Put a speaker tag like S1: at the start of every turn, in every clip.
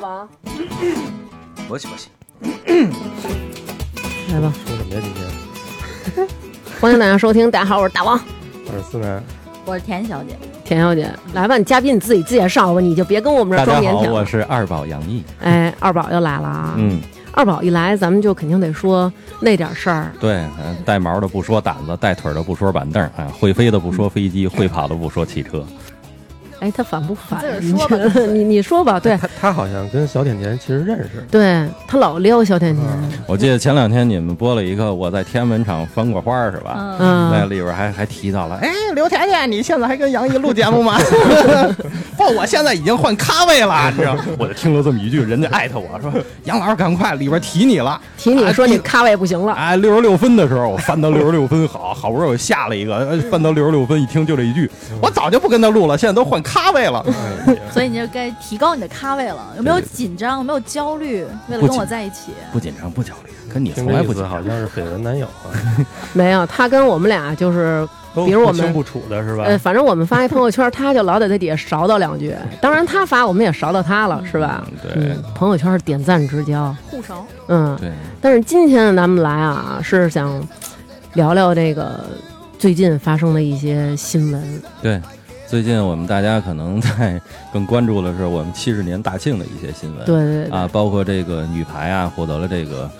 S1: 吗？
S2: 不行不行，
S1: 来吧，
S3: 说什么呀？今天
S1: 欢迎大家收听。大家好，我是大王，
S3: 二十四男，
S4: 我是田小姐，
S1: 田小姐。来吧，你嘉宾你自己介绍吧，你就别跟我们这
S5: 大
S1: 儿装
S5: 家
S1: 腼
S5: 好，
S1: 腆
S5: 我
S1: 了。
S5: 是二宝杨毅。
S1: 哎，二宝又来了啊！
S5: 嗯，
S1: 二宝一来，咱们就肯定得说那点事儿。
S5: 对，呃带毛的不说胆子，带腿的不说板凳，啊，会飞的不说飞机，会跑的不说汽车。
S1: 哎，他反不反
S4: 自个？儿
S1: 你觉
S4: 说吧
S1: 得你你说吧，对
S3: 他他好像跟小甜甜其实认识，
S1: 对，他老撩小甜甜。
S5: 我记得前两天你们播了一个我在天安门场翻过花儿是吧？
S4: 嗯，
S5: 那
S1: 嗯，
S5: 里边还还提到了，哎，
S2: 刘甜甜，你现在还跟杨毅录节目 吗？不，我现在已经换咖位了，你知 道吗？我就听了这么一句，人家艾特我说：“杨老师，赶快，里边提你了。
S1: 提
S3: 啊
S5: 啊
S1: 你说你咖位不行”了，
S5: 哎，六十六分的时候，我翻到六十六分，好好不容易我下了一个，呃翻到六十六分，一听就这一句，我早就不跟他录了，现在都换咖位了。
S4: 所以你就该提高你的咖位了。有没有紧张？有没有焦虑？为了
S5: 不
S4: 跟
S5: 紧
S4: 我在一起，
S5: 不紧张，不焦虑，跟你
S3: 听
S5: 从来
S3: 这
S5: 不
S3: 意
S5: 紧
S3: 思
S5: 张。
S3: 好像是绯闻男友 啊，
S1: 没有，他跟我们俩就是
S3: 都
S1: 比如我
S3: 不
S1: 们
S3: 清不楚的是吧？
S1: 呃，反正我们发一朋友圈，他就老得在底下勺叨两句。当然，他发我们也勺叨他了，是吧？
S5: 对
S1: 嗯，朋友圈是点赞之交。
S4: 互熟。
S1: 嗯，
S5: 对，
S1: 但是今天咱们来啊，是想聊聊这个最近发生的一些新闻。
S5: 对，最近我们大家可能在 更关注的是我们七十年大庆的一些新闻，
S1: 对对对，
S5: 啊，包括这个女排啊获得了这个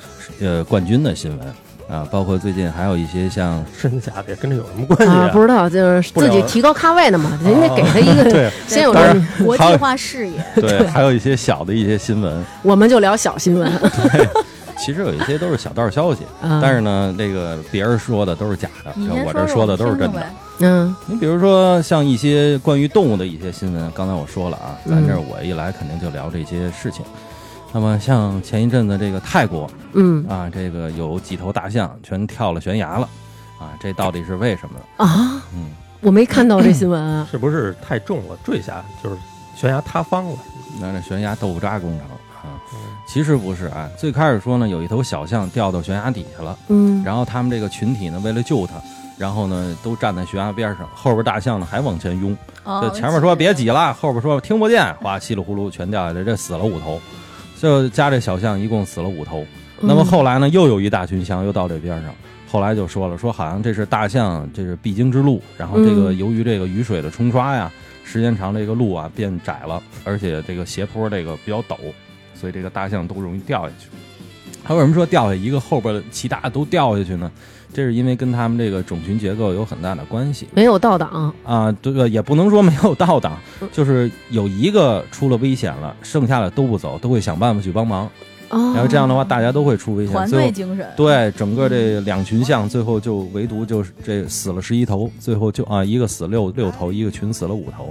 S5: 呃冠军的新闻啊，包括最近还有一些像
S3: 真假的也跟这有什么关系
S1: 啊，不知道就是
S3: 不了
S1: 自己提高咖位的嘛，人家给他一个
S3: 对，
S1: 先有
S5: 哦 当
S1: 个
S5: 然，
S4: 国际化视野，
S5: 对，还有一些小的一些新闻，
S1: 我们就聊小新闻。
S5: 其实有一些都是小道消息，
S1: 啊
S5: 但是呢，这个别人说的都是假的，
S4: 嗯你
S5: 呃
S4: 先
S5: 我
S4: 说
S5: 这说的都是
S4: 我
S5: 真
S4: 听听
S5: 的
S4: 呗。。
S1: 嗯
S5: 你比如说像一些关于动物的一些新闻，刚才我说了啊，咱
S1: 嗯
S5: 这儿我一来肯定就聊这些事情。那么像前一阵子这个泰国，
S1: 嗯
S5: 啊，这个有几头大象全跳了悬崖了，啊，这到底是为什么？
S1: 啊，
S5: 嗯，
S1: 我没看到这新闻啊。
S3: 是不是太重了坠下就是悬崖塌方了？
S1: 嗯
S5: 那这悬崖豆腐渣工程啊，
S4: 嗯
S5: 其实不是啊。最开始说呢，有一头小象掉到悬崖底下了，
S1: 嗯，
S5: 然后他们这个群体呢，为了救它。然后呢，都站在悬崖边上，后边大象呢还往前拥。
S4: 哦
S5: 这前面说别挤，了，后边说听不见，哗，稀里糊涂全掉下来，这死了五头，就加这小象一共死了五头。那么后来呢，又有一大群象又到这边上，后来就说了，说好像这是大象这是必经之路，然后这个
S1: 嗯
S5: 由于这个雨水的冲刷呀，时间长这个路啊变窄了，而且这个斜坡这个比较陡，所以这个大象都容易掉下去。他为什么说掉下一个后边的其他的都掉下去呢？这是因为跟他们这个种群结构有很大的关系
S1: 没有倒档，
S5: 啊，这个也不能说没有倒档
S1: 嗯，
S5: 就是有一个出了危险了，剩下的都不走，都会想办法去帮忙。
S1: 哦
S5: 然后这样的话，大家都会出危险，
S4: 团
S5: 最后
S4: 队精神。
S5: 对，整个这两群象最后就唯独就是这死了十一头，最后就啊一个死六六头，一个群死了五头，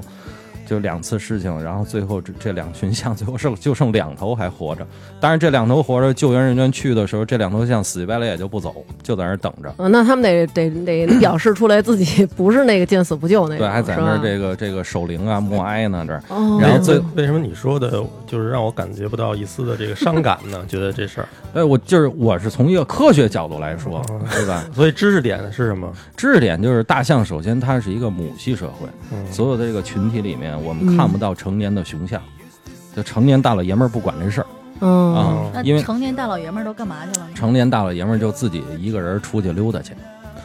S5: 就两次事情，然后最后这这两群 象最后剩就剩两头还活着，但是这两头活着，救援人员去的时候，这两头象死乞白赖也就不走，就在那儿等着。
S1: 啊，那他们得得得表示出来自己不是那个见死不救那
S5: 对，
S1: 种，
S5: 还在那儿
S1: 是吧
S5: 这个这个守灵啊、默哀呢，这儿
S1: 哦，
S5: 然后最
S3: 为为什么你说的就是让我感觉不到一丝的这个伤感呢？觉得这事儿，
S5: 哎，我就是我是从一个科学角度来说，对吧？
S3: 所以知识点是什么？
S5: 知识点就是大象，首先它是一个母系社会，
S3: 嗯
S5: 所有的这个群体里面，我们看不到成年的雄象，就成年大老爷们儿不管这事儿
S1: 嗯，
S5: 啊、因
S4: 那
S5: 为
S4: 成年大老爷们儿都干嘛去了呢？
S5: 成年大老爷们儿就自己一个人出去溜达去。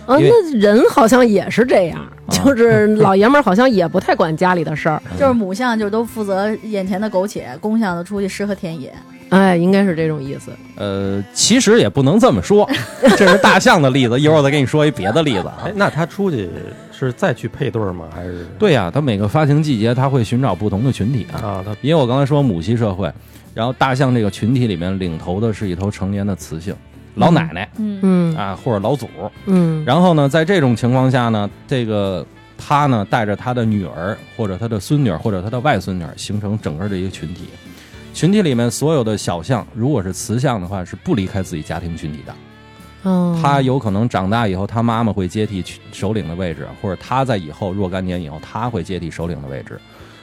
S1: 啊，
S5: 因为嗯
S1: 那人好像也是这样，就是老爷们儿好像也不太管家里的事儿，
S4: 就是母象，就是都负责眼前的苟且，公象的出去诗和田野。
S1: 哎，应该是这种意思。
S5: 呃，其实也不能这么说，这是大象的例子，一会儿我再给你说一别的例子啊
S3: 哎，。那他出去是再去配对儿吗？还是
S5: 对呀、它每个发情季节，它会寻找不同的群体啊。
S3: 啊？他
S5: 因为我刚才说母系社会，然后大象这个群体里面领头的是一头成年的雌性，老奶奶、
S4: 嗯，
S1: 嗯
S5: 啊，或者老祖。
S1: 嗯
S5: 然后呢，在这种情况下呢，这个他呢带着他的女儿或者他的孙女儿或者他的外孙女儿，形成整个的一个群体。群体里面所有的小象，如果是雌象的话，是不离开自己家庭群体的。
S1: 嗯，
S5: 它有可能长大以后，它妈妈会接替群首领的位置，或者它在以后若干年以后，它会接替首领的位置。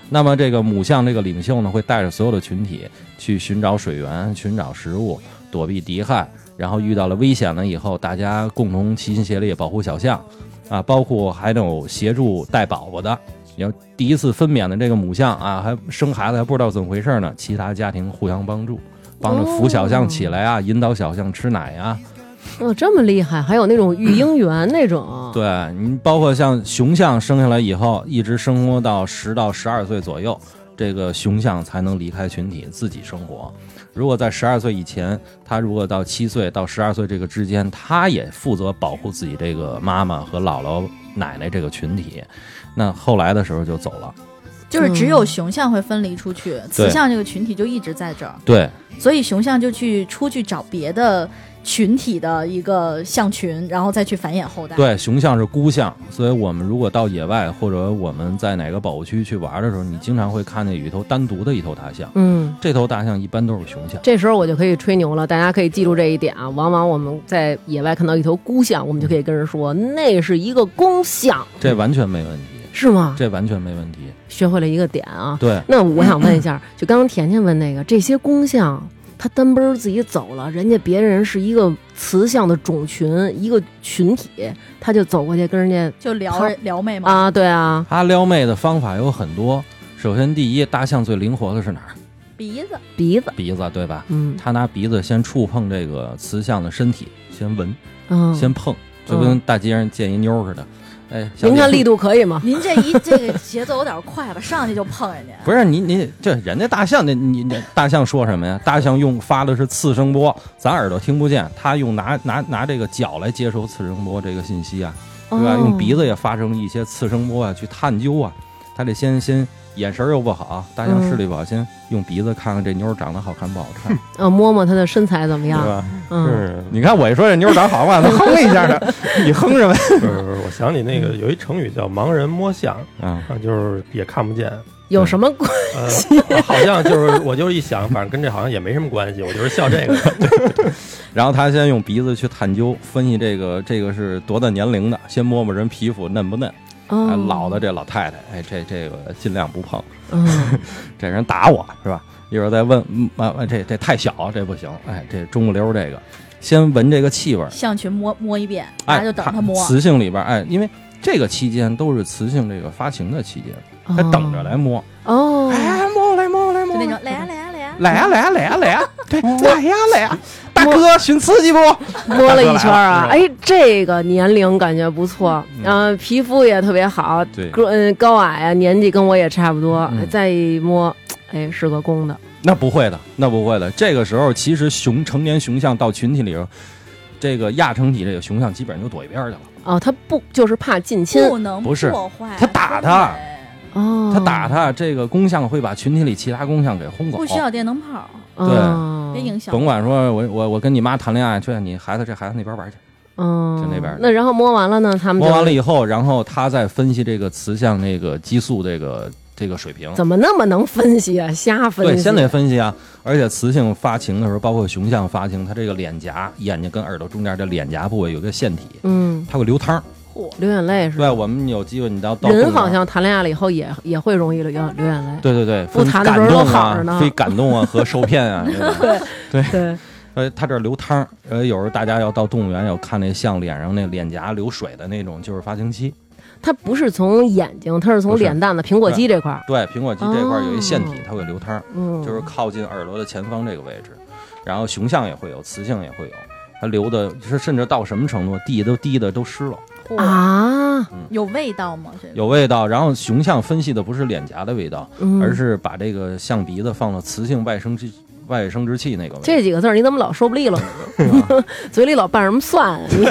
S5: 那么这个母象这个领袖呢，会带着所有的群体去寻找水源、寻找食物、躲避敌害，然后遇到了危险了以后，大家共同齐心协力保护小象，啊，包括还有协助带宝宝的，你要第一次分娩的这个母象啊，还生孩子还不知道怎么回事呢，其他家庭互相帮助，帮着扶小象起来啊，引导小象吃奶啊。
S1: 哦，这么厉害，还有那种育婴园那种，
S5: 对你包括像雄象生下来以后，一直生活到十到十二岁左右，这个雄象才能离开群体自己生活。如果在十二岁以前，它如果到七岁到十二岁这个之间，它也负责保护自己这个妈妈和姥姥奶奶这个群体，那后来的时候就走了。
S4: 就是只有雄象会分离出去，雌
S5: 嗯对
S4: 象这个群体就一直在这儿，
S5: 对，
S4: 所以雄象就去出去找别的群体的一个象群，然后再去繁衍后代。
S5: 对，雄象是孤象，所以我们如果到野外或者我们在哪个保护区去玩的时候，你经常会看见有一头单独的一头大象，
S1: 嗯，
S5: 这头大象一般都是雄象。
S1: 这时候我就可以吹牛了，大家可以记住这一点啊。往往我们在野外看到一头孤象，我们就可以跟人说那是一个公象，
S5: 这完全没问题，
S1: 是吗？
S5: 这完全没问题。
S1: 学会了一个点啊。
S5: 对，
S1: 那我想问一下，就刚刚甜甜问那个，这些公象它单奔儿自己走了，人家别人是一个雌象的种群，一个群体，它就走过去跟人家
S4: 就撩
S1: 好
S4: 撩妹嘛，
S1: 啊，对啊，
S5: 它撩妹的方法有很多。首先，第一，大象最灵活的是哪儿？
S4: 鼻子
S1: 鼻子，
S5: 鼻子，对吧？
S1: 嗯
S5: 它拿鼻子先触碰这个雌象的身体，先闻，
S1: 嗯，
S5: 先碰，就跟大街上见一妞儿似的。哎，小
S1: 您看
S5: 姐
S1: 力度可以 吗？
S4: 您这一这个节奏有点快吧，上去就碰人家。
S5: 不是你你这人家大象那你你大象说什么呀？大象用发的是次声波，咱耳朵听不见，它用拿拿拿这个脚来接收次声波这个信息啊，对吧？
S1: 哦
S5: 用鼻子也发生一些次声波啊，去探究啊。它得先先眼神儿又不好，大象视力不好，先用鼻子看看这妞儿长得好看不好看，
S1: 呃，摸摸它的身材怎么
S3: 对
S1: 样？
S3: 吧？
S1: 嗯，
S3: 是
S5: 你看我一说这妞儿长好 看，他哼一下的，你哼什么？
S3: 不是不是，我想起那
S1: 嗯
S3: 个有一成语叫“盲人摸象
S5: 啊”，，
S3: 啊，就是也看不见。
S1: 有什么
S5: 嗯
S1: 关？
S3: 呃，好像就是我就是一想，反正跟这好像也没什么关系，我就是笑这个。
S5: 然后他先用鼻子去探究分析这个这个是多大年龄的，先摸摸人皮肤嫩不嫩。哎，
S1: 嗯，
S5: 老的这老太太，哎，这这个尽量不碰，
S1: 嗯，
S5: 这人打我是吧？一会儿再问，嗯啊，啊这这太小，这不行，哎，这中不溜儿这个，先闻这个气味儿，
S4: 象群摸摸一遍，大
S5: 哎，
S4: 家就等
S5: 它
S4: 他摸。
S5: 雌性里边儿，哎，因为这个期间都是雌性这个发情的期间，它等着来摸，
S1: 哦，
S5: 哎，摸来摸来摸
S4: 就那
S5: 来
S4: 种来呀来呀来呀，
S5: 来呀来呀来呀来 呀，对，来呀来呀，大哥寻刺激不？
S1: 摸了一圈啊，哎，这个年龄感觉不错，嗯，皮肤也特别好，
S5: 对
S1: 个嗯高矮啊，年纪跟我也差不多
S5: 嗯，
S1: 再一摸，哎，是个公的，
S5: 那不会的，那不会的。这个时候，其实雄成年雄象到群体里头，这个亚成体这个雄象基本上就躲一边儿去了。
S1: 哦，他不就是怕近亲
S4: 不能
S5: 不是
S4: 破坏，
S5: 他打他
S1: 哦，
S5: 他打他，这个公象会把群体里其他公象给轰走。
S4: 不需要电灯泡，
S1: 哦，
S4: 别影响。
S5: 嗯甭管说我我我跟你妈谈恋爱去，你孩子这孩子那边玩去。
S1: 嗯，
S5: 就那边儿
S1: 那然后摸完了呢，他们就
S5: 摸完了以后，然后他再分析这个雌象那个激素这个这个水平。
S1: 怎么那么能分析啊？瞎分析，
S5: 对，先得分析啊！而且雌性发情的时候，包括雄象发情，它这个脸颊、眼睛跟耳朵中间这脸颊部位有一个腺体，
S1: 嗯，
S5: 它会流汤儿。
S1: 流眼泪是吧？
S5: 对，我们有机会你到到
S1: 人
S5: 动物
S1: 好
S5: 园
S1: 像谈恋爱了以后也也会容易流眼流眼泪，
S5: 对对对，
S1: 不
S5: 分
S1: 谈的
S5: 感
S1: 时候
S5: 动
S1: 都好着呢
S5: 啊，非感动啊和受骗啊。这种
S1: 对，
S5: 呃，它这儿流汤儿，呃，有时候大家要到动物园要看那象脸上那脸颊流水的那种，就是发情期。
S1: 它不是从眼睛，它是从
S5: 不是
S1: 脸蛋子、苹果肌这块儿，
S5: 对，苹果肌这块儿有一腺体
S1: 哦，
S5: 它会流汤儿，
S1: 嗯，
S5: 就是靠近耳朵的前方这个位置。然后雄象也会有，雌性也会有，它流的是甚至到什么程度，地都滴的都湿了，
S4: 啊，
S1: 啊，
S4: 有味道吗？这个
S5: 有味道。然后雄象分析的不是脸颊的味道，
S1: 嗯
S5: 而是把这个象鼻子放到雌性外生殖外生殖器那个位置。
S1: 这几个字儿你怎么老说不利 落呢？ 嘴里老拌什么蒜？啊你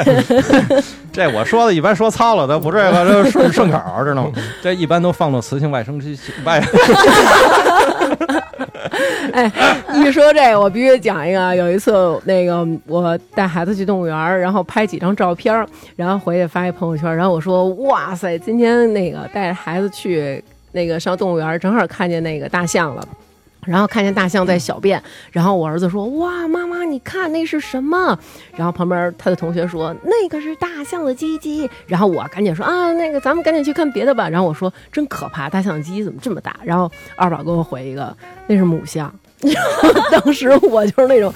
S5: 这我说的一般说糙了，的，不这个这顺顺口儿，知道吗？ 这一般都放到雌性外生殖器外。
S1: 哎一说这，我必须讲一个啊。有一次，那个我带孩子去动物园儿，然后拍几张照片儿，然后回去发一朋友圈儿，然后我说：“哇塞，今天那个带着孩子去那个上动物园儿，正好看见那个大象了。”然后看见大象在小便， 然后我儿子说：“哇，妈妈，你看那是什么？”然后旁边他的同学说：“那个是大象的鸡鸡。”然后我赶紧说：“啊，那个咱们赶紧去看别的吧。”然后我说：“真可怕，大象鸡怎么这么大？”然后 二宝给我回一个：“那是母象。”当时我就是那种，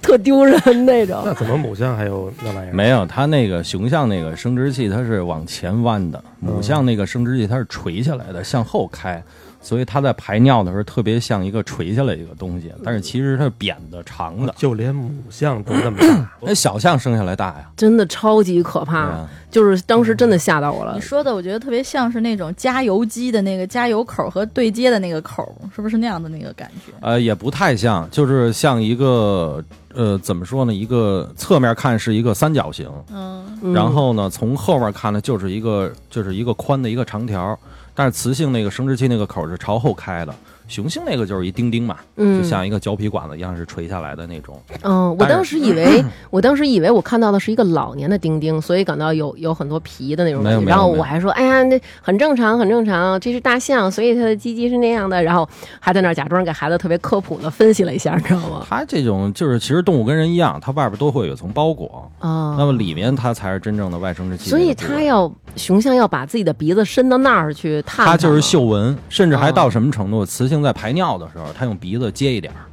S1: 特丢人那种。
S3: 那怎么母象还有那玩意儿？
S5: 没有，它那个雄象那个生殖器它是往前弯的，母象那个生殖器它是垂下来的，向后开，所以它在排尿的时候特别像一个垂下来一个东西，但是其实它是扁的、长的。
S3: 哦就连母象都那么 大，
S5: 那小象生下来大呀，
S1: 真的超级可
S5: 对
S1: 怕
S5: 吧，
S1: 就是当时真的吓到我了
S4: 你。说的我觉得特别像是那种加油机的那个加油口和对接的那个口，是不是那样的那个感觉？
S5: 呃，也不太像，就是像一个呃，怎么说呢？一个侧面看是一个三角形，
S4: 嗯，
S1: 嗯
S5: 然后呢，从后面看呢，就是一个就是一个宽的一个长条，但是雌性那个生殖器那个口是朝后开的，雄性那个就是一钉钉嘛，
S1: 嗯，
S5: 就像一个胶皮管子一样是垂下来的那种。
S1: 嗯，我
S5: 但是
S1: 当时以为， 我当时以为我看到的是一个老年的丁丁，所以感到有有很多皮的那种
S5: 没
S1: 东
S5: 有
S1: 西。
S5: 没有
S1: 然后我
S5: 没有
S1: 还说，哎呀，那很正常，很正常，这是大象，所以它的鸡鸡是那样的。然后还在那儿假装给孩子特别科普的分析了一下，你知道吗？
S5: 它这种就是其实动物跟人一样，它外边都会有一层包裹，
S1: 啊、
S5: 那么里面它才是真正的外生殖器
S1: 所
S5: 那
S1: 以
S5: 个部位。
S1: 它要雄象要把自己的鼻子伸到那儿去探，啊
S5: 它就是。嗅闻，甚至还到什么程度？雌性在排尿的时候，它用鼻子接一点儿，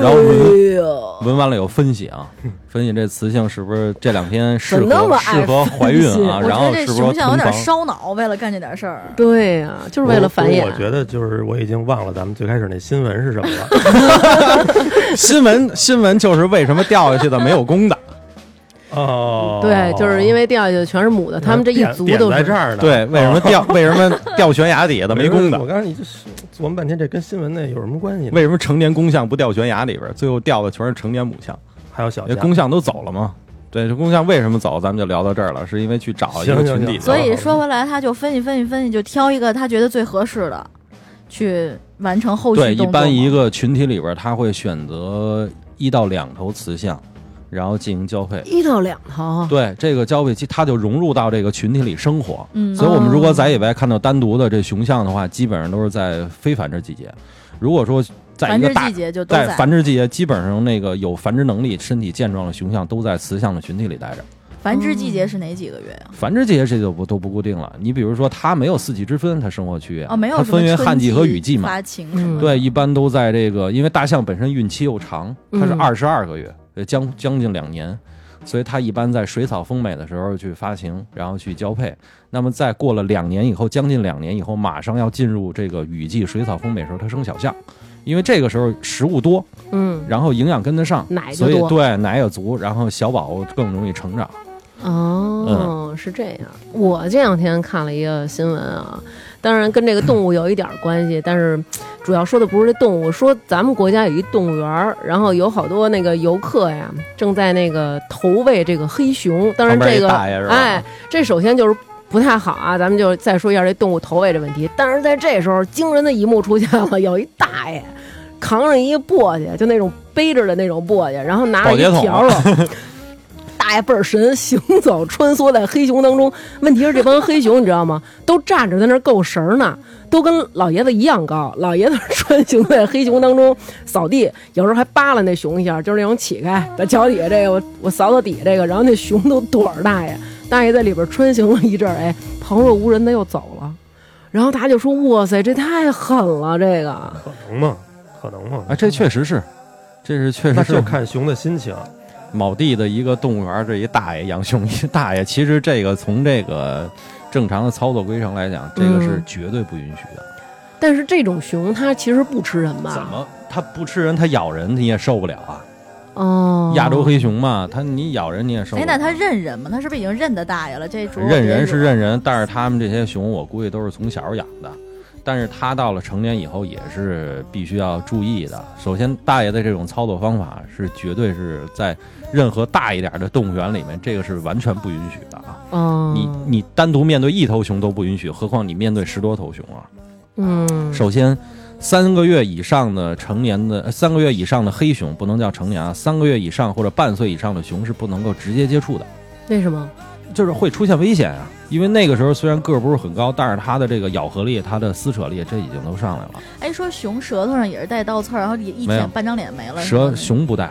S5: 然后闻
S1: 哎呦，
S5: 闻完了有分析啊，分析这雌性是不是这两天适
S1: 怎么那么
S5: 合
S1: 爱
S5: 适合怀孕
S1: 分析
S5: 啊？
S4: 我
S5: 然
S4: 觉得
S5: 后
S4: 这
S5: 是不
S4: 雄
S5: 是
S4: 象有
S5: 同
S4: 点
S5: 房？
S4: 烧脑，为了干这点事儿。
S1: 对呀、就是为了繁衍啊
S3: 我。我觉得就是我已经忘了咱们最开始那新闻是什么 了。
S5: 新闻新闻就是为什么掉下去的没有公的？
S3: 哦，
S1: 对，就是因
S3: 为
S1: 为掉下去全是
S5: 哦
S1: 母的，他们这一族都
S3: 在
S1: 是
S3: 这儿呢。
S5: 对，哦为什么掉为什么掉悬崖底下的没公 的
S3: 我？告诉你，这是琢磨半天，这跟新闻那有什么关系呢？
S5: 为什么成年公象不掉悬崖里边？最后掉的全是成年母象，
S3: 还有小
S5: 因为
S3: 家
S5: 公象都走了嘛。对，这公象为什么走？咱们就聊到这儿了，是因为去找一个
S3: 行行
S5: 群体
S3: 行
S5: 的
S4: 所以说回来，他就分析分析分析，就挑一个他觉得最合适的，去完成后续
S5: 对，
S4: 动
S5: 一
S4: 作
S5: 般
S4: 嘛
S5: 一个群体里边，他会选择一到两头雌象，然后进行交配。
S1: 一到两头。
S5: 对，这个交配期，它就融入到这个群体里生活。
S4: 嗯
S5: 所以，我们如果在野外看到单独的这雄象的话，基本上都是在非繁殖季节。如果说在
S4: 繁
S5: 一
S4: 殖
S5: 个大
S4: 季节就都
S5: 在繁殖季节，基本上那个有繁殖能力、身体健壮的雄象都在雌象的群体里待着。
S4: 繁殖季节是哪几个月呀、
S5: 繁殖季节这就不都不固定了。你比如说，它没有四季之分，它生活区域
S4: 哦，没有
S5: 它
S4: 什么
S5: 分为
S4: 春
S5: 旱季和雨季嘛。嗯
S4: 发情什么的。
S5: 对，一般都在这个，因为大象本身孕期又长，它是
S1: 嗯
S5: 二十二个月，呃将将近两年，所以它一般在水草丰美的时候去发情，然后去交配。那么在过了两年以后，将近两年以后，马上要进入这个雨季，水草丰美的时候，它生小象，因为这个时候食物多，
S1: 嗯，
S5: 然后营养跟得上，
S1: 奶就
S5: 所以
S1: 多
S5: 对奶也足，然后小宝宝更容易成长。
S1: 哦，是这样。我这两天看了一个新闻啊，当然跟这个动物有一点儿关系，但是主要说的不是这动物，说咱们国家有一动物园儿，然后有好多那个游客呀，正在那个投喂这个黑熊。当然
S5: 旁边
S1: 这
S5: 一
S1: 个，
S5: 大爷是吧
S1: 哎，这首先就是。不太好啊，咱们就再说一下这动物投喂这问题。但是在这时候，惊人的一幕出现了，有一大爷扛着一簸箕，就那种背着的那种簸箕，然后拿着
S5: 保洁
S1: 一
S5: 桶
S1: 笤帚， 大爷倍儿神， 行走穿梭在黑熊当中。问题是这帮黑熊你知道吗？都站着在那儿够绳儿呢，都跟老爷子一样高。老爷子 穿行在黑熊当中扫地，有时候还扒拉那熊一下，就是那种乞丐在脚底下这个我我扫扫底下这个，然后那熊都躲着大爷。大爷在里边穿行了一阵儿，哎，旁若无人的又走了。然后大家就说：“哇塞，这太狠了！这个
S3: 可能吗？可能吗？
S5: 啊，这确实是，这是确
S3: 嗯那
S5: 实
S3: 就是看熊的心情。
S5: 某地的一个动物园，这一大爷养熊，一大爷，其实这个从这个正常的操作规程来讲，这个是
S1: 嗯
S5: 绝对不允许的。
S1: 但是这种熊它其实不吃人吧？
S5: 怎？么它不吃人，它咬人你也受不了啊？
S1: 哦，
S5: 亚洲黑熊嘛，它你咬人你也受不
S4: 哎
S5: 了，。啊
S4: 那他认人吗？他是不是已经认得大爷了？这主
S5: 认人是认人，但是他们这些熊，我估计都是从小养的。但是它到了成年以后，也是必须要注意的。首先，大爷的这种操作方法是绝对是在任何大一点的动物园里面，这个是完全不允许的啊！
S1: 哦，
S5: 你你单独面对一头熊都不允许，何况你面对十多头熊啊！
S1: 嗯，
S5: 首先，三个月以上的成年的呃三个月以上的黑熊不能叫成年啊，三个月以上或者半岁以上的熊是不能够直接接触的。
S1: 为什么？
S5: 就是会出现危险啊。因为那个时候虽然个儿不是很高，但是它的这个咬合力、它的撕扯力，这已经都上来了。
S4: 哎，说熊舌头上也是带倒刺儿，然后一一
S5: 没有
S4: 舔半张脸没了。
S5: 蛇、
S4: 是吗
S5: 熊不带，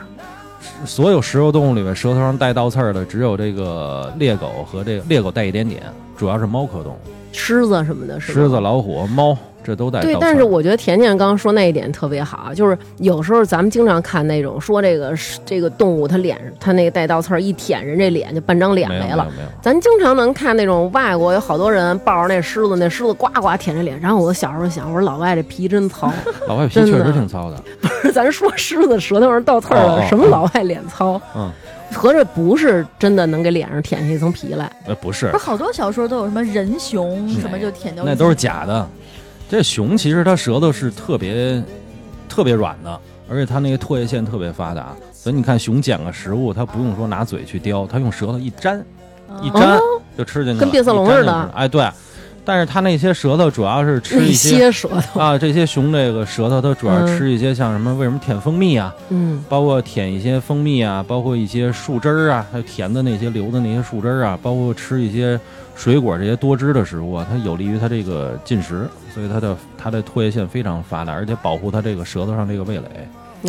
S5: 所有食肉动物里面舌头上带倒刺儿的只有这个猎狗和这个猎狗带一点点，主要是猫科动物，
S1: 狮子什么的，是吧
S5: 狮子、老虎、猫、这都在
S1: 对
S5: 倒，
S1: 但
S5: 刺
S1: 是
S5: 儿
S1: 我觉得甜甜刚刚说那一点特别好，啊就是有时候咱们经常看那种说这个是这个动物它脸它那个带倒刺儿一舔人这脸就半张脸
S5: 没有
S1: 了。
S5: 没有没有，
S1: 咱经常能看那种外国有好多人抱着那狮子，那狮子呱呱舔着脸。然后我小时候想，我说老外这皮真糙，
S5: 老外皮
S1: 真
S5: 确
S1: 的
S5: 实挺糙 的，
S1: 咱说狮子舌头上倒刺儿
S5: 哦
S1: 了，
S5: 哦
S1: 什么老外脸糙？
S5: 嗯，
S1: 合着不是真的能给脸上舔下一层皮来。
S5: 呃，不是
S4: 不，是好多小说都有什么人熊
S5: 嗯
S4: 什么就舔掉，
S5: 那都是假的。这熊其实它舌头是特别特别软的，而且它那个唾液腺特别发达，所以你看熊捡个食物，它不用说拿嘴去叼，它用舌头一粘一
S4: 张。
S5: 粘就吃进去
S1: 哦
S5: 了，
S1: 跟变色龙
S5: 一粘就
S1: 似的
S5: 吃哎，对。但是它那些舌头主要是吃
S1: 一
S5: 一些
S1: 些舌头，
S5: 啊，这些熊这个舌头它主要
S1: 嗯
S5: 吃一些像什么？为什么舔蜂蜜啊？
S1: 嗯，
S5: 包括舔一些蜂蜜啊，包括一些树枝儿啊，还有甜的那些流的那些树枝儿啊，包括吃一些水果这些多汁的食物啊，它有利于它这个进食，所以它的它的唾液腺非常发达，而且保护它这个舌头上这个味蕾。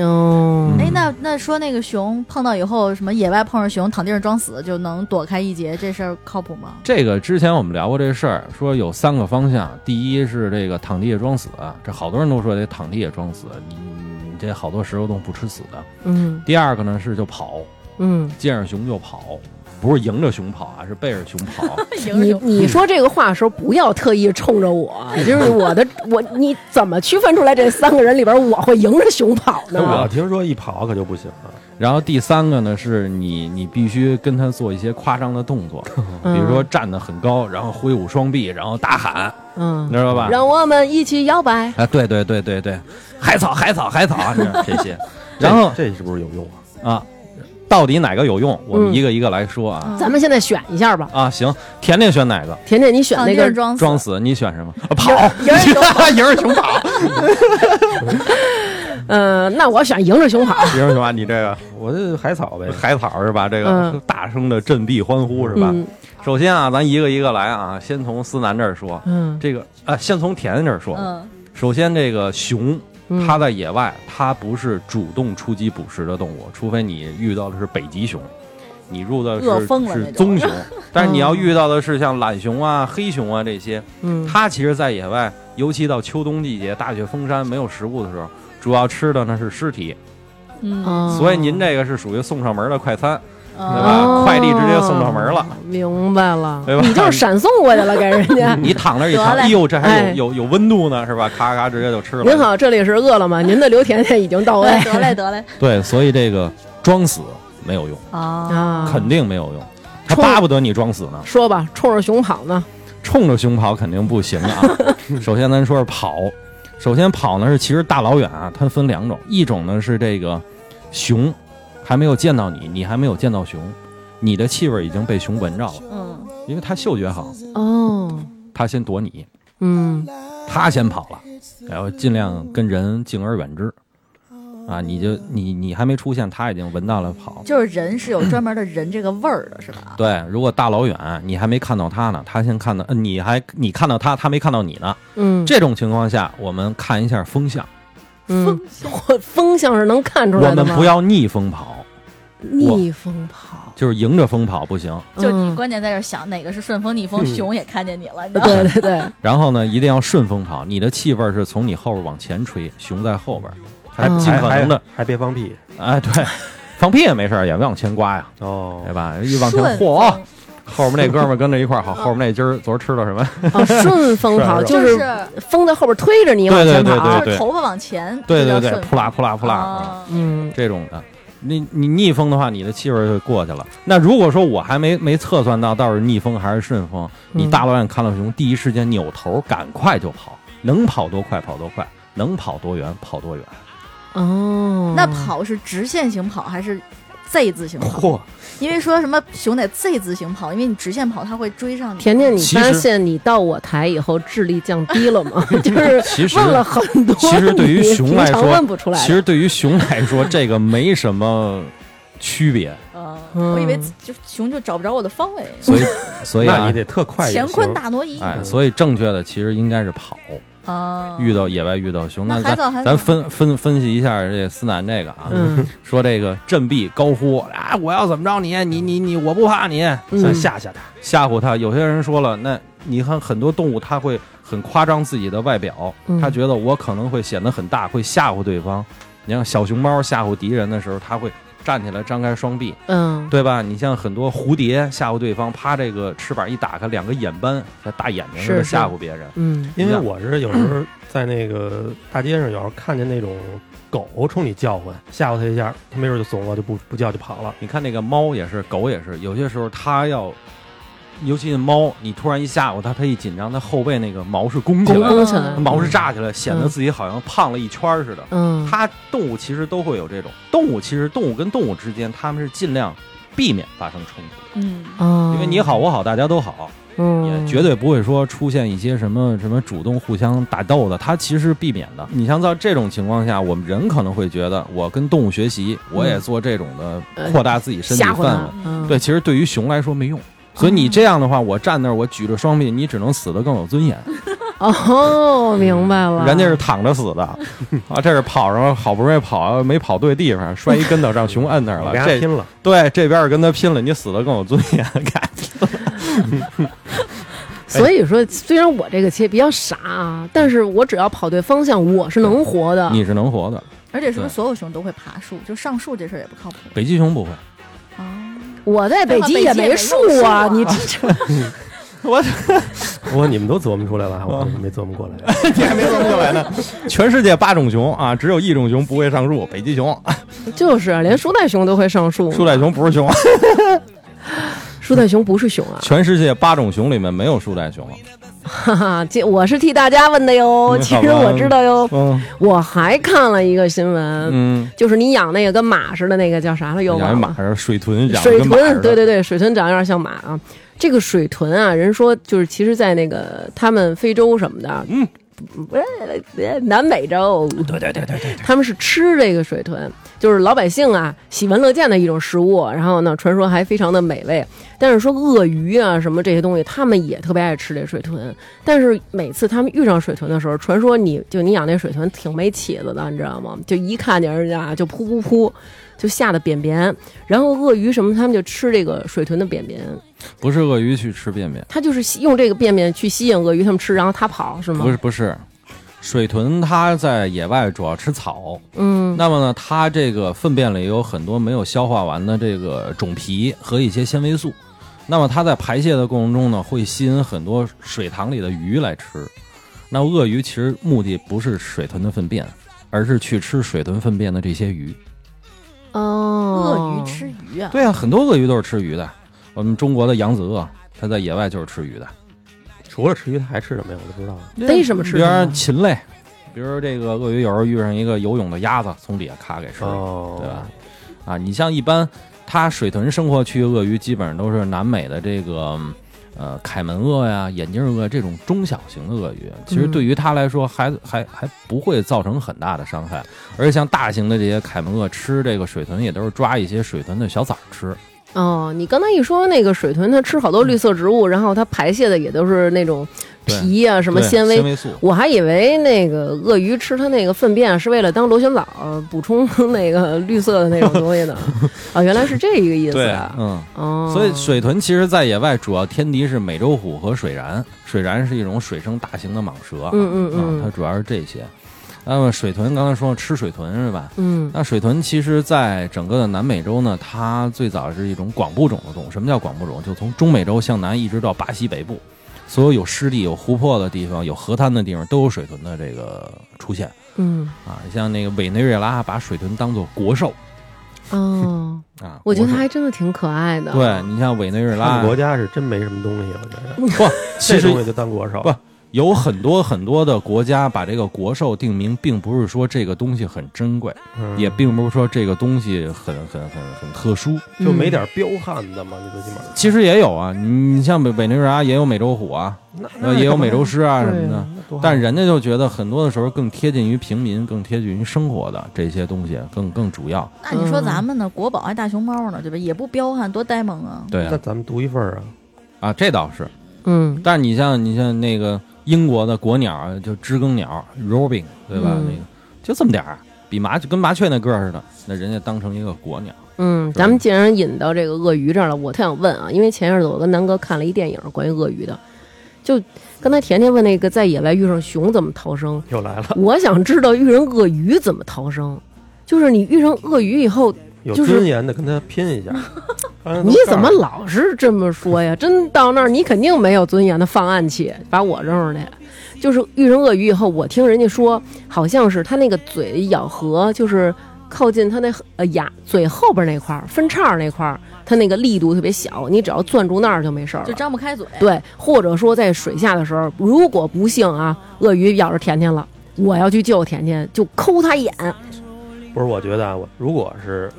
S1: 哦，
S5: 嗯
S4: 哎，那那说那个熊碰到以后，什么野外碰上熊躺地上装死就能躲开一劫，这事儿靠谱吗？
S5: 这个之前我们聊过这事儿，说有三个方向，第一是这个躺地下装死，啊这好多人都说得躺地下装死，你你这好多食肉动物不吃死的。
S1: 嗯
S5: 第二个呢是就跑，
S1: 嗯，
S5: 见着熊就跑，不是迎着熊跑啊，是背着熊跑。
S1: 你你说这个话的时候，不要特意冲着我，就是我的我，你怎么区分出来这三个人里边我会迎着熊跑
S3: 那我
S1: 呢？
S3: 听说一跑可就不行了，
S5: 然后第三个呢，是你你必须跟他做一些夸张的动作，比如说站得很高，然后挥舞双臂，然后大喊，
S1: 嗯，
S5: 你知道吧？
S1: 让我们一起摇摆。
S5: 啊，对对对对对，海草海草海草啊，这这些， 然后
S3: 这这是不是有用啊？
S5: 啊，到底哪个有用？我们
S1: 嗯
S5: 一个一个来说啊。
S1: 咱们现在选一下吧，
S5: 啊，行，甜甜选哪个？
S1: 甜哦甜，你选
S4: 躺
S1: 那
S4: 地上
S1: 个
S4: 装死，
S5: 装死，你选什么？啊跑， 迎着熊跑，
S1: 呃，那我选迎着熊跑。
S5: 迎着熊啊！你这个
S3: 我这海草呗，
S5: 海草是吧？这个
S1: 嗯
S5: 大声的振臂欢呼是吧？
S1: 嗯
S5: 首先啊，咱一个一个来啊，先从思南这儿说，
S1: 嗯
S5: 这个啊，先从甜甜这儿说。
S4: 嗯，
S5: 首先，这个熊
S1: 嗯
S5: 它在野外，它不是主动出击捕食的动物，除非你遇到的是北极熊，你入的
S4: 饿
S5: 是
S4: 疯了
S5: 是
S4: 那种
S5: 棕熊。但是你要遇到的是像懒熊啊、黑熊啊这些，
S1: 嗯，
S5: 它其实，在野外，尤其到秋冬季节，大雪封山没有食物的时候，主要吃的呢是尸体。
S4: 嗯，
S1: 哦
S5: 所以您这个是属于送上门的快餐，对
S4: 嗯，
S5: 吧？
S1: 哦
S5: 快递直接送上门了。
S1: 嗯明白了
S5: 对，吧
S1: 你就是闪送过去了，给人家。
S5: 你躺那儿一躺，
S4: 得嘞
S5: 哎呦，这还
S1: 哎
S5: 有有有温度呢，是吧？咔咔直接就吃了。
S1: 您好，这里是饿了么，您的刘甜甜已经到位
S4: 得嘞得嘞
S5: 对，所以这个装死没有用，
S4: 啊，
S1: 啊。
S5: 肯定没有用。他
S1: 冲
S5: 巴不得你装死呢，
S1: 说吧，冲着熊跑呢。
S5: 冲着熊跑肯定不行啊。 首先咱说是跑，首先跑呢是其实大老远啊，它分两种，一种呢是这个熊还没有见到你，你还没有见到熊，你的气味已经被熊闻着了，
S4: 嗯，
S5: 因为它嗅觉好，
S1: 哦，
S5: 它先躲你，
S1: 嗯
S5: 它先跑了，然后尽量跟人敬而远之。啊，你就你你还没出现，它已经闻到了跑。
S4: 就是人是有专门的人这个味儿的，是吧？
S5: 对，如果大老远你还没看到他呢，他先看到，呃你还你看到他，他没看到你呢。
S1: 嗯，
S5: 这种情况下，我们看一下风向，
S1: 嗯，我风向是能看出
S5: 我
S1: 来
S5: 们
S1: 的吗？
S5: 不要逆风跑，
S1: 逆风跑，
S5: 就是迎着风跑不行。
S4: 就你
S1: 嗯
S4: 关键在这儿想哪个是顺风逆风，
S5: 嗯
S4: 熊也看见你了，你知道吗？
S1: 对对 对，
S5: 然后呢，一定要顺风跑，你的气味是从你后边往前吹，熊在后边，还
S1: 嗯
S5: 尽可能的，
S3: 还别放屁
S5: 哎， 对，放屁也没事儿，也往前刮呀，
S3: 哦
S5: 对吧？一往前，啊
S4: 顺风
S5: 嚯，后面那哥们儿跟着一块儿，好，后面那今儿昨儿吃了什么？
S1: 哦，顺风跑
S3: 是
S1: 就
S4: 就是
S1: 是风在后边推着你
S5: 对
S1: 往
S5: 啊对
S1: 前
S5: 对
S1: 跑
S5: 对，
S4: 啊就是头发往前，
S5: 对
S4: 这叫
S5: 对对，
S4: 顺
S5: 扑啦扑啦扑啦。啊
S4: 啊
S1: 嗯
S5: 这种的。你你逆风的话，你的气味就过去了。那如果说我还没没测算到到底是逆风还是顺风，你
S1: 嗯
S5: 大老远看到熊，第一时间扭头赶快就跑，能跑多快跑多快，能跑多远跑多远。
S1: 哦，
S4: 那跑是直线型跑还是 Z 字型
S5: 嗯
S4: 跑？
S3: 嚯，
S4: 因为说什么熊得 Z 字型跑，因为你直线跑它会追上你。
S1: 甜甜，你
S5: 其
S1: 发
S5: 实
S1: 现你到我台以后智力降低了 吗？就是
S5: 其实
S1: 问了很多，
S5: 其实对于熊来说
S1: 问不出来的。
S5: 其实对于熊来说，这个没什么区别，
S4: 嗯，
S1: 嗯
S4: 我以为就熊就找不着我的方位。
S5: 所以所以
S3: 那
S5: 啊
S3: 你，得特快也行。
S4: 乾坤大挪移
S5: 哎，所以正确的其实应该是跑。
S1: 嗯
S4: 啊，
S5: 遇到野外遇到熊，
S4: 那
S5: 咱
S4: 海藻还
S5: 咱
S4: 是
S5: 分分分析一下这思南这个啊，
S1: 嗯，
S5: 说这个振臂高呼啊，我要怎么着你，你你你，我不怕你，
S1: 嗯
S3: 吓吓他，
S5: 吓唬他。有些人说了，那你看很多动物它会很夸张自己的外表，
S1: 嗯
S5: 他觉得我可能会显得很大，会吓唬对方。你像小熊猫吓唬敌人的时候，它会站起来张开双臂，
S1: 嗯，
S5: 对吧？你像很多蝴蝶吓唬对方，啪这个翅膀一打开，两个眼斑，像大眼睛似的
S1: 是是
S5: 吓唬别人。
S1: 嗯，
S3: 因为我是有时候在那个大街上，有时候看见那种狗冲你叫唤，吓唬它一下，它没准就怂了，就不不叫就跑了。
S5: 你看那个猫也是，狗也是，有些时候它要，尤其是猫，你突然一吓唬它，它一紧张，它后背那个毛是弓起来的，
S1: 弓起来了，
S5: 毛是炸起来，显得自己好像胖了一圈儿似的。
S1: 嗯，
S5: 它动物其实都会有这种，动物其实动物跟动物之间，它们是尽量避免发生冲突，
S4: 嗯，
S1: 嗯，
S5: 因为你好我好大家都好，也
S1: 嗯，
S5: 绝对不会说出现一些什么什么主动互相打斗的，它其实是避免的。你像在这种情况下，我们人可能会觉得我跟动物学习，我也做这种的
S1: 嗯
S5: 扩大自己身体
S1: 吓唬
S5: 范围
S1: 他，，嗯
S5: 对，，其实对于熊来说没用。所以
S1: 哦
S5: 你这样的话，我站那儿，我举着双臂，你只能死得更有尊严。
S1: 哦，明白了，
S5: 人家是躺着死的，啊，这是跑上，好不容易跑，没跑对地方，摔一跟头让熊摁那儿
S3: 我
S5: 了。
S3: 跟它
S5: 这
S3: 拼了，
S5: 对这边儿跟他拼了，你死得更有尊严感。哎
S1: 所以说，虽然我这个切比较傻啊，但是我只要跑对方向，我是能活的。
S5: 你是能活的，
S4: 而且是不
S5: 对
S4: 是所有熊都会爬树？就上树这事儿也不靠谱
S5: 北极熊不 会。
S4: 啊。
S1: 我在北极也没树啊，你这
S3: 我说你们都琢磨出来了，我没琢磨过 来。
S5: 你还没琢磨过来呢。全世界八种熊啊，只有一种熊不会上树，北极
S1: 哦
S5: 熊。
S1: 就是连树袋熊都会上树，
S5: 树袋熊不是熊，
S1: 树袋熊不是熊 啊，
S5: 全世界八种熊里面没有树袋熊。
S1: 哈哈，这我是替大家问的哟。
S5: 嗯
S1: 哦其实
S5: 好吧
S1: 我知道哟，
S5: 嗯
S1: 我还看了一个新闻，
S5: 嗯，
S1: 就是你养那个跟马似的那个叫啥了？又
S5: 养
S1: 忘
S5: 一
S1: 了
S5: 马，水豚，养
S1: 水
S5: 一马似
S1: 豚，
S5: 的
S1: 对对对，水豚长得有点像马啊。这个水豚啊，人说就是其实，在那个他们非洲什么的，
S5: 嗯
S1: 嗯，南美洲，对对对对对，他们是吃这个水豚，就是老百姓啊喜闻乐见的一种食物。然后呢，传说还非常的美味。但是说鳄鱼啊什么这些东西，他们也特别爱吃这水豚。但是每次他们遇上水豚的时候，传说你就你养那水豚挺没起子的，你知道吗？就一看见人家啊就扑扑扑，就吓得便便。然后鳄鱼什么，他们就吃这个水豚的便便，
S5: 不是鳄鱼去吃便便，
S1: 它就是吸用这个便便去吸引鳄鱼它们吃，然后它跑是吗？
S5: 不是，不是。水豚它在野外主要吃草，
S1: 嗯，
S5: 那么呢，它这个粪便里有很多没有消化完的这个种皮和一些纤维素，那么它在排泄的过程中呢，会吸引很多水塘里的鱼来吃。那鳄鱼其实目的不是水豚的粪便，而是去吃水豚粪便的这些鱼。
S1: 哦，
S4: 鳄鱼吃鱼啊，
S5: 对啊，很多鳄鱼都是吃鱼的。我们中国的扬子鳄，它在野外就是吃鱼的。
S3: 除了吃鱼，它还吃什么呀？我都不知道。
S1: 逮什么吃
S5: 比
S1: 什
S5: 如
S1: 么
S5: 说禽类，比如这个鳄鱼有时候遇上一个游泳的鸭子，从底下咔给吃了。
S3: 哦
S5: 对吧？？啊，你像一般它水豚生活区域鳄鱼基本上都是南美的这个嗯呃凯门鳄呀、眼镜鳄这种中小型的鳄鱼，其实
S1: 嗯
S5: 对于它来说还还还不会造成很大的伤害。而且像大型的这些凯门鳄吃这个水豚，也都是抓一些水豚的小崽儿吃。
S1: 哦，你刚才一说那个水豚，它吃好多绿色植物，然后它排泄的也都是那种
S5: 对
S1: 皮呀、什么
S5: 对
S1: 纤维。
S5: 纤维素？
S1: 我还以为那个鳄鱼吃它那个粪便是为了当螺旋藻呃补充那个绿色的那种东西 呢，啊，原来是这一个意思啊！
S5: 嗯。
S1: 哦，
S5: 所以水豚其实，在野外主要天敌是美洲虎和水蚺。水蚺是一种水生大型的蟒蛇，
S1: 嗯嗯嗯
S5: 啊它主要是这些。那么水豚，刚才说吃水豚是吧？
S1: 嗯
S5: 那水豚其实，在整个的南美洲呢，它最早是一种广布种的动物。什么叫广布种？就从中美洲向南一直到巴西北部，所有有湿地、有湖泊的地方、有河滩的地方，都有水豚的这个出现
S1: 嗯
S5: 啊。像那个委内瑞拉把水豚当做国兽
S1: 哦，
S5: 啊，
S1: 我觉得它
S5: 国兽
S1: 还真的挺可爱的。
S5: 对你像委内瑞
S3: 他
S5: 拉
S3: 们国家是真没什么东西，我觉得。
S5: 不，其
S3: 这
S5: 实
S3: 东西就当国手
S5: 不有很多很多的国家把这个国兽定名，并不是说这个东西很珍贵，
S3: 嗯
S5: 也并不是说这个东西很很很很特殊。
S1: 嗯，
S3: 就没点彪悍的嘛，你最起码
S5: 其实也有啊，你像北北内瑞拉也有美洲虎啊，
S3: 那
S5: 呃，也有美洲狮啊
S1: 对
S5: 什么的。
S3: 的
S5: 但人家就觉得很多的时候更贴近于平民，更贴近于生活的这些东西更更主要。
S4: 那你说
S1: 嗯
S4: 咱们呢？国宝还大熊猫呢，对吧？也不彪悍，多呆萌啊！
S5: 对
S3: 那
S5: 啊，
S3: 咱们独一份儿啊，
S5: 啊，这倒是。
S1: 嗯
S5: 但是你像你像那个英国的国鸟啊，就知更鸟 robin，对吧？
S1: 嗯
S5: 那个就这么点儿，比麻就跟麻雀那个儿似的，那人家当成一个国鸟。
S1: 嗯，咱们既然引到这个鳄鱼这儿了，我特想问啊，因为前一阵子我跟南哥看了一电影关于鳄鱼的，就刚才甜甜问那个在野外遇上熊怎么逃生，
S3: 又来了，
S1: 我想知道遇上鳄鱼怎么逃生。就是你遇上鳄鱼以后，
S3: 有
S1: 就是
S3: 尊严的跟他拼 一下。刚才都
S1: 你
S3: 这
S1: 怎
S3: 样
S1: 么老是这么说呀？真到那儿，你肯定没有尊严的放岸去，把我扔出去。就是遇上鳄鱼以后，我听人家说，好像是它那个嘴咬合，就是靠近它那呃牙嘴后边那块儿分叉那块儿，它那个力度特别小，你只要攥住那儿就没事儿了
S4: 就。张不开嘴。
S1: 对，或者说在水下的时候，如果不幸啊，鳄鱼咬着甜甜了，我要去救甜甜，就抠她眼。
S3: 不是，我觉得啊，我如果是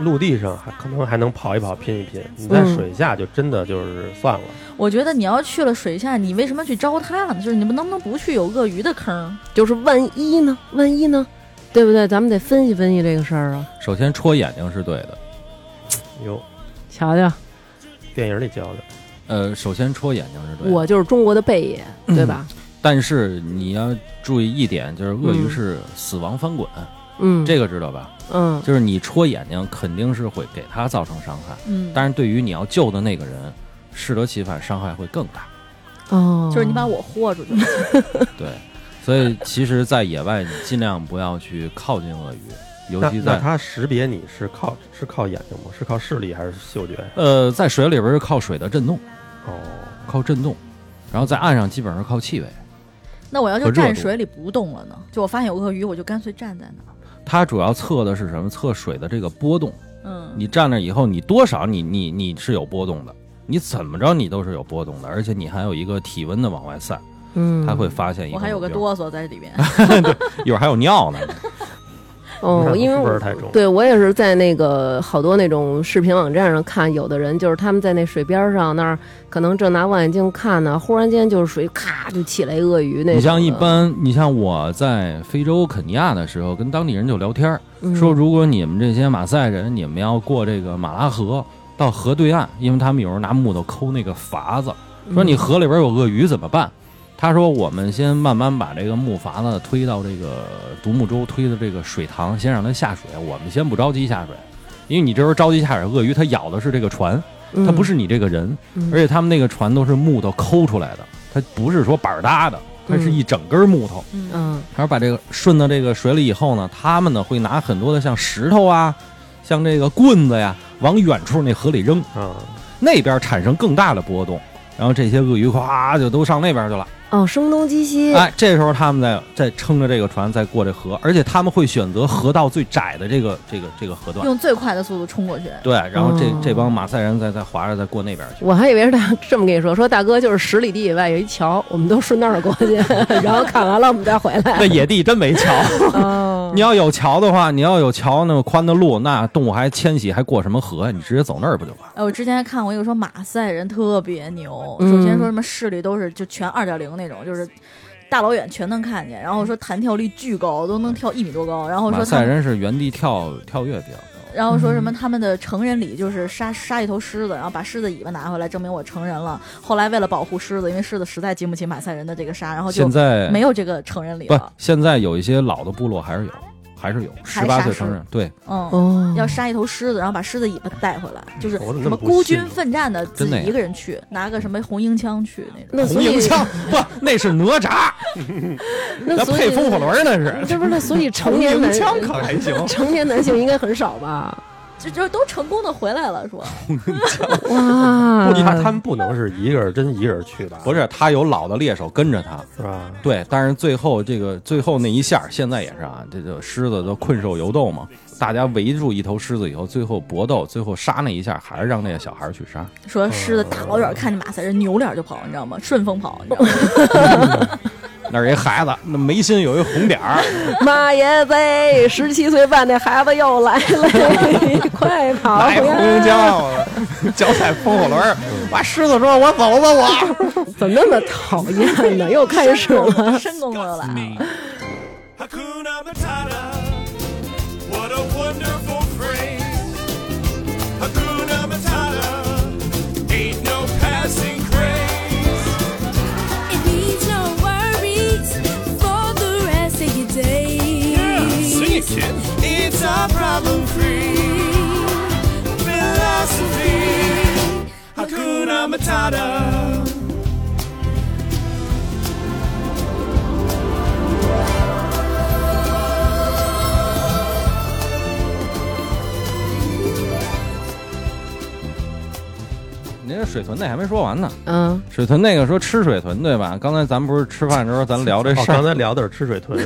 S3: 陆地上还可能还能跑一跑拼一拼，你在
S1: 嗯
S3: 水下就真的就是算了。
S4: 我觉得你要去了水下，你为什么去招它呢？就是你们能不能不去有鳄鱼的坑？
S1: 就是万一呢？万一呢？对不对？咱们得分析分析这个事儿啊。
S5: 首先戳眼睛是对的，
S3: 哟，
S1: 瞧瞧，
S3: 电影里教的，
S5: 呃，首先戳眼睛是对的。
S1: 我就是中国的贝爷，对吧？
S5: 但是你要注意一点，就是鳄鱼
S1: 嗯
S5: 是死亡翻滚，
S1: 嗯，
S5: 这个知道吧？
S1: 嗯
S5: 就是你戳眼睛肯定是会给它造成伤害，
S4: 嗯，
S5: 但是对于你要救的那个人，适得其反，伤害会更 大。
S1: 哦，
S4: 就是你把我豁出去。
S5: 对，所以其实，在野外你尽量不要去靠近鳄鱼，尤
S3: 那
S5: 其
S3: 那
S5: 在
S3: 它识别你是靠是靠眼睛吗？是靠视力还是嗅觉？
S5: 呃在水里边是靠水的震动，
S3: 哦，
S5: 靠震动，然后在岸上基本上是靠气味。
S4: 那我要
S5: 和
S4: 就
S5: 热
S4: 站
S5: 度
S4: 水里不动了呢？就我发现有鳄鱼，我就干脆站在那儿。
S5: 它主要测的是什么？测水的这个波动。
S4: 嗯，
S5: 你站那以后，你多少你你你是有波动的，你怎么着你都是有波动的，而且你还有一个体温的往外散，
S1: 嗯，
S5: 它会发现一个。
S4: 我还有个，哆嗦在里 边。
S5: 一会儿还有 尿呢。
S1: 哦，因为
S3: 味
S1: 我
S3: 儿太重。
S1: 对我也是在那个好多那种视频网站上看，有的人就是他们在那水边上那儿，可能正拿望远镜看呢，忽然间就是水咔就起来一鳄鱼那种的。
S5: 你像一般，你像我在非洲肯尼亚的时候，跟当地人就聊天儿，
S1: 嗯
S5: 说如果你们这些马赛人，你们要过这个马拉河到河对岸，因为他们有时候拿木头抠那个筏子，
S1: 嗯
S5: 说你河里边有鳄鱼怎么办？他说我们先慢慢把这个木筏子推到这个独木舟推到这个水塘，先让它下水，我们先不着急下水。因为你这时候着急下水，鳄鱼它咬的是这个船，它不是你这个人，
S1: 嗯
S5: 而且他们那个船都是木头抠出来的，它不是说板儿搭的，它是一整根木头。
S4: 嗯，
S1: 嗯
S5: 然后把这个顺到这个水里以后呢，他们呢会拿很多的像石头啊，像这个棍子呀，往远处那河里扔，
S3: 啊，
S5: 那边产生更大的波动，然后这些鳄鱼咵就都上那边去了。
S1: 哦，声东击
S4: 嗯
S1: 西，
S5: 哎，这时候他们在在撑着这个船再过这河，而且他们会选择河道最窄的这个这个这个河段。
S4: 用最快的速度冲过去。
S5: 对，然后这
S1: 哦
S5: 这帮马赛人再再划着再过那边 去。
S1: 我还以为是大这么跟你说，说大哥就是十里地以外有一桥，我们都顺那儿过 去，然后看完了我们再回来。
S5: 那野地真没桥，
S1: 哦
S5: 你要有桥的话，你要有桥那么宽的路，那动物还迁徙还过什么河呀？你直接走那儿不就完了？
S4: 哎，我之前还看过一个说马赛人特别牛，
S1: 嗯
S4: 首先说什么视力都是就全二点零那种，就是大老远全能看见，然后说弹跳力巨高，都能跳一米多高，然后
S5: 马
S4: 说
S5: 赛
S4: 他们。
S5: 人嗯是原地跳跳跃比较高，
S4: 然后说什么他们的成人礼就是杀杀一头狮子，然后把狮子尾巴拿回来证明我成人了。后来为了保护狮子，因为狮子实在经不起马赛人的这个杀，然后就
S5: 现在
S4: 没有这个成人礼
S5: 不
S4: 了。，
S5: 现在有一些老的部落还是有，还是有十
S4: 还
S5: 八
S4: 杀
S5: 岁
S4: 狮
S5: 成人对，
S4: 嗯，
S1: 哦，
S4: 要杀一头狮子，然后把狮子尾巴带回来，就是
S3: 我怎么
S4: 什
S3: 那么
S4: 么
S3: 不啊
S4: 孤
S3: 信
S4: 军
S3: 呢
S4: 奋战的自
S5: 真的
S4: 己
S5: 呀
S4: 一个人去，拿个什么红缨枪去那种。
S1: 那所以
S5: 不，那是哪吒，
S1: 那所以
S5: 轮 那是。
S1: 这不是那所以成年男性
S5: 还 行，
S1: 成年男性应该很少吧？
S4: 就就都成功的回来了，说
S1: 哇
S3: 不，他他们不能是一个人真一个人去吧？
S5: 不是他有老的猎手跟着他，
S3: 是吧？
S5: 对，但是最后这个最后那一下，现在也是啊，这就狮子都困兽犹斗嘛，大家围住一头狮子以后，最后搏斗，最后杀那一下，还是让那个小孩去杀。
S4: 说狮子大老远看见马赛人，扭脸就跑，你知道吗？顺风跑，你知道吗？
S5: 那是一孩子，那眉心有一红点儿，
S1: 妈耶喂，十七岁半那孩子又来了，快 跑
S2: 来红 缨
S1: 呀！
S2: 枪，脚踩风火轮儿，把狮子说：“我走吧，我。
S1: 怎么那么讨厌呢？又开始了。
S4: 申公公又来了。
S6: Hakuna Matata. What a wonderful phrase. Hakuna Matata. Ain't no passing craze.
S7: It needs no worries for the rest of your days.
S6: Sing it, kid. It's our problem free philosophy. Hakuna Matata.
S5: 水豚那还没说完呢。
S1: 嗯，
S5: 水豚那个说吃水豚对吧？刚才咱们不是吃饭的时候咱聊这
S3: 哦
S5: 事儿，
S3: 刚才聊的是吃水豚，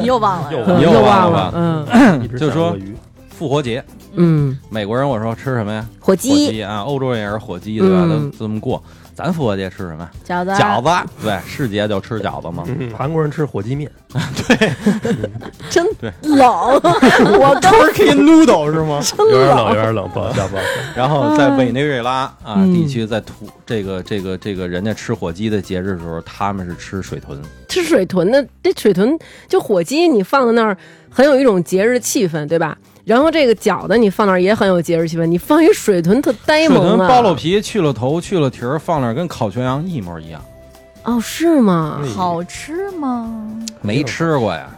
S4: 你又忘了，
S3: 又
S1: 嗯
S5: 你
S1: 又
S5: 又啊
S1: 忘
S5: 忘
S1: 了
S5: 了，
S1: 嗯
S3: 一直
S5: 就
S3: 想
S5: 说
S3: 鳄鱼
S5: 复活节，
S1: 嗯，
S5: 美国人我说吃什么呀？
S1: 火
S5: 火鸡啊，欧洲人也是火鸡对吧？
S1: 嗯
S5: 都这么过，咱复活节吃什么呀？
S4: 饺子
S5: 饺子，对，世节就吃饺子嘛。
S3: 嗯韩国人吃火鸡面，
S4: 冷，我刚
S2: Turkey noodle 是吗？
S3: 有点冷，有点冷，不好笑，不好笑。
S5: 然后在委内瑞拉啊
S1: 嗯
S5: 地区，在土这个这个这个人家吃火鸡的节日的时候，他们是吃水豚。
S1: 吃水豚的，这水豚就火鸡，你放在那儿很有一种节日气氛，对吧？然后这个饺子你放那儿也很有节日气氛，你放一水豚特呆
S5: 水
S1: 萌
S5: 豚
S1: 啊！
S5: 剥了皮，去了头，去了蹄儿，放那儿跟烤全羊一模一样。
S1: 哦，是吗？
S4: 好吃吗？
S3: 哎
S5: 没吃过呀。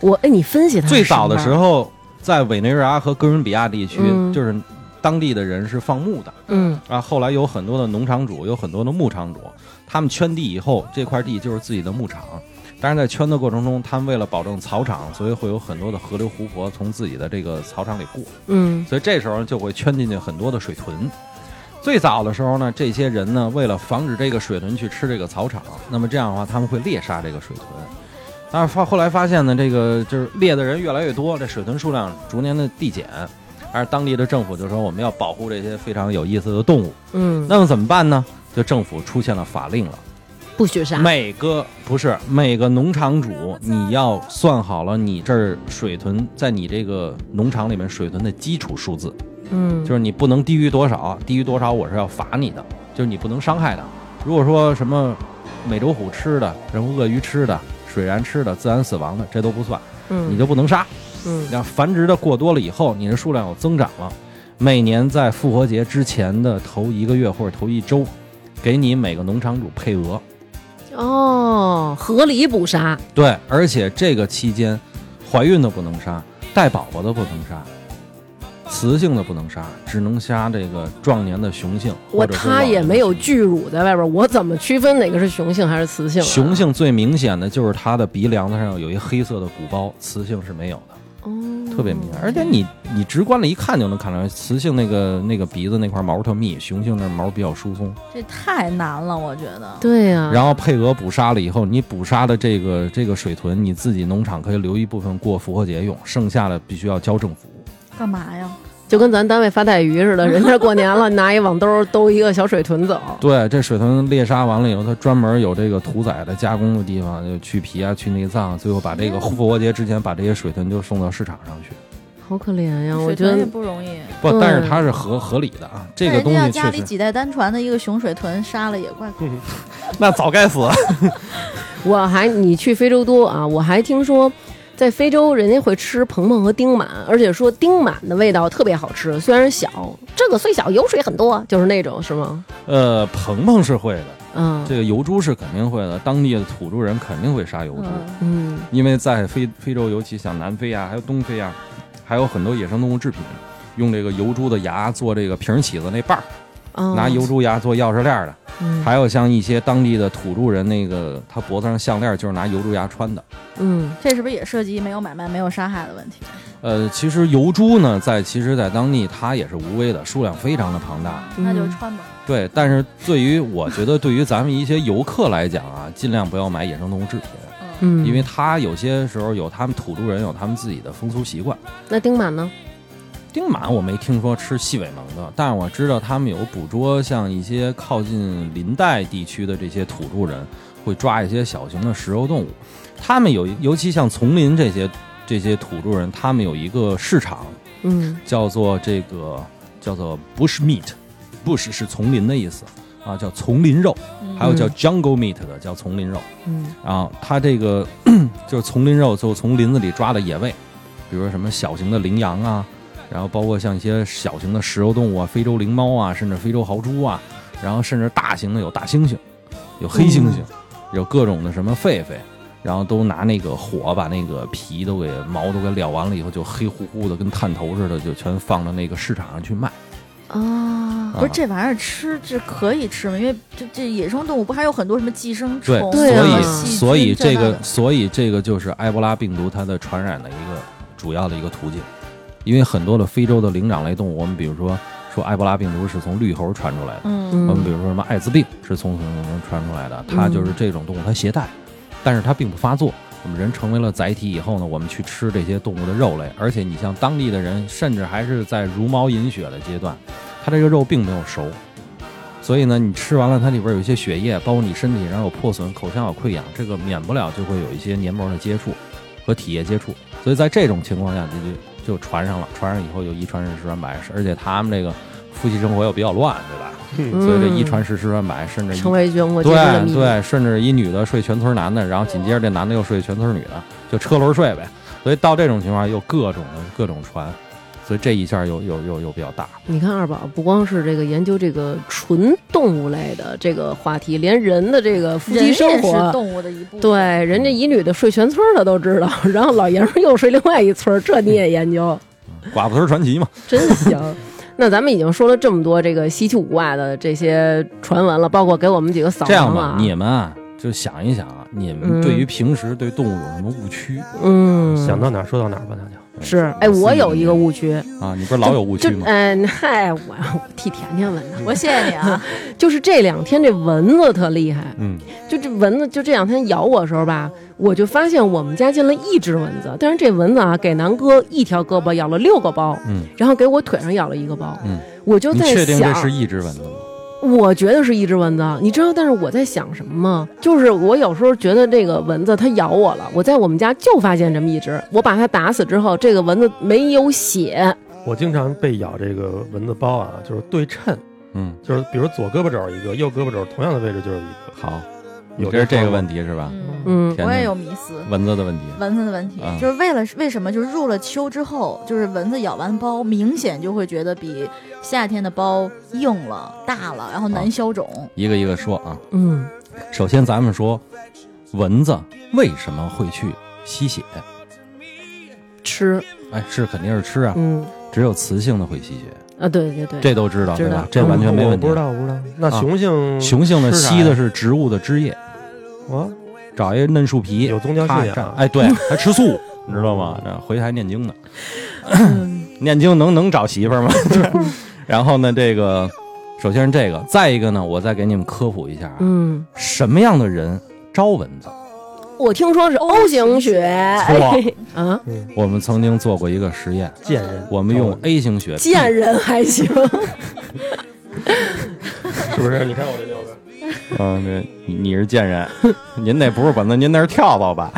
S1: 我哎，你分析它
S5: 最早的
S1: 是
S5: 时
S1: 吧，
S5: 候，在委内瑞拉和哥伦比亚地区
S1: 嗯，
S5: 就是当地的人是放牧的
S1: 嗯
S5: 啊。后来有很多的农场主，有很多的牧场主，他们圈地以后，这块地就是自己的牧场。但是在圈的过程中，他们为了保证草场，所以会有很多的河流湖泊从自己的这个草场里过。
S1: 嗯
S5: 所以这时候就会圈进去很多的水豚。最早的时候呢，这些人呢，为了防止这个水豚去吃这个草场，那么这样的话，他们会猎杀这个水豚。但是发后来发现呢，这个就是猎的人越来越多，这水豚数量逐年的递减，而当地的政府就说我们要保护这些非常有意思的动物。
S1: 嗯，
S5: 那么怎么办呢？就政府出现了法令了。
S1: 不许杀，
S5: 每个不是每个农场主，你要算好了你这儿水豚在你这个农场里面水豚的基础数字，
S1: 嗯，
S5: 就是你不能低于多少，低于多少我是要罚你的，就是你不能伤害它。如果说什么美洲虎吃的，什么鳄鱼吃的，水蚺吃的，自然死亡的，这都不算，
S1: 嗯
S5: 你就不能杀。
S1: 嗯
S5: 那繁殖的过多了以后，你的数量有增长了，每年在复活节之前的头一个月或者头一周，给你每个农场主配额。
S1: 哦，合理捕杀，
S5: 对，而且这个期间，怀孕的不能杀，带宝宝的不能杀，雌性的不能杀，只能杀这个壮年的雄性。
S1: 我
S5: 或者是老
S1: 它
S5: 年
S1: 也
S5: 的
S1: 没有
S5: 雄性
S1: 巨乳在外边，我怎么区分哪个是雄性还是雌性啊？
S5: 雄性最明显的就是它的鼻梁子上有一黑色的鼓包，雌性是没有的，
S1: 哦
S5: 特别明显。而且你你直观的一看就能看出来，雌性那个那个鼻子那块毛特密，雄性那毛比较疏松。
S4: 这太难了，我觉得。
S1: 对呀，
S5: 然后配额捕杀了以后，你捕杀的这个这个水豚，你自己农场可以留一部分过复活节用，剩下的必须要交政府。
S4: 干嘛呀？
S1: 就跟咱单位发带鱼似的，人家过年了 拿一网兜兜一个小水豚走，
S5: 对，这水豚猎杀完了以后，它专门有这个屠宰的加工的地方，就去皮啊、去内脏，最后把
S4: 嗯
S5: 这个复活节之前把这些水豚就送到市场上去。
S1: 好可怜呀！我
S4: 水
S1: 觉
S4: 豚也
S1: 得
S4: 不容易。
S5: 不，
S1: 嗯
S5: 但是它是合合理的啊，这
S4: 那
S5: 个
S4: 人
S5: 东
S4: 家要
S5: 西
S4: 家
S5: 确
S4: 里
S5: 实。
S4: 几代单传的一个雄水豚杀了也怪可
S2: 那早该死。
S1: 我还你去非洲多啊，我还听说。在非洲，人家会吃蓬蓬和丁满，而且说丁满的味道特别好吃，虽然小，这个虽小油水很多，就是那种是吗？
S5: 呃，鹏鹏是会的，
S1: 嗯
S5: 这个油猪是肯定会的，当地的土著人肯定会杀油猪，
S4: 嗯，
S1: 嗯
S5: 因为在非非洲，尤其像南非啊，还有东非啊，还有很多野生动物制品，用这个油猪的牙做这个瓶起子那把儿，
S4: 嗯
S1: 哦
S5: 拿油猪牙做钥匙链儿的。
S1: 嗯
S5: 还有像一些当地的土著人，那个他脖子上项链就是拿油猪牙穿的。
S1: 嗯
S4: 这是不是也涉及没有买卖、没有杀害的问题？
S5: 呃，其实油猪呢，在其实，在当地它也是无危的，数量非常的庞大。
S1: 嗯
S4: 那就穿吧。
S5: 对，但是对于我觉得，对于咱们一些游客来讲啊，尽量不要买野生动物制品，
S4: 嗯，
S1: 嗯，
S5: 因为它有些时候有他们土著人有他们自己的风俗习惯。
S1: 嗯那丁满呢？
S5: 丁满我没听说吃细尾獴的，但是我知道他们有捕捉像一些靠近林带地区的这些土著人，会抓一些小型的食肉动物。他们有，尤其像丛林这些这些土著人，他们有一个市场
S1: 嗯
S5: 叫做这个叫做 bush meat，bush 是丛林的意思啊，叫丛林肉，还有叫 jungle meat 的叫丛林肉。
S1: 嗯
S5: 啊，它这个 就是丛林肉，就从林子里抓的野味，比如说什么小型的羚羊啊，然后包括像一些小型的食肉动物啊，非洲灵猫啊，甚至非洲豪猪啊，然后甚至大型的有大猩猩，有黑猩猩，有各种的什么狒狒，然后都拿那个火把那个皮都给毛都给燎完了以后，就黑乎乎的跟炭头似的，就全放到那个市场上去卖。
S1: 啊，
S5: 啊
S4: 不是这玩意儿吃这可以吃吗？因为这这野生动物不还有很多什么寄生
S5: 对
S4: 虫、，
S1: 对啊
S4: 细菌
S5: 所以所以这
S4: 那
S5: 个
S4: 的
S5: 所以这个就是埃博拉病毒它的传染的一个主要的一个途径，因为很多的非洲的灵长类动物，我们比如说说埃博拉病毒是从绿猴传出来的。
S4: 嗯
S1: 嗯
S5: 呃我们比如说什么艾滋病是从从从传出来的，它就是这种动物它携带，但是它并不发作。我们人成为了载体以后呢，我们去吃这些动物的肉类，而且你像当地的人，甚至还是在茹毛饮血的阶段，它这个肉并没有熟，所以呢，你吃完了它里边有一些血液，包括你身体上有破损、口腔有溃疡，这个免不了就会有一些黏膜的接触和体液接触，所以在这种情况下，这就就传上了，传上以后就一传十，十传百，而且他们这个夫妻生活又比较乱，对吧？所以这一传十，十传百，甚至一
S1: 嗯成为全国接触的秘
S5: 对
S1: 密。
S5: 对，甚至一女的睡全村男的，然后紧接着这男的又睡全村女的，就车轮睡呗。所以到这种情况下又各种的各种传，所以这一下又又又又比较大。
S1: 你看二宝不光是这个研究这个纯动物类的这个话题，连人的这个夫
S4: 人
S1: 妻
S4: 也
S1: 生
S4: 是
S1: 活。
S4: 动物的一部分。
S1: 对，人家一女的睡全村儿的都知道， 然后老爷们儿又睡另外一村儿，这你也研究，
S5: 寡妇村传奇嘛，
S1: 真行。 那咱们已经说了这么多这个稀奇古怪啊的这些传闻了，包括给我们几个扫
S5: 这样
S1: 盲
S5: 吧
S1: 啊，，
S5: 你们啊就想一想啊，你们对于平时对动物有什么误区
S1: 嗯，
S3: 想到哪儿说到哪儿吧，大家。
S1: 是，哎，我有一个误区，
S5: 啊？你不是老有误区
S1: 就
S5: 吗？
S1: 嗯，嗨、我我替甜甜问的，
S4: 我谢谢你 啊，
S1: 就是这两天这蚊子特厉害，
S5: 嗯，
S1: 就这蚊子，就这两天咬我的时候吧，我就发现我们家进了一只蚊子，但是这蚊子啊，给南哥一条胳膊咬了六个包，
S5: 嗯，
S1: 然后给我腿上咬了一个包，
S5: 嗯，
S1: 我就
S5: 你
S1: 在
S5: 确定这
S1: 想，
S5: 是一只蚊子吗？
S1: 我觉得是一只蚊子，你知道，但是我在想什么吗？就是我有时候觉得这个蚊子它咬我了，我在我们家就发现这么一只，我把它打死之后，这个蚊子没有血，
S3: 我经常被咬这个蚊子包啊，就是对称，
S5: 嗯，
S3: 就是比如左胳膊肘一个，右胳膊肘同样的位置就是一个。
S5: 好，你
S3: 有
S5: 这是这个问
S3: 题，
S5: 题是吧？
S4: 嗯，
S1: 嗯，
S5: 甜
S4: 我
S5: 甜
S4: 也有迷思。
S5: 蚊子的问题。
S4: 蚊子的问题，
S5: 啊
S4: 就是为了为什么就是入了秋之后，就是蚊子咬完包，明显就会觉得比夏天的包硬了、大了，然后
S5: 啊
S4: 难消肿。
S5: 一个一个说啊，
S1: 嗯
S5: 首先咱们说蚊子为什么会去吸血？
S1: 吃，
S5: 哎，是肯定是吃啊，
S1: 嗯
S5: 只有雌性的会吸血，
S1: 啊，对对对，
S5: 这都知道
S1: 知道
S5: 对吧？这完全没
S3: 嗯我
S5: 问题啊
S3: 不知。道，我不知道。那雄性
S5: 雄性的
S3: 吃啥
S5: 吸
S3: 呀
S5: 的是植物的汁液，
S3: 啊，
S5: 找一嫩树皮，
S3: 有宗教
S5: 咔
S3: 信仰。，
S5: 蘸
S3: 啊
S5: 哎，对，还吃素，你知道吗？那回去还念经呢， 念经能能找媳妇儿吗？ 然后呢，这个首先是这个，再一个呢，我再给你们科普一下啊，
S1: 嗯，
S5: 什么样的人招蚊子？
S1: 我听说是 O 型血，
S5: 错，
S1: 啊，
S5: 我们曾经做过一个实验，
S3: 贱人，
S5: 我们用 A 型血，
S1: 见人还 行，
S3: 是不是？你看我这六个，
S5: 嗯，对，你你是贱人，您那不是蚊子，您那是跳蚤吧？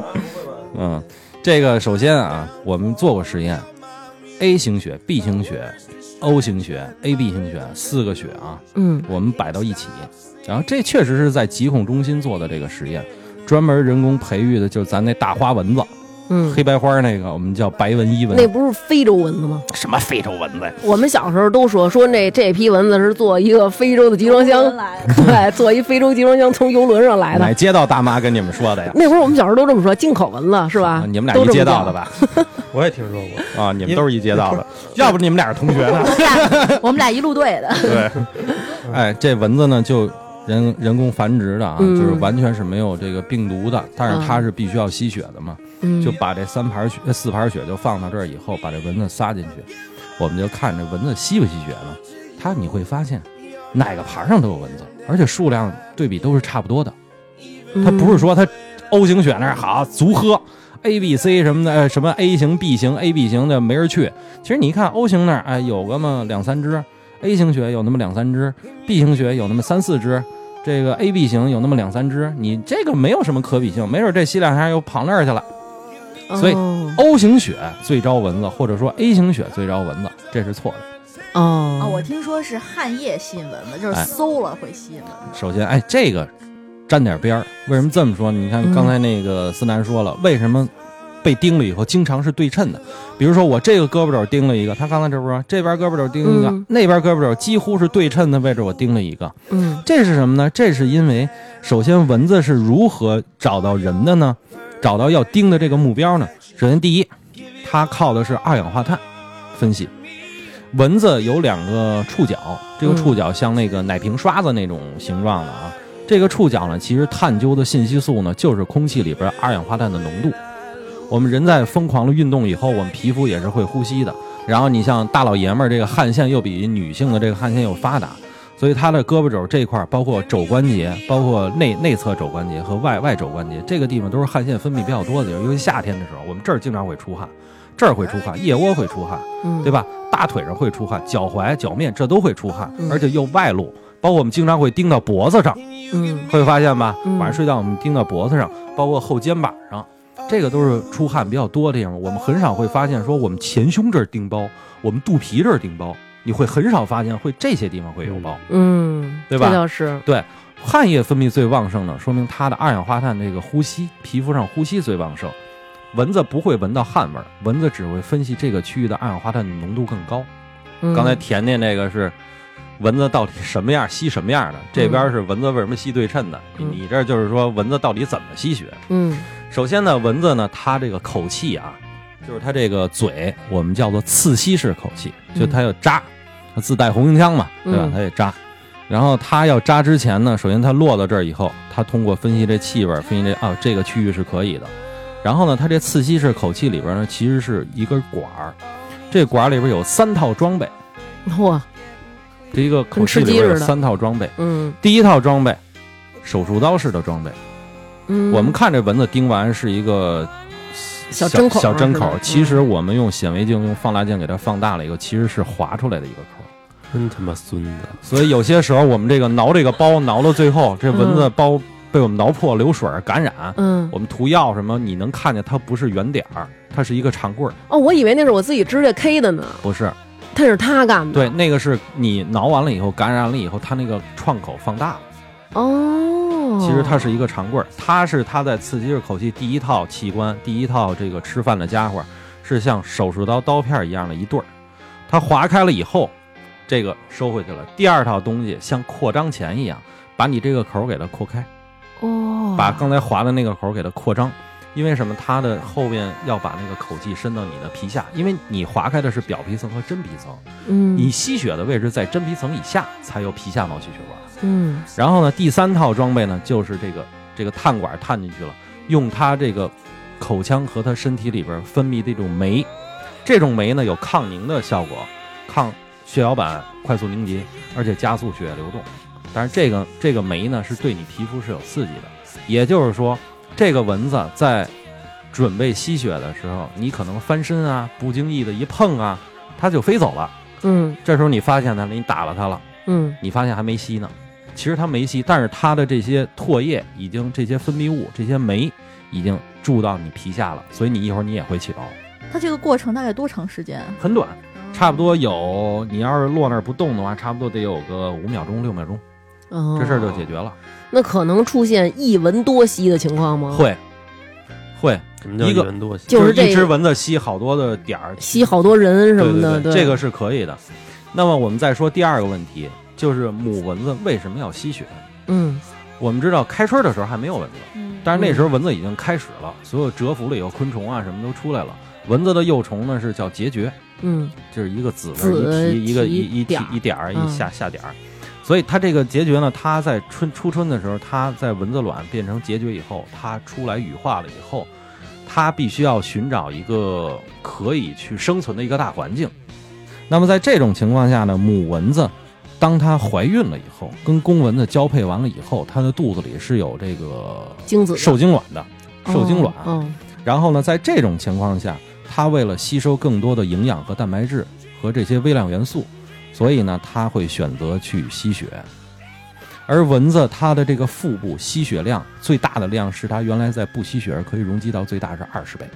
S5: 嗯，这个首先啊，我们做过实验，A 型血、B 型血、O 型血、AB 型血四个血啊，
S1: 嗯
S5: 我们摆到一起，然后这确实是在疾控中心做的这个实验，专门人工培育的，就是咱那大花蚊子，
S1: 嗯，
S5: 黑白花那个，我们叫白纹伊蚊
S1: 那，不是非洲蚊子吗？
S5: 什么非洲蚊子呀？
S1: 我们小时候都说说那这批蚊子是做一个非洲的集装
S4: 蚊
S1: 箱，
S4: 来了，
S1: 对，做一非洲集装箱从游轮上来
S5: 哪
S1: 的。
S5: 街道大妈跟你们说的呀？
S1: 那会儿我们小时候都这么说，进口蚊子是吧
S5: 啊？你们俩
S1: 都
S5: 一
S1: 这么
S5: 街道
S1: 叫
S5: 的？吧？
S3: 我也听说过。
S5: 啊，你
S3: 因为
S5: 们都是一街道的， 要不你们俩是同学 呢？
S4: 我们俩一路队的，
S5: 对，哎，这蚊子呢就人人工繁殖的啊，
S1: 嗯
S5: 就是完全是没有这个病毒的，但是它是必须要吸血的嘛，
S1: 嗯，
S5: 就把这三盘血、呃四盘血就放到这儿以后，把这蚊子撒进去，我们就看这蚊子吸不吸血呢？它你会发现，哪个盘上都有蚊子，而且数量对比都是差不多的。它不是说它 O 型血那儿好足喝，A、B、C 什么的，呃，什么 A 型、B 型、A、B 型的没人去。其实你一看 O 型那儿，哎，有个嘛两三只，A 型血有那么两三只，B 型血有那么三四只。这个 A、B 型有那么两三只，你这个没有什么可比性，没准这吸两下又跑那儿去了。
S1: 嗯，
S5: 所以
S1: 哦
S5: O 型血最招蚊子，或者说 A 型血最招蚊子，这是错的。
S4: 啊，我
S1: 哦，
S4: 听说是汗液吸引蚊子，就是
S5: 哎
S4: 馊了会吸引蚊子。
S5: 首先，哎，这个沾点边儿。为什么这么说呢？你看
S1: 嗯
S5: 刚才那个思南说了，为什么被叮了以后经常是对称的？比如说我这个胳膊肘叮了一个，他刚才这不是说这边胳膊肘叮一个，
S1: 嗯
S5: 那边胳膊肘几乎是对称的位置，我叮了一个。
S1: 嗯
S5: 这是什么呢？这是因为首先蚊子是如何找到人的呢？找到要叮的这个目标呢？首先第一，它靠的是二氧化碳分析。蚊子有两个触角，这个触角像那个奶瓶刷子那种形状的啊。这个触角呢，其实探究的信息素呢，就是空气里边二氧化碳的浓度。我们人在疯狂的运动以后，我们皮肤也是会呼吸的。然后你像大老爷们儿这个汗腺又比女性的这个汗腺又发达，所以他的胳膊肘这块儿，包括肘关节，包括内内侧肘关节和外外肘关节这个地方都是汗腺分泌比较多的地儿，尤其夏天的时候，我们这儿经常会出汗，这儿会出汗，腋窝会出汗，
S1: 嗯，
S5: 对吧？大腿上会出汗，脚踝、脚面这都会出汗
S1: 嗯，
S5: 而且又外露，包括我们经常会盯到脖子上，
S1: 嗯
S5: 会发现吧？
S1: 嗯
S5: 晚上睡觉我们盯到脖子上，包括后肩膀上，这个都是出汗比较多的地方。我们很少会发现说我们前胸这儿钉包，我们肚皮这儿钉包，你会很少发现会这些地方会有包。
S1: 嗯，
S5: 对吧
S1: 这倒是，
S5: 汗液分泌最旺盛呢，说明它的二氧化碳这个呼吸，皮肤上呼吸最旺盛。蚊子不会闻到汗味儿，蚊子只会分析这个区域的二氧化碳浓度更高。
S1: 嗯
S5: 刚才甜甜那个是蚊子到底什么样吸什么样的，这边是蚊子为什么吸对称的，
S1: 嗯
S5: 你这就是说蚊子到底怎么吸血？
S1: 嗯
S5: 首先呢，蚊子呢，它这个口气啊，就是它这个嘴，我们叫做刺吸式口气，
S1: 嗯
S5: 就它要扎，它自带红缨枪嘛，对吧
S1: 嗯？
S5: 它也扎。然后它要扎之前呢，首先它落到这儿以后，它通过分析这气味，分析这啊这个区域是可以的。然后呢，它这刺吸式口气里边呢，其实是一根管儿，这管儿里边有三套装备，
S1: 哇，
S5: 这一个口气
S1: 跟吃
S5: 里
S1: 鸡
S5: 边
S1: 似
S5: 有
S1: 的
S5: 三套装备。
S1: 嗯
S5: 第一套装备，手术刀式的装备。
S1: 嗯，
S5: 我们看这蚊子叮完是一个
S1: 小针口
S5: 小针
S1: 是吧
S5: 口
S1: 嗯，
S5: 其实我们用显微镜、用放大镜给它放大了以后，其实是划出来的一个口。
S3: 真他妈孙子！
S5: 所以有些时候我们这个挠这个包挠到最后，这蚊子
S1: 嗯
S5: 包被我们挠破流水儿感染，
S1: 嗯
S5: 我们涂药什么，你能看见它不是圆点儿，它是一个长棍儿，
S1: 哦，我以为那是我自己指甲 K 的呢，
S5: 不是。
S1: 但是他干的，
S5: 对，那个是你挠完了以后感染了以后，它那个创口放大了。
S1: 哦，
S5: 其实它是一个长棍儿，它是它在刺激式口气第一套器官，第一套这个吃饭的家伙，是像手术刀刀片一样的一对儿，它划开了以后，这个收回去了。第二套东西像扩张钳一样，把你这个口儿给它扩开，
S1: 哦，
S5: 把刚才划的那个口儿给它扩张。因为什么？它的后边要把那个口气伸到你的皮下，因为你划开的是表皮层和真皮层，
S1: 嗯
S5: 你吸血的位置在真皮层以下才有皮下毛细血管。
S1: 嗯
S5: 然后呢，第三套装备呢，就是这个这个探管探进去了，用它这个口腔和它身体里边分泌的一种酶，这种酶呢有抗凝的效果，抗血小板快速凝集，而且加速血液流动。但是这个这个酶呢是对你皮肤是有刺激的，也就是说，这个蚊子在准备吸血的时候，你可能翻身啊，不经意的一碰啊，它就飞走了。
S1: 嗯
S5: 这时候你发现它了，你打了它了。
S1: 嗯
S5: 你发现还没吸呢。其实它没吸，但是它的这些唾液已经这些分泌物、这些酶已经注到你皮下了，所以你一会儿你也会起包，
S4: 它这个过程大概多长时间？啊
S5: 很短，
S1: 嗯
S5: 差不多有你要是落那儿不动的话，差不多得有个五秒钟、六秒钟，
S1: 哦，
S5: 这事儿就解决了。
S1: 那可能出现一蚊多吸的情况吗？
S5: 会会，
S3: 什么叫
S5: 一个
S3: 人多心？
S1: 嗯就是
S5: 一
S1: 这
S5: 只蚊子吸好多的点儿，
S1: 吸好多人什么的，
S5: 对对对这个是可以的。那么我们再说第二个问题，就是母蚊子为什么要吸血？
S1: 嗯
S5: 我们知道开春的时候还没有蚊子。
S4: 嗯
S5: 但是那时候蚊子已经开始了，所有蛰伏了以后，昆虫啊什么都出来了。蚊子的幼虫呢是叫孑孓，
S1: 嗯
S5: 就是一个子
S1: 子
S5: 字一皮，一个
S1: 蹄
S5: 一一
S1: 点
S5: 蹄
S1: 儿
S5: 一点儿
S1: 嗯
S5: 一下下点儿。所以它这个孑孓呢，它在春初春的时候，它在蚊子卵变成孑孓以后，它出来羽化了以后，它必须要寻找一个可以去生存的一个大环境。那么在这种情况下呢，母蚊子当它怀孕了以后，跟公蚊子交配完了以后，它的肚子里是有这个
S1: 精子
S5: 受精卵的，受精卵。
S1: 嗯
S5: 然后呢，在这种情况下，它为了吸收更多的营养和蛋白质和这些微量元素，所以呢，它会选择去吸血。而蚊子它的这个腹部吸血量最大的量是它原来在不吸血儿可以容积到最大是二十倍，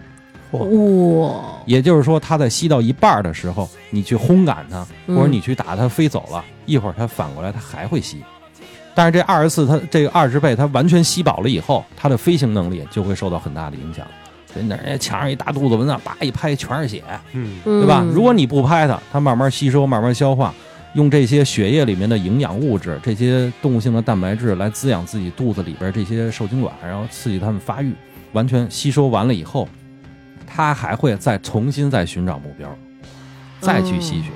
S1: 哇，
S5: 也就是说它在吸到一半儿的时候，你去轰赶它，
S1: 嗯
S5: 或者你去打它飞走了，一会儿它反过来它还会吸。但是这二十次它这个二十倍它完全吸饱了以后，它的飞行能力就会受到很大的影响。真的，人家哎墙上一大肚子蚊子，叭一拍全是血，
S3: 嗯，
S1: 对
S5: 对吧？如果你不拍它，它慢慢吸收，慢慢消化，用这些血液里面的营养物质、这些动物性的蛋白质来滋养自己肚子里边这些受精卵，然后刺激它们发育。完全吸收完了以后，它还会再重新再寻找目标，再去吸血。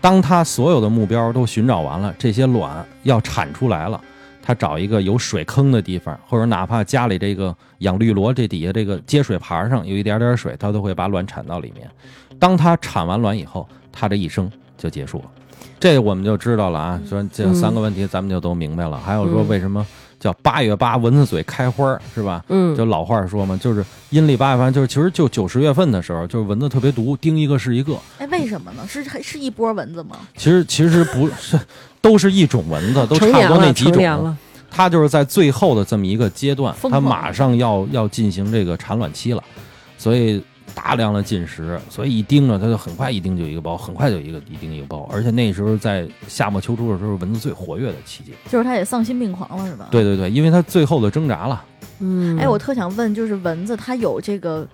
S5: 当它所有的目标都寻找完了，这些卵要产出来了，他找一个有水坑的地方，或者哪怕家里这个养绿萝这底下这个接水盘上有一点点水，他都会把卵产到里面。当他产完卵以后，他这一生就结束了。这我们就知道了啊，说这三个问题咱们就都明白了。还有说
S1: 嗯
S5: 为什么叫八月八蚊子嘴开花儿是吧？
S1: 嗯，
S5: 就老话说嘛，就是阴历八月份，就是其实就九十月份的时候，就是蚊子特别毒，叮一个是一个。
S4: 哎，为什么呢？是是一波蚊子吗？
S5: 其实其实不是， 都是一种蚊子，都差
S1: 成年
S5: 不多那
S1: 了，
S5: 几
S1: 成年
S5: 种。
S1: 了，
S5: 它就是在最后的这么一个阶段，
S4: 疯
S5: 它
S4: 狂
S5: 马上要要进行这个产卵期了，所以大量的进食，所以一叮着它就很快一叮就一个包，很快就一个一叮一个包。而且那时候在夏末秋初的时候，蚊子最活跃的期间。
S4: 就是它也丧心病狂了，是吧？。
S5: 对对对，因为它最后的挣扎了。
S1: 嗯，
S4: 哎，我特想问，就是蚊子它有这个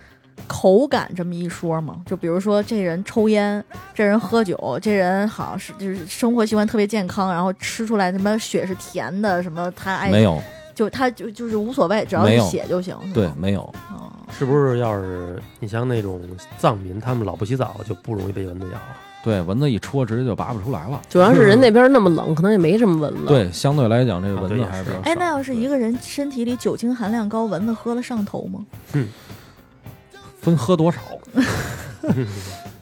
S4: 口感这么一说吗？就比如说这人抽烟，这人喝酒，这人好像是就是生活习惯特别健康，然后吃出来什么血是甜的，什么他爱
S5: 没有，
S4: 就他就就是无所谓，只要
S5: 没
S4: 是
S5: 有
S4: 血就行。是吗
S5: 对，，没有，
S4: 哦
S3: 是不是要是你像那种藏民，他们老不洗澡，就不容易被蚊子咬？啊
S5: 对，蚊子一戳直接就拔不出来了。
S1: 主要是人那边那么冷，可能也没什么蚊子。
S5: 对，相对来讲，这个
S3: 啊
S5: 蚊
S3: 对
S5: 子
S3: 也
S5: 还是比
S3: 是
S5: 较少。
S4: 哎，那要是
S5: 对
S4: 一个人身体里酒精含量高，蚊子喝了上头吗？
S5: 分喝多少，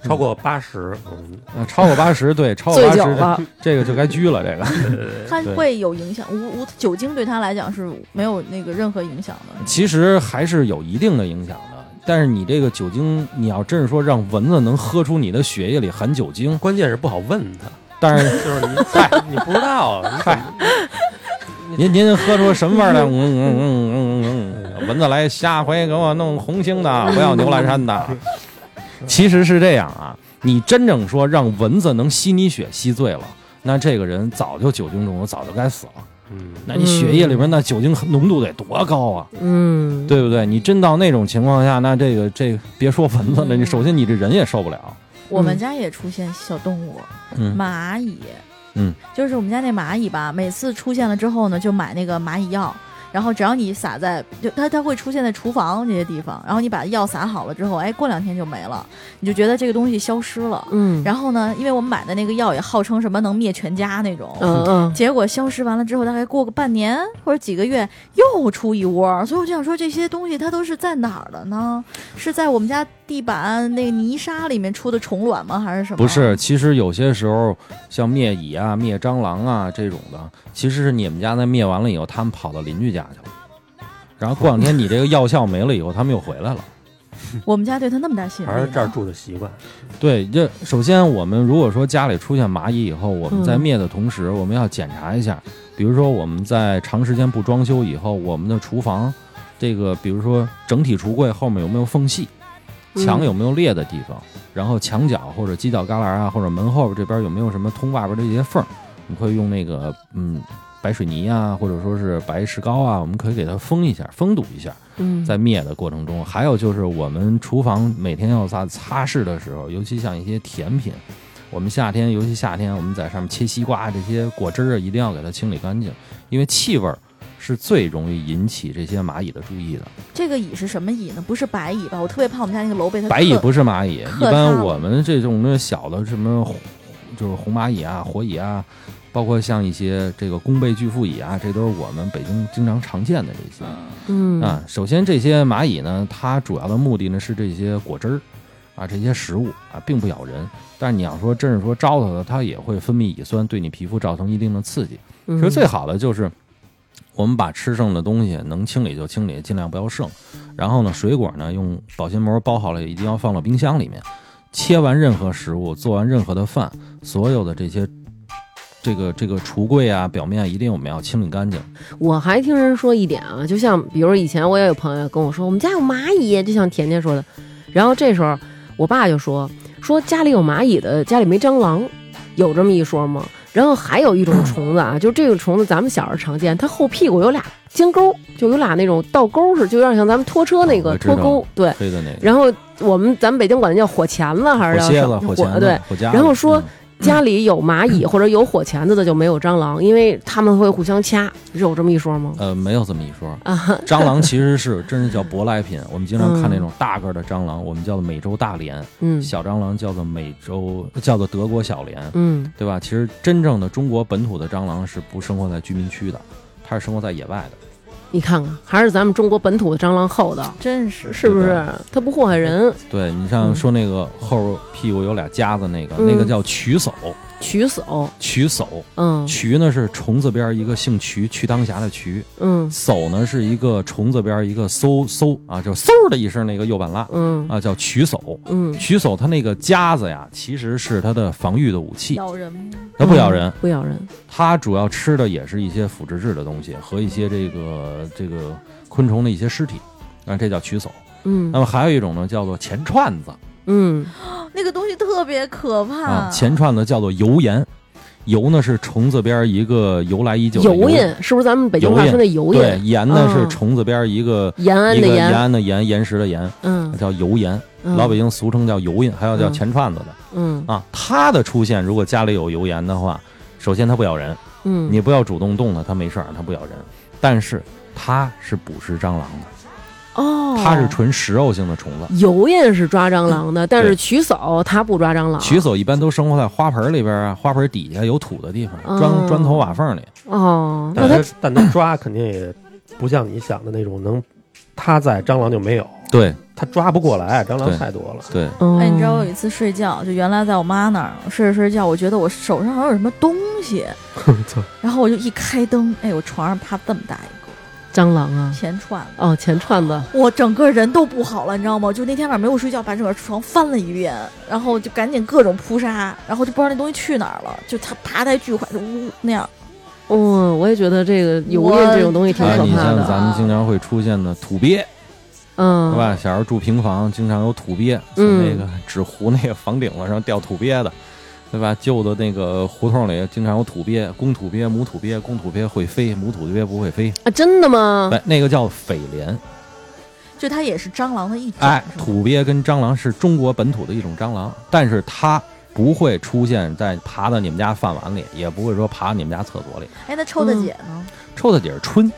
S3: 超过八十，嗯，
S5: 呃超过八十，对，超过
S1: 醉
S5: 八
S1: 酒
S5: 十，
S1: 了，
S5: 这个就该拘了。这个
S4: 它
S5: 对
S4: 会有影响，无无酒精对他来讲是没有那个任何影响的。
S5: 其实还是有一定的影响的，但是你这个酒精，你要真是说让蚊子能喝出你的血液里含酒精，
S3: 关键是不好问他，
S5: 但是
S3: 就是你嗨，你不知 道，你
S5: 嗨，您您喝出什么味儿来？嗯嗯嗯嗯嗯嗯，蚊子来，下回给我弄红星的，不要牛栏山的。其实是这样啊，你真正说让蚊子能吸你血吸醉了，那这个人早就酒精中毒，早就该死了。
S3: 嗯，
S5: 那你血液里边那酒精浓度得多高啊，
S1: 嗯，
S5: 对不对？你真到那种情况下，那这个这个别说蚊子了，
S4: 嗯
S5: 你首先你这人也受不了。
S4: 我们家也出现小动物，
S5: 嗯
S4: 蚂蚁，
S5: 嗯，
S4: 就是我们家那蚂蚁吧，每次出现了之后呢，就买那个蚂蚁药，然后只要你撒在，就它它会出现在厨房这些地方，然后你把药撒好了之后，哎，过两天就没了，你就觉得这个东西消失了。
S1: 嗯，
S4: 然后呢，因为我们买的那个药也号称什么能灭全家那种，
S1: 嗯嗯，
S4: 结果消失完了之后，大概过个半年或者几个月，又出一窝。所以我就想说，这些东西它都是在哪儿的呢？是在我们家地板那个泥沙里面出的虫卵吗？还是什么？
S5: 不是，其实有些时候像灭蚁啊、灭蟑螂啊这种的，其实是你们家那灭完了以后，他们跑到邻居家去了。然后过两天你这个药效没了以后，他们又回来了。
S4: 我们家对它那么大吸啊引力
S3: 还
S4: 呢，
S3: 是这儿住的习惯，
S5: 对，这首先我们如果说家里出现蚂蚁以后，我们在
S1: 嗯
S5: 灭的同时，我们要检查一下，比如说我们在长时间不装修以后，我们的厨房这个，比如说整体橱柜后面有没有缝隙，墙有没有裂的地方，然后墙角或者犄角旮旯啊，或者门后边这边有没有什么通外边的一些缝儿，你会用那个嗯白水泥啊，或者说是白石膏啊，我们可以给它封一下，封堵一下。
S1: 嗯，
S5: 在灭的过程中，还有就是我们厨房每天要擦擦拭的时候，尤其像一些甜品，我们夏天，尤其夏天，我们在上面切西瓜这些果汁儿啊，一定要给它清理干净，因为气味儿是最容易引起这些蚂蚁的注意的。
S4: 这个蚁是什么蚁呢？不是白蚁吧？我特别怕我们家那个楼被它
S5: 白蚁
S4: 克
S5: 不是蚂蚁，一
S4: 克它
S5: 般
S4: 了
S5: 我们这种的小的什么红就是红蚂蚁啊、火蚁啊，包括像一些这个弓背巨腹蚁啊，这都是我们北京经常常见的这些。
S1: 嗯
S5: 啊，首先这些蚂蚁呢，它主要的目的呢是这些果汁儿啊，这些食物啊，并不咬人。但是你要说真是说招它了，它也会分泌乙酸，对你皮肤造成一定的刺激。
S1: 嗯
S5: 其实最好的就是我们把吃剩的东西能清理就清理，尽量不要剩。然后呢，水果呢用保鲜膜包好了，一定要放到冰箱里面。切完任何食物，做完任何的饭，所有的这些。这个这个橱柜啊，表面啊一定我们要清理干净。
S1: 我还听人说一点啊，就像比如以前我也有朋友跟我说，我们家有蚂蚁，就像甜甜说的。然后这时候我爸就说说家里有蚂蚁的，家里没蟑螂，有这么一说吗？然后还有一种虫子啊，就这个虫子咱们小时候常见，它后屁股有俩尖钩，就有俩那种倒钩似的，就有点像咱们拖车那
S5: 哦
S1: 个
S5: 我知
S1: 拖
S5: 道
S1: 钩。对，
S5: 对的那个
S1: 然后我们咱们北京管它叫火钳子还
S5: 火
S1: 是叫
S5: 蝎
S1: 什
S5: 子、
S1: 么
S5: 火钳子、
S1: 对。
S5: 火夹子。
S1: 然后说
S5: 嗯
S1: 家里有蚂蚁或者有火钳子的就没有蟑螂，因为他们会互相掐，是有这么一说吗？
S5: 呃，没有这么一说。
S1: 啊，
S5: 蟑螂其实是真是叫舶来品，我们经常看那种大个儿的蟑螂，我们叫做美洲大蠊，
S1: 嗯
S5: 小蟑螂叫做美洲叫做德国小蠊，
S1: 嗯
S5: 对吧？其实真正的中国本土的蟑螂是不生活在居民区的，它是生活在野外的。
S1: 你看看，还是咱们中国本土的蟑螂厚道，
S4: 真是
S1: 是不
S5: 对
S1: 是？它不祸害人，
S5: 对你像说那个后屁股有俩夹子那个，那个
S1: 嗯
S5: 叫渠叟，
S1: 取叟，
S5: 渠叟，
S1: 嗯
S5: 渠呢是虫字边一个姓渠，瞿当侠的渠，
S1: 嗯
S5: 叟呢是一个虫字边一个嗖嗖啊，就嗖的一声那个右半拉
S1: 嗯
S5: 啊，叫渠叟。
S1: 嗯，
S5: 渠叟它那个夹子呀，其实是它的防御的武器，
S4: 咬人，
S5: 它不咬人
S1: 嗯，不咬人，
S5: 它主要吃的也是一些腐殖质的东西和一些这个这个昆虫的一些尸体，啊，这叫渠叟。
S1: 嗯
S5: 那么还有一种呢，叫做钱串子
S1: 嗯
S4: 哦那个东西特别可怕
S5: 啊，。钱串子叫做油盐，油呢是虫字边一个由来已久的
S1: 油印是不是咱们北京
S5: 油
S1: 话
S5: 印
S1: 说那油
S5: 对，
S1: 印？
S5: 盐呢是
S1: 嗯
S5: 虫字边一个
S1: 延安
S5: 一
S1: 的
S5: 个延
S1: 延，
S5: 安的盐，岩石的盐，
S1: 嗯，
S5: 叫油盐，
S1: 嗯
S5: 老北，京俗称叫油印，还有叫
S1: 嗯
S5: 钱串子的
S1: 嗯
S5: 啊。它的出现，如果家里有油盐的话，首先它不咬人，
S1: 嗯，
S5: 你不要主动动它，它没事儿，它不咬人。但是它是捕食蟑螂的，
S1: 哦，
S5: 它是纯食肉性的虫子。
S1: 油印是抓蟑螂的，但是
S5: 嗯对
S1: 取叟它不抓蟑螂。
S5: 渠叟一般都生活在花盆里边啊，花盆底下有土的地
S1: 哦
S5: 方，砖砖头瓦缝里。
S1: 哦，那
S3: 但
S1: 它
S3: 是但它抓肯定也不像你想的那种能，它在蟑螂就没有，
S5: 对
S3: 它抓不过来，蟑螂
S5: 对
S3: 太多了。
S5: 对，
S1: 哦
S4: 哎，你知道我有一次睡觉，就原来在我妈那儿睡着睡着觉，我觉得我手上好像有什么东西，然后我就一开灯，哎，我床上趴这么大一个
S1: 蟑螂啊，
S4: 钱串子，
S1: 哦，钱串子，
S4: 我整个人都不好了，你知道吗？就那天晚上没有睡觉，把整个床翻了一遍，然后就赶紧各种扑杀，然后就不知道那东西去哪儿了，就它爬在巨快，就呜那样。
S1: 哦，我也觉得这个油
S4: 我
S1: 印这种东西挺
S4: 太
S5: 哎，
S1: 可
S5: 你
S1: 怕
S5: 像
S1: 的，啊
S5: 咱们经常会出现的土鳖，
S1: 嗯，
S5: 是吧？？小时候住平房，经常有土鳖，从那个纸糊那个房顶子上掉土鳖的，对吧？旧的那个胡同里经常有土鳖，公土鳖、母土鳖，公土鳖会飞，母土鳖不会飞。
S1: 啊，真的吗？
S5: 哎，那个叫匪莲。
S4: 就它也是蟑螂的一种，
S5: 哎，
S4: 是吗
S5: 土鳖跟蟑螂是中国本土的一种蟑螂，但是它不会出现在爬到你们家饭碗里，也不会说爬你们家厕所里。
S4: 哎，那臭大
S1: 嗯
S4: 姐呢？
S5: 臭大姐是春，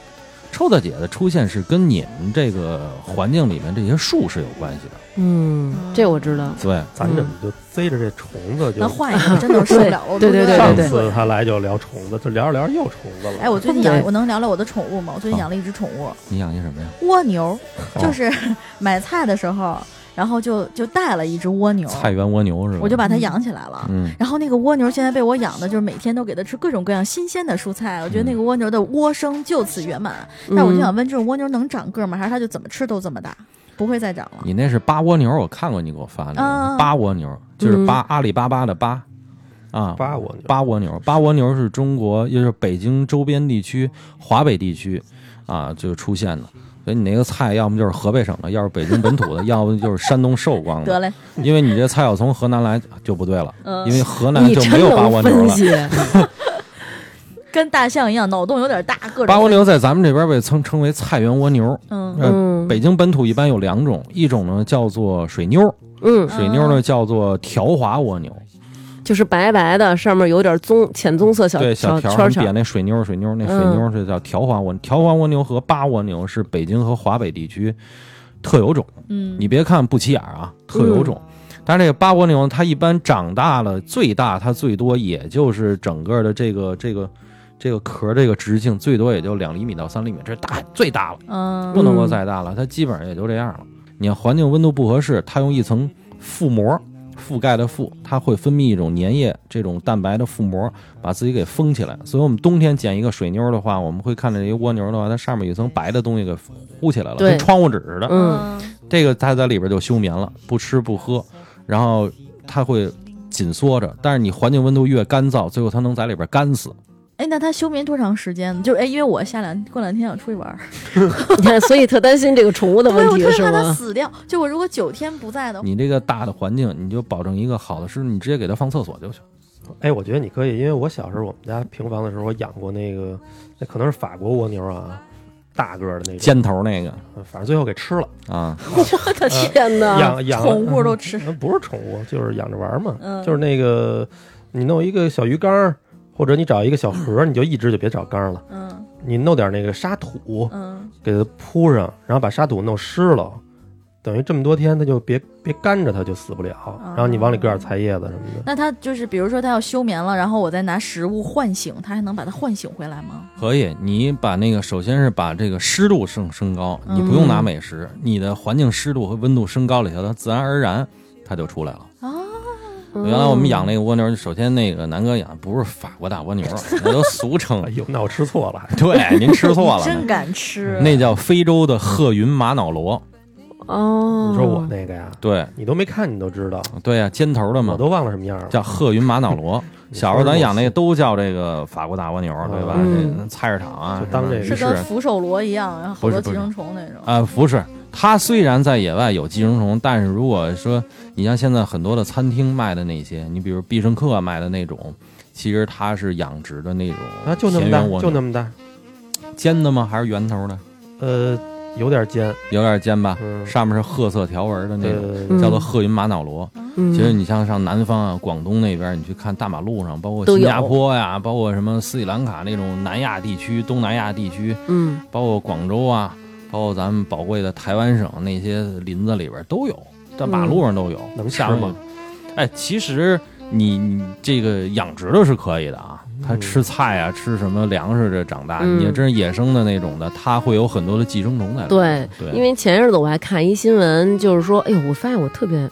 S5: 臭大姐的出现是跟你们这个环境里面这些树是有关系的。
S1: 嗯，这我知道。
S5: 对，
S3: 咱
S1: 嗯
S3: 怎么就逮着这虫子就
S4: 那？换一个真的我受不了了，我
S1: 对对
S4: 都
S1: 对对
S4: 有
S3: 上
S4: 点
S1: 对
S3: 次
S4: 醉
S3: 他来就聊虫子，这聊着聊着又虫子了。
S4: 哎，我最近养，
S1: 对
S4: 我能聊聊我的宠物吗？我最近养了一只宠物，
S5: 你养些什么呀？
S4: 蜗牛，
S5: 哦
S4: 就是 买菜的时候，然后就就带了一只蜗牛，
S5: 菜园蜗牛是吧？
S4: 我就把它养起来了。
S5: 嗯，
S4: 然后那个蜗牛现在被我养的，就是每天都给它吃各种各样新鲜的蔬菜。我觉得
S5: 嗯
S4: 那个蜗牛的蜗生就此圆满。
S1: 嗯
S4: 但我就想问，这种蜗牛能长个吗？还是它就怎么吃都这么大，不会再长了？
S5: 你那是八蜗牛，我看过你给我发那
S4: 啊
S5: 个八蜗牛，
S4: 嗯
S5: 就是八阿里巴巴的八啊，
S3: 八蜗牛
S5: 八蜗牛，八蜗牛是中国，也就是北京周边地区、华北地区啊，就出现的。所以你那个菜，要么就是河北省的，要是北京本 土的，要不就是山东寿光
S4: 得
S5: 的。
S4: 嘞，
S5: 因为你这菜要从河南来就不对了，
S4: 嗯
S5: 因为河南
S1: 你
S5: 就
S1: 真
S5: 没有八蜗
S1: 能
S5: 牛
S1: 分
S5: 了。
S1: 析，
S4: 跟大象一样，脑洞有点大，各种
S5: 八蜗牛在咱们这边被称称为菜园蜗牛。
S4: 嗯
S5: 呃
S1: 嗯
S5: 北京本土一般有两种，一种呢叫做水妞，
S1: 嗯，
S5: 水妞呢叫做条滑蜗牛，
S1: 就是白白的，上面有点棕浅棕色小
S5: 对，
S1: 小
S5: 条
S1: 圈
S5: 儿点
S1: 圈。
S5: 那水妞，水妞那水
S1: 嗯
S5: 妞是叫条滑蜗，条滑蜗牛和八蜗牛是北京和华北地区特有种。
S4: 嗯
S5: 你别看不起眼儿啊，特有种。
S1: 嗯
S5: 但是这个八蜗牛，它一般长大了，最大它最多也就是整个的这个这个这个壳儿这个直径最多也就两厘米到三厘米，这是大最大了，
S4: 嗯
S5: 不能够再大了，它基本上也就这样了。你看环境温度不合适，它用一层覆膜覆盖的覆，它会分泌一种粘液这种蛋白的覆膜，把自己给封起来。所以我们冬天捡一个水妞的话，我们会看着一个蜗牛的话，它上面有一层白的东西给糊起来了，
S1: 对
S5: 跟窗户纸似的。
S1: 嗯，
S5: 这个它在里边就休眠了，不吃不喝，然后它会紧缩着。但是你环境温度越干燥，最后它能在里边干死。
S4: 哎，那它休眠多长时间呢？就是哎，因为我下两过两天想出去玩儿，
S1: 你看， 所以特担心这个宠物的
S4: 对，
S1: 问
S4: 我
S1: 题
S4: 特别
S1: 是
S4: 怕它
S1: 吗？
S4: 死掉。就我如果九天不在的话，
S5: 你这个大的环境，你就保证一个好的湿度，你直接给它放厕所就行。
S3: 哎，我觉得你可以，因为我小时候我们家平房的时候，我养过那个，那可能是法国蜗牛啊，大个儿的那种，
S5: 尖头那个
S3: 反正最后给吃了。
S5: 啊，
S1: 我的天哪！
S3: 养养
S4: 宠物都吃
S3: 嗯不是宠物，就是养着玩儿嘛。
S4: 嗯
S3: 就是那个，你弄一个小鱼缸儿，或者你找一个小盒儿，你就一只就别找缸儿了，
S4: 嗯
S3: 你弄点那个沙土
S4: 嗯，
S3: 给它铺上，然后把沙土弄湿了。等于这么多天，它就别别干着它就死不了，然后你往里搁点菜叶子什么的。
S4: 那它就是，比如说它要休眠了，然后我再拿食物唤醒它，还能把它唤醒回来吗？
S5: 可以，你把那个首先是把这个湿度升升高，
S4: 嗯
S5: 你不用拿美食，你的环境湿度和温度升高了以后，它自然而然它就出来了。
S4: 啊，
S5: 原来我们养那个蜗牛，首先那个南哥养不是法国大蜗牛，那都俗 称
S3: 哎。呦，那我吃错了，还
S5: 对，您吃错了，嗯
S4: 真敢吃！
S5: 那叫非洲的褐云玛瑙螺。
S1: 哦，
S3: 你说我那个呀，
S5: 对，
S3: 你都没看，你都知道，
S5: 对呀、尖头的
S3: 我
S5: 嘛，
S3: 都忘了什么样了。
S5: 叫褐云玛瑙螺。
S3: 你说的
S5: 小时候咱养那个
S3: 我
S5: 都叫这个法国大蜗牛，对吧？
S1: 嗯
S5: 这菜市场啊，
S3: 就当这个
S5: 鱼
S4: 是
S5: 市
S4: 跟福手螺一样，然后好
S5: 不是
S4: 多
S5: 不
S4: 寄
S5: 是
S4: 生虫那种。
S5: 啊，不是，它虽然在野外有寄生虫，但是如果说你像现在很多的餐厅卖的那些，你比如必胜客卖的那种，其实它是养殖的那种
S3: 啊，就那么
S5: 田园
S3: 大，
S5: 蜗
S3: 就
S5: 牛
S3: 那么大，
S5: 尖的吗？还是圆头的？
S3: 呃，有点尖，
S5: 有点尖吧，
S3: 嗯，
S5: 上面是褐色条纹的那种，
S3: 呃，
S5: 叫做褐云玛瑙螺。
S1: 嗯，
S5: 其实你像上南方啊、广东那边，你去看大马路上，包括
S1: 都
S5: 新
S1: 有
S5: 加坡呀，包括什么斯里兰卡那种南亚地区、东南亚地区，
S1: 嗯，
S5: 包括广州啊，包括咱们宝贵的台湾省那些林子里边都有，在马路上都有，
S3: 嗯能吃
S5: 下午
S3: 吗？？
S5: 哎，其实你你这个养殖的是可以的啊，它
S3: 嗯
S5: 吃菜啊，吃什么粮食这长大，
S1: 嗯
S5: 你要真是野生的那种的，它会有很多的寄生虫在里面。
S1: 对，
S5: 对，
S1: 因为前日子我还看一新闻，就是说，哎呦，我发现我特别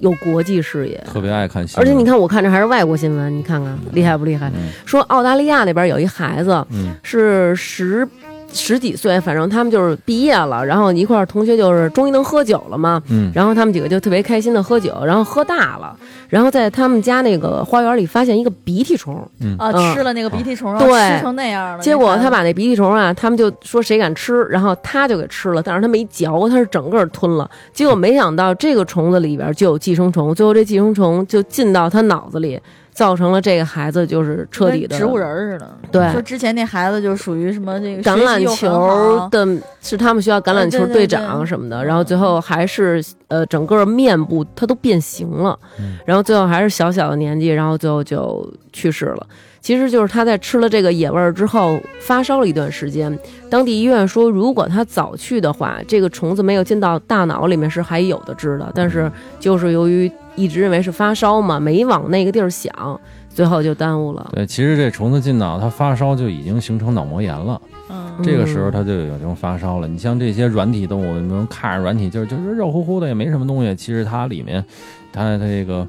S1: 有国际视野，
S5: 特别爱看新闻，
S1: 而且你看，我看这还是外国新闻，你看看厉害不厉害？
S5: 嗯，
S1: 说澳大利亚那边有一孩子
S5: 嗯
S1: 是十。十几岁，反正他们就是毕业了，然后一块儿同学就是终于能喝酒了嘛，
S5: 嗯
S1: 然后他们几个就特别开心的喝酒，然后喝大了，然后在他们家那个花园里发现一个鼻涕虫，
S4: 啊，
S1: 嗯
S4: 吃了那个鼻涕虫，然
S1: 对
S4: 后吃成那样了。
S1: 结果
S4: 你
S1: 他
S4: 看
S1: 把那鼻涕虫啊，他们就说谁敢吃，然后他就给吃了，但是他没嚼，他是整个吞了。结果没想到这个虫子里边就有寄生虫，最后这寄生虫就进到他脑子里，造成了这个孩子就是彻底的
S4: 跟植物人儿似的。
S1: 对
S4: 说之前那孩子就属于什么这个
S1: 橄
S4: 学习
S1: 榄
S4: 又很
S1: 球
S4: 好
S1: 的，是他们学校橄榄球
S4: 对对
S1: 队
S4: 对
S1: 长什么的，
S4: 嗯
S1: 然后最后还是呃整个面部他都变形了，
S5: 嗯
S1: 然后最后还是小小的年纪，然后最后就去世了。其实就是他在吃了这个野味儿之后发烧了一段时间，当地医院说如果他早去的话，这个虫子没有进到大脑里面是还有的治的，但
S5: 嗯
S1: 是就是由于一直认为是发烧嘛，没往那个地儿想，最后就耽误了。
S5: 对，其实这虫子进脑，它发烧就已经形成脑膜炎了。
S4: 嗯，
S5: 这个时候它就已经发烧了。你像这些软体动物，你们看着软体就是就是肉乎乎的，也没什么东西，其实它里面，它这个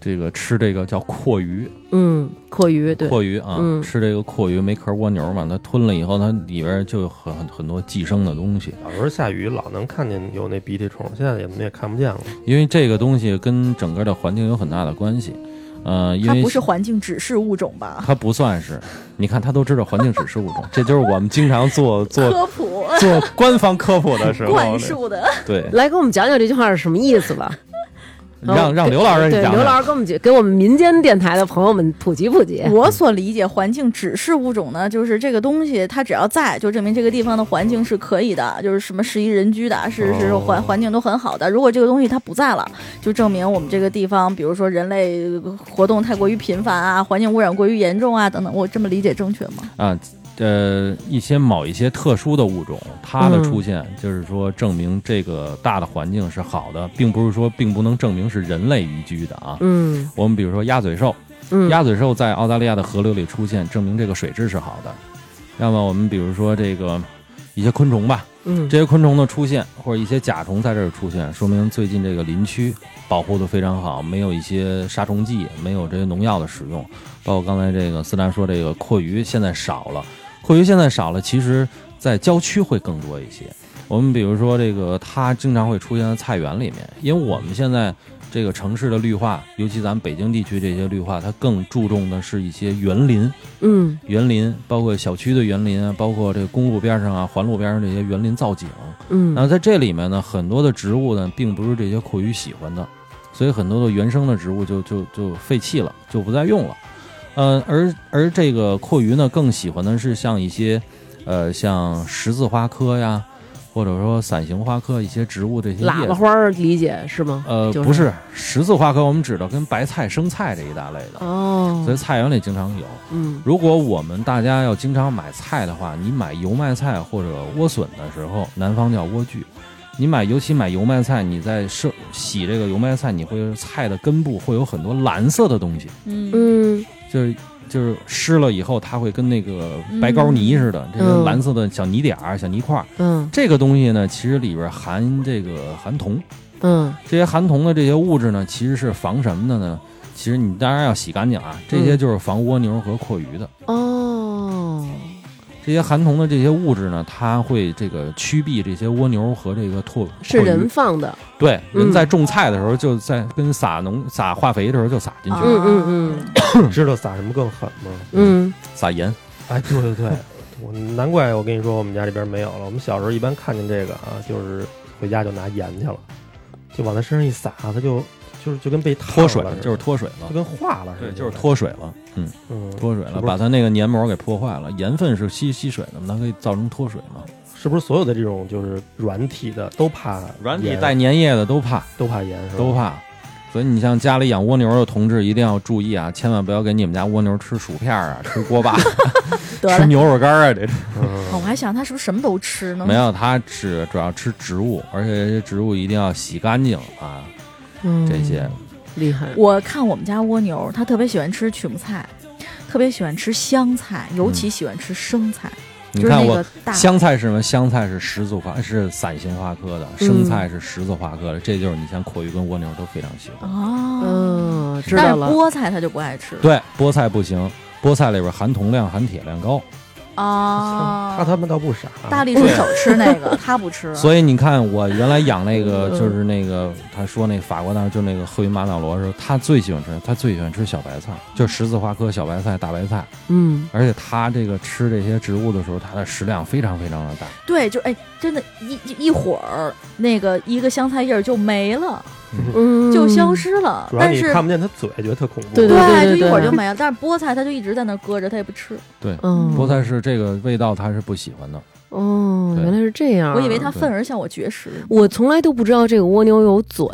S5: 这个吃这个叫阔鱼，
S1: 嗯，阔鱼对。
S5: 阔鱼啊，
S1: 嗯
S5: 吃这个阔鱼没壳蜗牛嘛，它吞了以后，它里边就有很很很多寄生的东西，
S3: 小时候下雨老能看见有那鼻涕虫，现在也也看不见了。
S5: 因为这个东西跟整个的环境有很大的关系。呃，因
S4: 它
S5: 为
S4: 不是环境指示物种吧？
S5: 它不算是，你看它都知道环境指示物种，这就是我们经常做做
S4: 科普
S5: 做官方科普的时 候，
S4: 灌输的，
S5: 对，
S1: 来给我们讲讲这句话是什么意思吧。
S5: 让让刘老师
S1: 哦对
S5: 讲
S1: 刘
S5: 讲。
S1: 老师给我们解给我们民间电台的朋友们普及普及。
S4: 我所理解环境指示物种呢，就是这个东西它只要在，就证明这个地方的环境是可以的，就是什么适宜人居的，是是
S3: 哦
S4: 环环境都很好的。如果这个东西它不在了，就证明我们这个地方，比如说人类活动太过于频繁啊，环境污染过于严重啊等等。我这么理解正确吗？
S5: 啊，呃，一些某一些特殊的物种，它
S1: 嗯
S5: 的出现、就是说证明这个大的环境是好的，并不是说并不能证明是人类宜居的啊。
S1: 嗯
S5: 我们比如说鸭嘴兽，
S1: 嗯，
S5: 鸭嘴兽在澳大利亚的河流里出现，证明这个水质是好的。要么我们比如说这个一些昆虫吧，
S1: 嗯
S5: 这些昆虫的出现或者一些甲虫在这儿出现，说明最近这个林区保护的非常好，没有一些杀虫剂，没有这些农药的使用。包括刚才这个思南说这个阔鱼现在少了，阔鱼现在少了，其实在郊区会更多一些。我们比如说这个，它经常会出现在菜园里面，因为我们现在这个城市的绿化，尤其咱们北京地区这些绿化，它更注重的是一些园林。
S1: 嗯
S5: 园林，包括小区的园林啊，包括这个公路边上啊、环路边上这些园林造景。然
S1: 嗯
S5: 后在这里面呢，很多的植物呢，并不是这些阔鱼喜欢的，所以很多的原生的植物就就就废弃了，就不再用了。嗯，而而这个阔鱼呢，更喜欢的是像一些，呃，像十字花科呀，或者说伞形花科一些植物这些
S1: 喇
S5: 叶
S1: 叭
S5: 子。
S1: 花儿理解是吗？
S5: 呃，
S1: 就是
S5: 不是十字花科，我们指的跟白菜、生菜这一大类的，
S1: 哦
S5: 所以菜园里经常有。
S1: 嗯
S5: 如果我们大家要经常买菜的话，你买油麦菜或者莴笋的时候，南方叫莴苣，你买尤其买油麦菜，你在生洗这个油麦菜，你会菜的根部会有很多蓝色的东西，
S4: 嗯
S1: 嗯，
S5: 就是就是湿了以后，它会跟那个白膏泥似的，这个蓝色的小泥点儿、小泥块儿。
S1: 嗯
S5: 这个东西呢，其实里边含这个含铜，
S1: 嗯
S5: 这些含铜的这些物质呢，其实是防什么的呢？其实你当然要洗干净啊，这些就是防蜗牛和阔鱼的。
S1: 哦，
S5: 这些含铜的这些物质呢，它会这个驱避这些蜗牛和这个拓
S1: 是人放的，
S5: 对，
S1: 嗯
S5: 人在种菜的时候就在跟撒农撒化肥的时候就撒进去，
S1: 嗯嗯
S3: 知道撒什么更狠吗？
S1: 嗯
S5: 撒盐。
S3: 哎，对对对，我难怪我跟你说我们家这边没有了。我们小时候一般看见这个啊，就是回家就拿盐去了，就往它身上一撒，它就就是就跟被烫
S5: 脱水
S3: 了似的，
S5: 就是脱水
S3: 就
S5: 了，
S3: 跟化了似
S5: 对，
S3: 的，
S5: 就是脱水了，嗯，
S3: 嗯，
S5: 脱水了，
S3: 是不是
S5: 把它那个黏膜给破坏了。盐分是吸吸水的嘛，它可以造成脱水嘛。
S3: 是不是所有的这种就是软体的都怕
S5: 软体
S3: 盐
S5: 带嗯粘液的都怕，
S3: 都怕盐是吧？
S5: 都怕。所以你像家里养蜗牛的同志一定要注意啊，千万不要给你们家蜗牛吃薯片啊、吃 锅巴、
S4: 得
S5: 吃
S4: 了，
S5: 牛肉干啊这种。
S3: 嗯
S4: 哦我还想他是不是什么都吃呢？
S5: 没有，它只主要吃植物，而且这些植物一定要洗干净啊，
S1: 嗯，
S5: 这些。
S1: 厉 害，
S4: 我看我们家蜗牛，它特别喜欢吃曲目菜，特别喜欢吃香菜，尤其喜欢吃生菜，
S5: 嗯你
S4: 就是
S5: 看
S4: 那
S5: 我
S4: 个大
S5: 香菜是什么？香菜是十字花，是伞形花科的；生
S1: 嗯
S5: 菜是十字花科的。这就是你像阔鱼跟蜗牛都非常喜欢。
S4: 哦，
S1: 嗯，知
S4: 但
S1: 道
S4: 是
S1: 了，
S4: 菠菜它就不爱吃
S5: 对，菠菜不行，菠菜里边含铜量、含铁量高，
S4: 啊。
S3: 那他们倒不傻，
S4: 大力水手吃那个，他不吃。
S5: 所以你看我原来养那个
S1: 嗯
S5: 就是那个他说那法国当时就那个褐云马瑙螺的时候，他最喜欢吃，他最喜欢吃小白菜，就十字花科小白菜、大白菜，
S1: 嗯
S5: 而且他这个吃这些植物的时候，它的食量非常非常的大。
S4: 对，就哎，真的，一一一会儿那个一个香菜叶儿就没了，
S1: 嗯，
S4: 就消，失了。
S3: 主要
S4: 但
S3: 你
S4: 是
S3: 看不见它嘴，觉得特恐怖。
S1: 对对对
S4: 就一会儿
S1: 对
S4: 就没了。但是菠菜它就一直在那儿搁着，它也不吃。
S1: 嗯，
S5: 菠菜是这个味道，他是不喜欢的。
S1: 哦，
S5: 对
S1: 原来是这样，
S4: 我以为它
S5: 啊
S1: 他，
S4: 愤而向我绝食，
S1: 我从来都不知道这个蜗牛有嘴，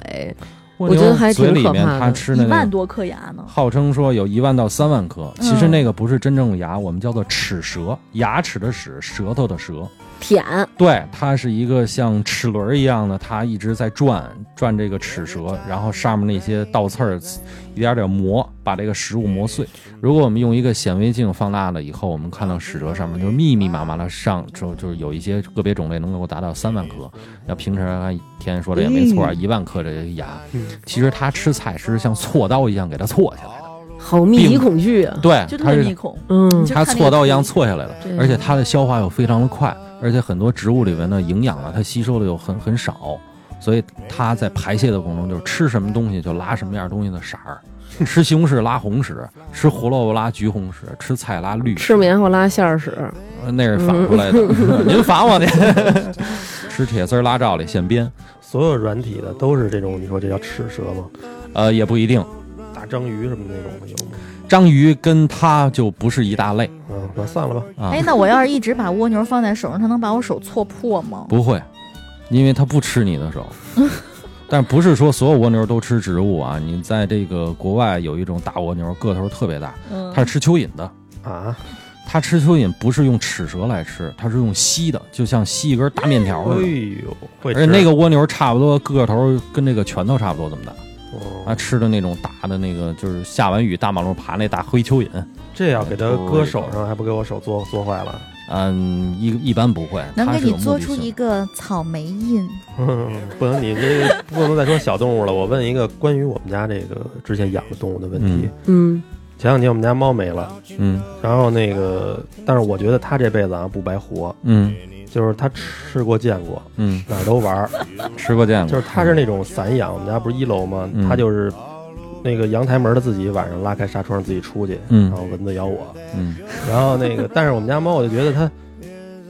S5: 蜗
S1: 我觉
S5: 牛
S1: 得还挺
S5: 嘴里
S1: 可
S5: 面
S1: 怕
S5: 它
S1: 的
S5: 吃
S4: 一
S5: 那
S4: 万
S5: 个，
S4: 多颗牙呢。
S5: 号称说有一万到三万颗，其实
S4: 嗯
S5: 那个不是真正的牙，我们叫做齿舌，牙齿的齿，舌头的舌。
S1: 舔，
S5: 对，它是一个像齿轮一样的，它一直在转转这个齿舌，然后上面那些倒刺儿一点点磨，把这个食物磨碎。如果我们用一个显微镜放大了以后，我们看到齿舌上面就密密麻麻的上，就就是有一些个别种类能够达到三万
S4: 嗯
S5: 颗。要平常按天说的也没错，一万颗这些牙
S3: 嗯，
S5: 其实它吃菜是像锉刀一样给它锉下来的。
S1: 好密集
S5: 并
S1: 恐惧啊，
S5: 对
S4: 就，
S5: 它
S4: 特
S5: 是
S4: 密孔，
S1: 嗯
S4: 你就
S5: 它
S4: 看那
S5: 锉
S4: 个
S5: 刀一样
S4: 图
S5: 锉下来了，
S1: 对
S5: 而且它的消化又非常的快，而且很多植物里面的营养啊，它吸收的又很很少，所以它在排泄的过程中，就是吃什么东西就拉什么样东西的色儿，吃西红柿拉红屎，吃胡萝卜拉橘红屎，吃菜拉绿
S1: 吃
S5: 屎，
S1: 棉花拉馅儿屎，
S5: 呃那是
S4: 嗯
S5: 反过来的， 您烦我您， 吃铁丝儿拉罩里现编，
S3: 所有软体的都是这种，你说这叫齿舌吗？
S5: 呃也不一定，
S3: 大章鱼什么那种的有吗？
S5: 章鱼跟它就不是一大类
S3: 嗯，那算了吧。
S5: 啊，
S4: 哎，那我要是一直把蜗牛放在手上，它能把我手搓破吗？
S5: 不会，因为它不吃你的 手。但不是说所有蜗牛都吃植物啊，你在这个国外有一种大蜗牛，个头特别大，
S4: 嗯，
S5: 它是吃蚯蚓的。
S3: 啊，
S5: 它吃蚯蚓不是用齿舌来吃，它是用吸的，就像吸一根大面条
S3: 哎
S5: 似的。
S3: 呦，会
S5: 而且
S3: 吃
S5: 那个蜗牛差不多个头跟这个拳头差不多这么大，
S3: 哦
S5: 它吃的那种大的那个就是下完雨大马路爬那大灰蚯蚓，
S3: 这要给它搁手上，还不给我手做做坏了？
S5: 嗯，一一般不会。
S4: 能
S5: 它
S4: 给
S5: 是有
S4: 你
S5: 目
S4: 做
S5: 的
S4: 出
S5: 性
S4: 一个草莓印。
S3: 嗯不能，你这不能再说小动物了。我问一个关于我们家这个之前养的动物的问题。
S1: 嗯
S3: 前两天我们家猫没了，
S5: 嗯
S3: 然后那个，但是我觉得它这辈子啊不白活，
S5: 嗯
S3: 就是它吃过见过，
S5: 嗯，
S3: 哪儿都玩儿。
S5: 吃过见过，
S3: 就是它是那种散养，我们家不是一楼吗？
S5: 嗯
S3: 它就是那个阳台门儿它自己晚上拉开纱窗自己出去，
S5: 嗯
S3: 然后蚊子咬我，
S5: 嗯
S3: 然后那个，但是我们家猫，我就觉得它，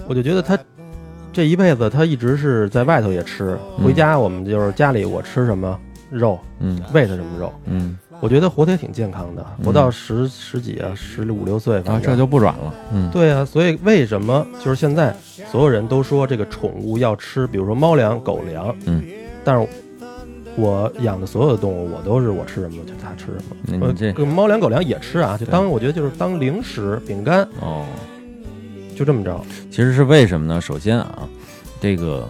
S3: 我就觉得它这一辈子它一直是在外头也吃，
S5: 嗯
S3: 回家我们就是家里我吃什么肉，
S5: 嗯
S3: 喂它什么肉，
S5: 嗯
S3: 我觉得活得也挺健康的，
S5: 嗯
S3: 活到十十几啊，十五六岁，
S5: 啊
S3: 反，
S5: 这
S3: 正。
S5: 就不软了，嗯，
S3: 对啊，所以为什么就是现在所有人都说这个宠物要吃，比如说猫粮、狗粮，
S5: 嗯，
S3: 但是我养的所有的动物，我都是我吃什么就它吃什么。
S5: 那
S3: 呃
S5: 哎你这
S3: 个猫粮、狗粮也吃啊，就
S5: 对
S3: 当我觉得就是当零食、饼干，
S5: 哦，
S3: 就这么着。
S5: 其实是为什么呢？首先啊，这个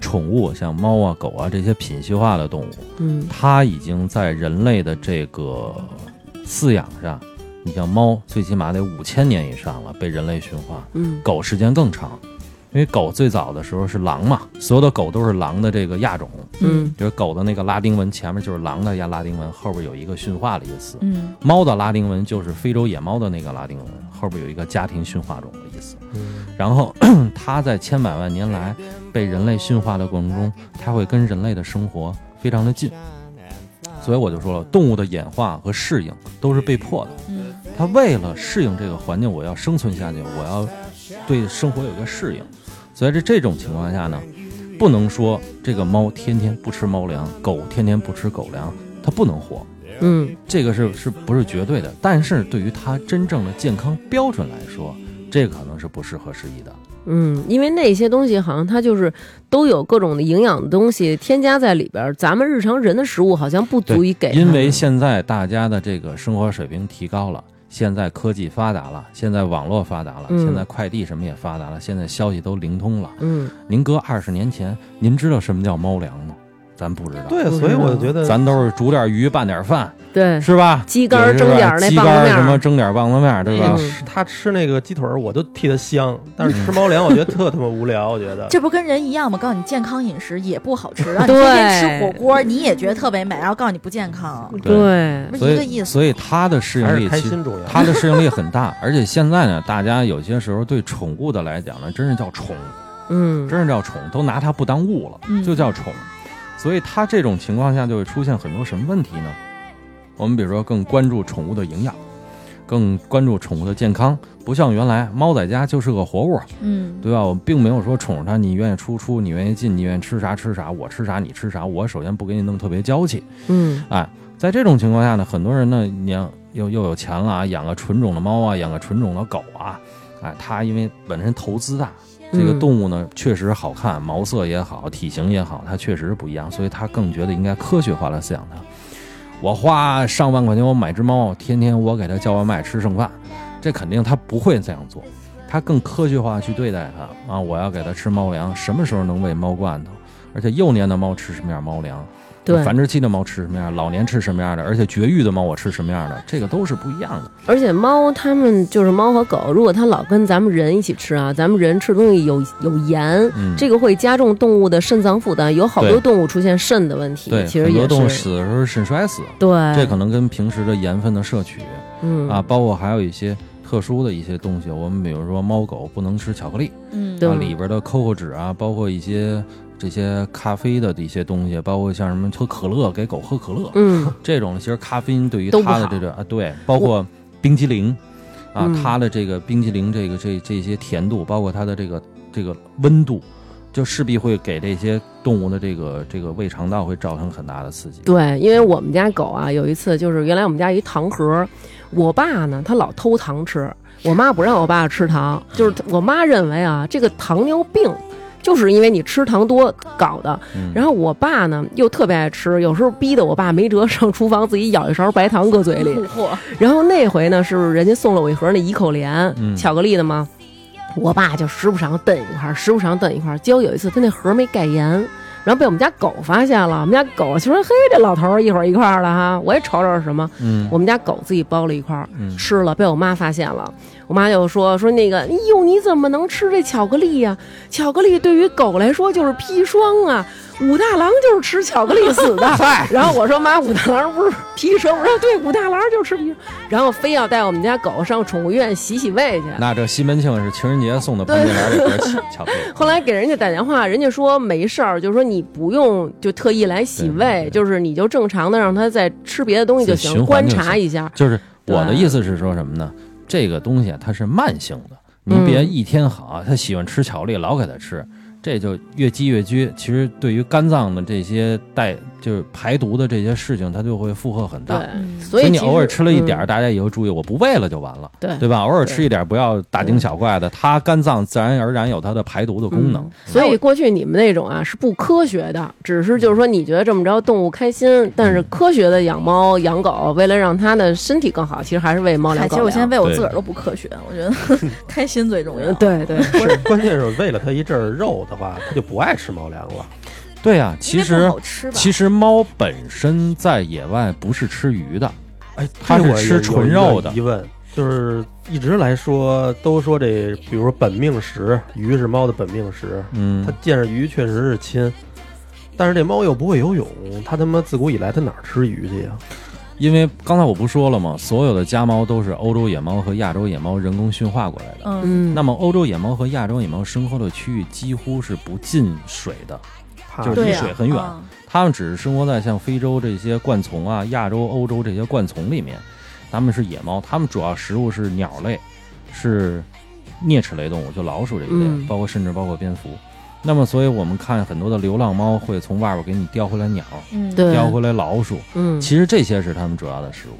S5: 宠宠物，像猫啊、狗啊这些品系化的动物，
S1: 嗯
S5: 它已经在人类的这个饲养上，你像猫，最起码得五千年以上了，被人类驯化。
S1: 嗯
S5: 狗时间更长，因为狗最早的时候是狼嘛，所有的狗都是狼的这个亚种，
S1: 嗯
S5: 就是狗的那个拉丁文前面就是狼的亚拉丁文，后边有一个驯化的意思。
S4: 嗯
S5: 猫的拉丁文就是非洲野猫的那个拉丁文，后边有一个家庭驯化种的意思。然后它在千百万年来被人类驯化的过程中，它会跟人类的生活非常的近。所以我就说了，动物的演化和适应都是被迫的。
S4: 嗯
S5: 它为了适应这个环境，我要生存下去，我要对生活有一个适应。所以在这种情况下呢，不能说这个猫天天不吃猫粮，狗天天不吃狗粮，它不能活。
S1: 嗯
S5: 这个是是不是绝对的？但是对于它真正的健康标准来说，这可能是不适合适宜的。
S1: 嗯，因为那些东西好像它就是都有各种的营养的东西添加在里边儿，咱们日常人的食物好像不足以给它们，
S5: 因为现在大家的这个生活水平提高了，现在科技发达了，现在网络发达了，
S1: 嗯
S5: 现在快递什么也发达了，现在消息都灵通了。
S1: 嗯
S5: 您搁二十年前，您知道什么叫猫粮吗？咱不知道。
S3: 对，所以我就觉得
S5: 咱都是煮点鱼拌点饭，
S1: 对
S5: 是吧？
S1: 嗯鸡肝儿
S5: 有时
S1: 蒸
S5: 候
S1: 点儿那
S5: 鸡
S1: 棒
S5: 肝
S1: 子
S5: 儿
S1: 面
S5: 什么
S1: 儿，
S5: 蒸点儿棒子面儿，对吧？
S1: 嗯
S3: 他吃那个鸡腿儿，我都替他香，但是吃猫粮，我觉得特他妈无聊。我
S5: 呃
S3: 觉得
S4: 这不跟人一样吗？告诉你健康饮食也不好吃，让你天天吃火锅，你也觉得特别美，然后告诉你不健康，
S1: 对
S4: 不，是
S5: 所
S4: 一个意
S5: 以
S4: 思。
S5: 所以它的适
S3: 还
S5: 应力
S3: 是开
S5: 其实
S3: 心重要。
S5: 它的适应力很大，而且现在呢，大家有些时候对宠物的来讲呢，真是叫宠，
S1: 嗯
S5: 真是叫宠，都拿它不当物
S4: 嗯
S5: 了，就叫宠。所以它这种情况下就会出现很多什么问题呢？我们比如说更关注宠物的营养，更关注宠物的健康，不像原来猫在家就是个活物，
S4: 嗯
S5: 对吧？我并没有说宠着它，你愿意出出，你愿意进，你愿意吃啥吃啥，我吃啥你吃啥。我首先不给你弄特别娇气，
S1: 嗯
S5: 哎，在这种情况下呢，很多人呢，你要又又有钱了啊，养个纯种的猫啊，养个纯种的狗啊，哎，它因为本身投资大，这个
S1: 嗯
S5: 动物呢确实好看，毛色也好，体型也好，它确实不一样，所以它更觉得应该科学化来饲养它。我花上万块钱我买只猫，天天我给它叫外卖吃剩饭，这肯定它不会这样做，它更科学化去对待它啊！我要给它吃猫粮，什么时候能喂猫罐头？而且幼年的猫吃什么样猫粮？
S1: 对，
S5: 繁殖期的猫吃什么样，老年吃什么样的，而且绝育的猫我吃什么样的，这个都是不一样的。
S1: 而且猫它们就是猫和狗，如果它老跟咱们人一起吃啊，咱们人吃东西有有盐，
S5: 嗯，
S1: 这个会加重动物的肾脏负担，有好多
S5: 对
S1: 动物出现肾的问题，
S5: 对，
S1: 其实
S5: 很多
S1: 也
S5: 动物
S1: 是
S5: 死的时候是肾衰死，
S1: 对，
S5: 这可能跟平时的盐分的摄取
S1: 嗯
S5: 啊，包括还有一些特殊的一些东西，我们比如说猫狗不能吃巧克力，
S4: 嗯，
S1: 对
S5: 啊里边的 COCO 脂啊，包括一些这些咖啡的一些东西，包括像什么喝可乐给狗喝可乐，
S1: 嗯
S5: 这种其实咖啡因对于
S1: 都不
S5: 它的
S1: 好
S5: 这个啊，对，包括冰激凌啊
S1: 嗯，
S5: 它的这个冰激凌这个这这些甜度，包括它的这个这个温度，就势必会给这些动物的这个这个胃肠道会造成很大的刺激。
S1: 对，因为我们家狗啊，有一次就是原来我们家有一糖盒，我爸呢他老偷糖吃，我妈不让我爸吃糖，就是我妈认为啊这个糖尿病。就是因为你吃糖多搞的，
S5: 嗯
S1: 然后我爸呢又特别爱吃，有时候逼得我爸没辙，上厨房自己舀一勺白糖搁嘴里，
S4: 嚯，
S1: 然后那回呢，是人家送了我一盒那怡口莲、
S5: 嗯
S1: 巧克力的嘛，我爸就时不常瞪一块儿，时不常瞪一块儿。结果有一次他那盒没盖严，然后被我们家狗发现了，我们家狗就说：“嘿，这老头儿一会儿一块儿了哈，我也瞅瞅是什么。”
S5: 嗯
S1: 我们家狗自己剥了一块儿
S5: 嗯
S1: 吃了，被我妈发现了。我妈就说说那个，哎呦，你怎么能吃这巧克力呀、巧克力对于狗来说就是砒霜啊，武大郎就是吃巧克力 死的。然后我说妈，武大郎不是砒霜，我说对，武大郎就是吃砒霜，然后非要带我们家狗上宠物医院洗洗胃去。
S5: 那这西门庆是情人节送的潘金莲这盒 巧巧克力，
S1: 后来给人家打电话，人家说没事儿，就是说你不用就特意来洗
S5: 对
S1: 胃，
S5: 对
S1: 就是你就正常的让它再吃别的东西就
S5: 自己循
S1: 行，
S5: 环
S1: 观
S5: 就
S1: 察
S5: 行
S1: 一下。
S5: 就是我的
S1: 对
S5: 意思是说什么呢？这个东西它是慢性的，你别
S1: 嗯
S5: 一天好，它喜欢吃巧克力，老给它吃，这就越积越撅。其实对于肝脏的这些代就是排毒的这些事情，它就会负荷很
S1: 对
S5: 大。，
S1: 所以
S5: 你
S1: 其
S5: 偶
S1: 实
S5: 尔吃了一点
S1: 嗯
S5: 儿，大家以后注意，我不喂了就完了，
S1: 对
S5: 对吧？偶尔
S1: 对
S5: 吃一点儿，不要大惊小怪的。它肝脏自然而然有它的排毒的功能
S1: 嗯。所以过去你们那种啊是不科学的，只是就是说你觉得这么着动物开心，
S5: 嗯
S1: 但是科学的养猫养狗，为了让它的身体更好，其实还是喂猫粮
S4: 哎，其
S1: 狗
S4: 实
S1: 粮。
S4: 我现在喂我
S5: 对
S4: 自个儿都不科学，我觉得 开心最重要。
S1: 嗯，对对，
S3: 关关键是喂了它一阵儿肉的话，它就不爱吃猫粮了。
S5: 对呀、
S4: 因
S5: 其
S4: 为不
S5: 实
S4: 好吃吧？
S5: 其实猫本身在野外不是吃鱼的，
S3: 哎，
S5: 它是
S3: 这我
S5: 吃
S3: 有
S5: 纯肉的
S3: 有一个疑问就是一直来说都说这，比如说本命食，鱼是猫的本命食，
S5: 嗯
S3: 它，见着鱼确实是亲，但是这猫又不会游泳，它他妈自古以来它哪儿吃鱼去呀？
S5: 因为刚才我不说了吗？所有的家猫都是欧洲野猫和亚洲野猫人工驯化过来的。
S4: 嗯，
S1: 嗯，
S5: 那么欧洲野猫和亚洲野猫生活的区域几乎是不进水的，
S3: 怕
S5: 就是
S4: 对
S5: 离
S4: 呀、
S5: 水很远，
S4: 嗯
S5: 它们只是生活在像非洲这些灌丛啊、亚洲、欧洲这些灌丛里面。它们是野猫，它们主要食物是鸟类，是啮齿类动物，就老鼠这一类，
S1: 嗯
S5: 包括甚至包括蝙蝠。那么，所以我们看很多的流浪猫会从外边给你叼回来鸟，
S4: 嗯，
S1: 对
S5: 叼回来老鼠，
S1: 嗯，
S5: 其实这些是它们主要的食物。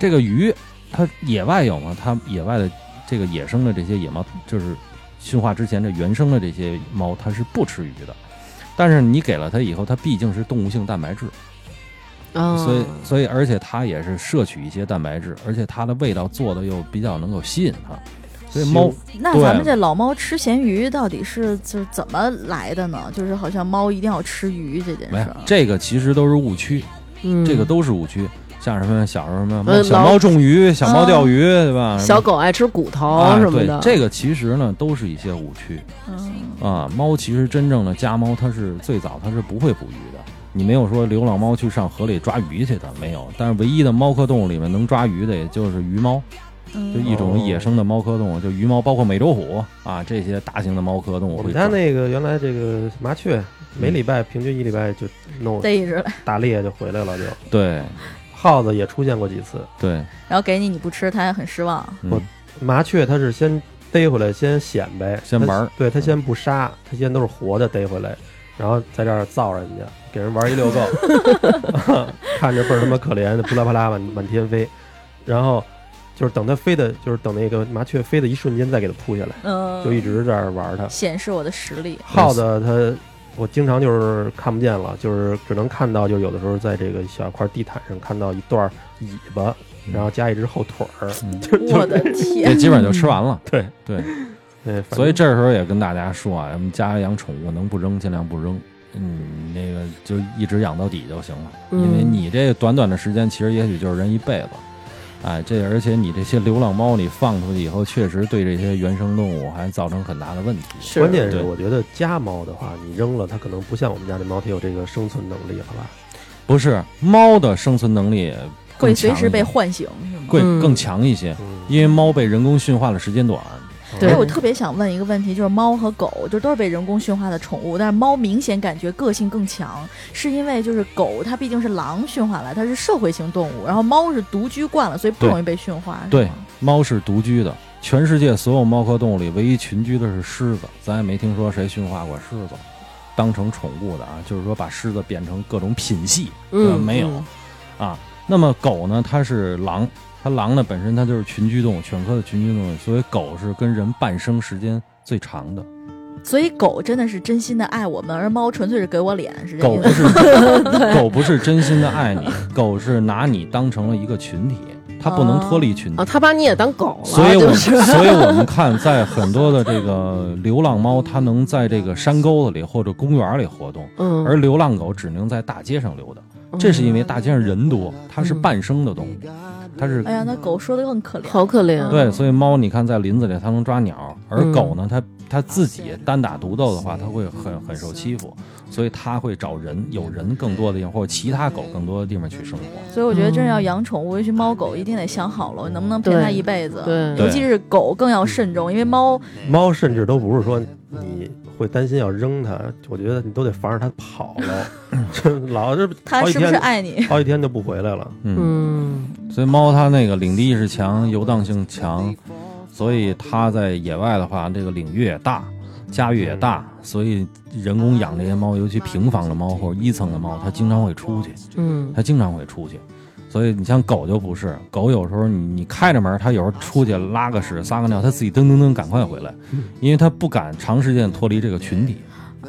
S5: 这个鱼，它野外有吗？它野外的这个野生的这些野猫，就是驯化之前这原生的这些猫，它是不吃鱼的。但是你给了它以后，它毕竟是动物性蛋白质，
S1: 嗯
S5: 所以所以而且它也是摄取一些蛋白质，而且它的味道做的又比较能够吸引它。所以猫
S4: 那
S5: 对
S4: 咱们这老猫吃咸鱼到底是就是怎么来的呢？就是好像猫一定要吃鱼这件
S5: 没有
S4: 事儿，
S5: 这个其实都是误区，
S1: 嗯
S5: 这个都是误区。像什么小时候什么猫
S1: 呃
S5: 小
S1: 老
S5: 猫种鱼、小猫
S4: 啊
S5: 钓鱼，对吧？什么
S1: 小狗爱吃骨
S3: 哦
S1: 头
S5: 啊，
S1: 什么
S5: 对
S1: 的，
S5: 这个其实呢都是一些误区。
S4: 嗯，
S5: 啊，猫其实真正的家猫，它是最早它是不会捕鱼的。你没有说流浪猫去上河里抓鱼去的，没有。但是唯一的猫科动物里面能抓鱼的，也就是鱼猫，就
S4: 嗯
S5: 一
S3: 哦
S5: 种野生的猫科动物，就鱼猫，包括美洲虎啊这些大型的猫科动物
S3: 我
S5: 会
S3: 们
S5: 抓。
S3: 家那个原来这个麻雀，每礼拜平均一礼拜就弄
S4: 逮一只来，
S3: 打猎就回来了，就
S5: 对
S3: 耗子也出现过几次。
S5: 对，
S4: 然后给你你不吃，它也很失望。
S5: 嗯
S3: 我麻雀它是先逮回来，先显摆，
S5: 先
S3: 它
S5: 玩儿嗯
S3: 对它先不杀，它先都是活的逮回来，然后在这儿造人家，给人玩一 溜够，看着倍儿他妈可怜，扑啦啪啦满满天飞，然后就是等它飞的，就是等那个麻雀飞的一瞬间再给它扑下来，
S4: 嗯，
S3: 就一直在这儿玩它。
S4: 显示我的实力。
S3: 耗子它，我经常就是看不见了，就是只能看到，就有的时候在这个小块地毯上看到一段尾巴，
S5: 嗯
S3: 然后加一只后腿儿，
S5: 嗯
S3: 就
S4: 我
S3: 就
S4: 的天，
S5: 这基本上就吃完了。
S3: 对
S5: 对，
S3: 对，反
S5: 所以
S3: 正
S5: 这时候也跟大家说啊，我们家养宠物能不扔尽量不扔，嗯，那个就一直养到底就行了，
S1: 嗯
S5: 因为你这短短的时间，其实也许就是人一辈子。哎，这而且你这些流浪猫，你放出去以后，确实对这些原生动物还造成很大的问题。
S1: 是
S3: 关键是
S5: 对
S3: 我觉得家猫的话，你扔了它可能不像我们家这猫，它有这个生存能力了吧？
S5: 不是猫的生存能力更
S4: 会随时被
S5: 强一些
S4: 唤醒，是吗？
S5: 会
S1: 嗯
S5: 更强一些，
S3: 嗯，
S5: 因为猫被人工驯化的时间短。
S1: 对
S4: 哎，我特别想问一个问题，就是猫和狗就都是被人工驯化的宠物，但是猫明显感觉个性更强，是因为就是狗它毕竟是狼驯化来，它是社会性动物，然后猫是独居惯了，所以不
S5: 对
S4: 容易被驯化。是
S5: 对
S4: 吗，
S5: 猫是独居的，全世界所有猫科动物里，唯一群居的是狮子，咱也没听说谁驯化过狮子，当成宠物的啊，就是说把狮子变成各种品系，呃
S1: 嗯
S5: 没有
S1: 嗯
S5: 啊。那么狗呢，它是狼，它狼呢本身它就是群居动物，犬科的群居动物，所以狗是跟人伴生时间最长的。
S4: 所以狗真的是真心的爱我们，而猫纯粹是给我脸，是这
S5: 狗
S4: 意
S5: 不
S4: 思。
S5: 是狗不是真心的爱你，狗是拿你当成了一个群体，它不能脱离群体
S1: 啊，。他把你也当狗了，
S5: 嗯所以我
S1: 就
S5: 们，
S1: 是
S5: 所以我们看，在很多的这个流浪猫，它能在这个山沟子里或者公园里活动，
S1: 嗯，
S5: 而流浪狗只能在大街上溜达。这是因为大街上人多，它
S1: 嗯
S5: 是半生的动物，它是
S4: 哎呀，那狗说的更可怜。
S1: 好可怜啊，
S5: 对，所以猫你看在林子里它能抓鸟，而
S1: 嗯
S5: 狗呢，它它自己单打独斗的话，它会很很受欺负，所以它会找人，有人更多的地方或者其他狗更多的地方去生活。
S4: 所以我觉得，真是
S5: 嗯
S4: 要养宠物，尤其猫狗，一定得想好了，我能不能陪它
S1: 对
S4: 一辈子。
S1: 对
S4: 尤其是狗更要慎重，因为猫
S3: 猫甚至都不是说你会担心要扔它，我觉得你都得防着它跑了， 这老是
S4: 它
S3: 好几
S4: 是不是
S3: 天
S4: 爱你？
S3: 好几天就不回来了。
S5: 嗯，
S1: 嗯
S5: 所以猫它那个领地意识强，游荡性强，所以它在野外的话，这个领域也大，家域也大，所以人工养这些猫，尤其平房的猫或者一层的猫，它经常会出去。
S1: 嗯
S5: 它经常会出去。所以你像狗就不是，狗有时候你你开着门，它有时候出去拉个屎、撒个尿，它自己噔噔噔赶快回来，因为它不敢长时间脱离这个群体。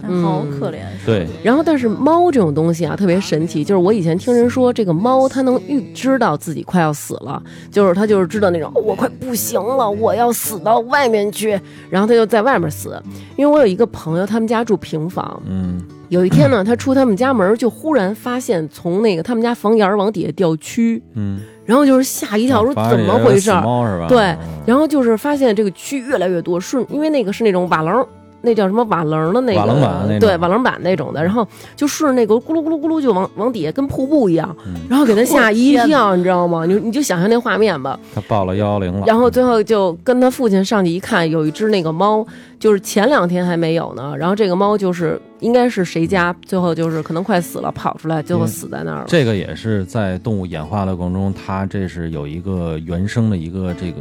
S1: 嗯
S4: 好可怜。
S5: 对，
S1: 然后，但是猫这种东西啊，特别神奇。就是我以前听人说，这个猫它能预知到自己快要死了，就是它就是知道那种、哦我快不行了，我要死到外面去，然后它就在外面死。因为我有一个朋友，他们家住平房，
S5: 嗯
S1: 有一天呢，他出他们家门儿就忽然发现从那个他们家房檐儿往底下掉蛆，
S5: 嗯，
S1: 然后就是吓一跳，说
S5: 反
S1: 怎
S5: 正
S1: 么
S5: 也是
S1: 回事
S5: 死
S1: 儿？
S5: 猫是吧？
S1: 对
S5: 嗯
S1: 然后就是发现这个蛆越来越多，顺因为那个是那种瓦楞，那叫什么瓦楞的那个，
S5: 瓦楞板那种
S1: 对瓦楞板那种的，然后就顺着那个咕噜咕噜咕噜就往往底下跟瀑布一样，
S5: 嗯
S1: 然后给他吓一
S4: 我天
S1: 跳，你知道 吗？你你就想象那画面吧。
S5: 他报了幺幺零了，
S1: 然后最后就跟他父亲上去一看，有一只那个猫，就是前两天还没有呢，然后这个猫就是应该是谁家，最后就是可能快死了，跑出来，最后
S5: 嗯
S1: 死在那儿了。
S5: 这个也是在动物演化的过程中，它这是有一个原生的一个这个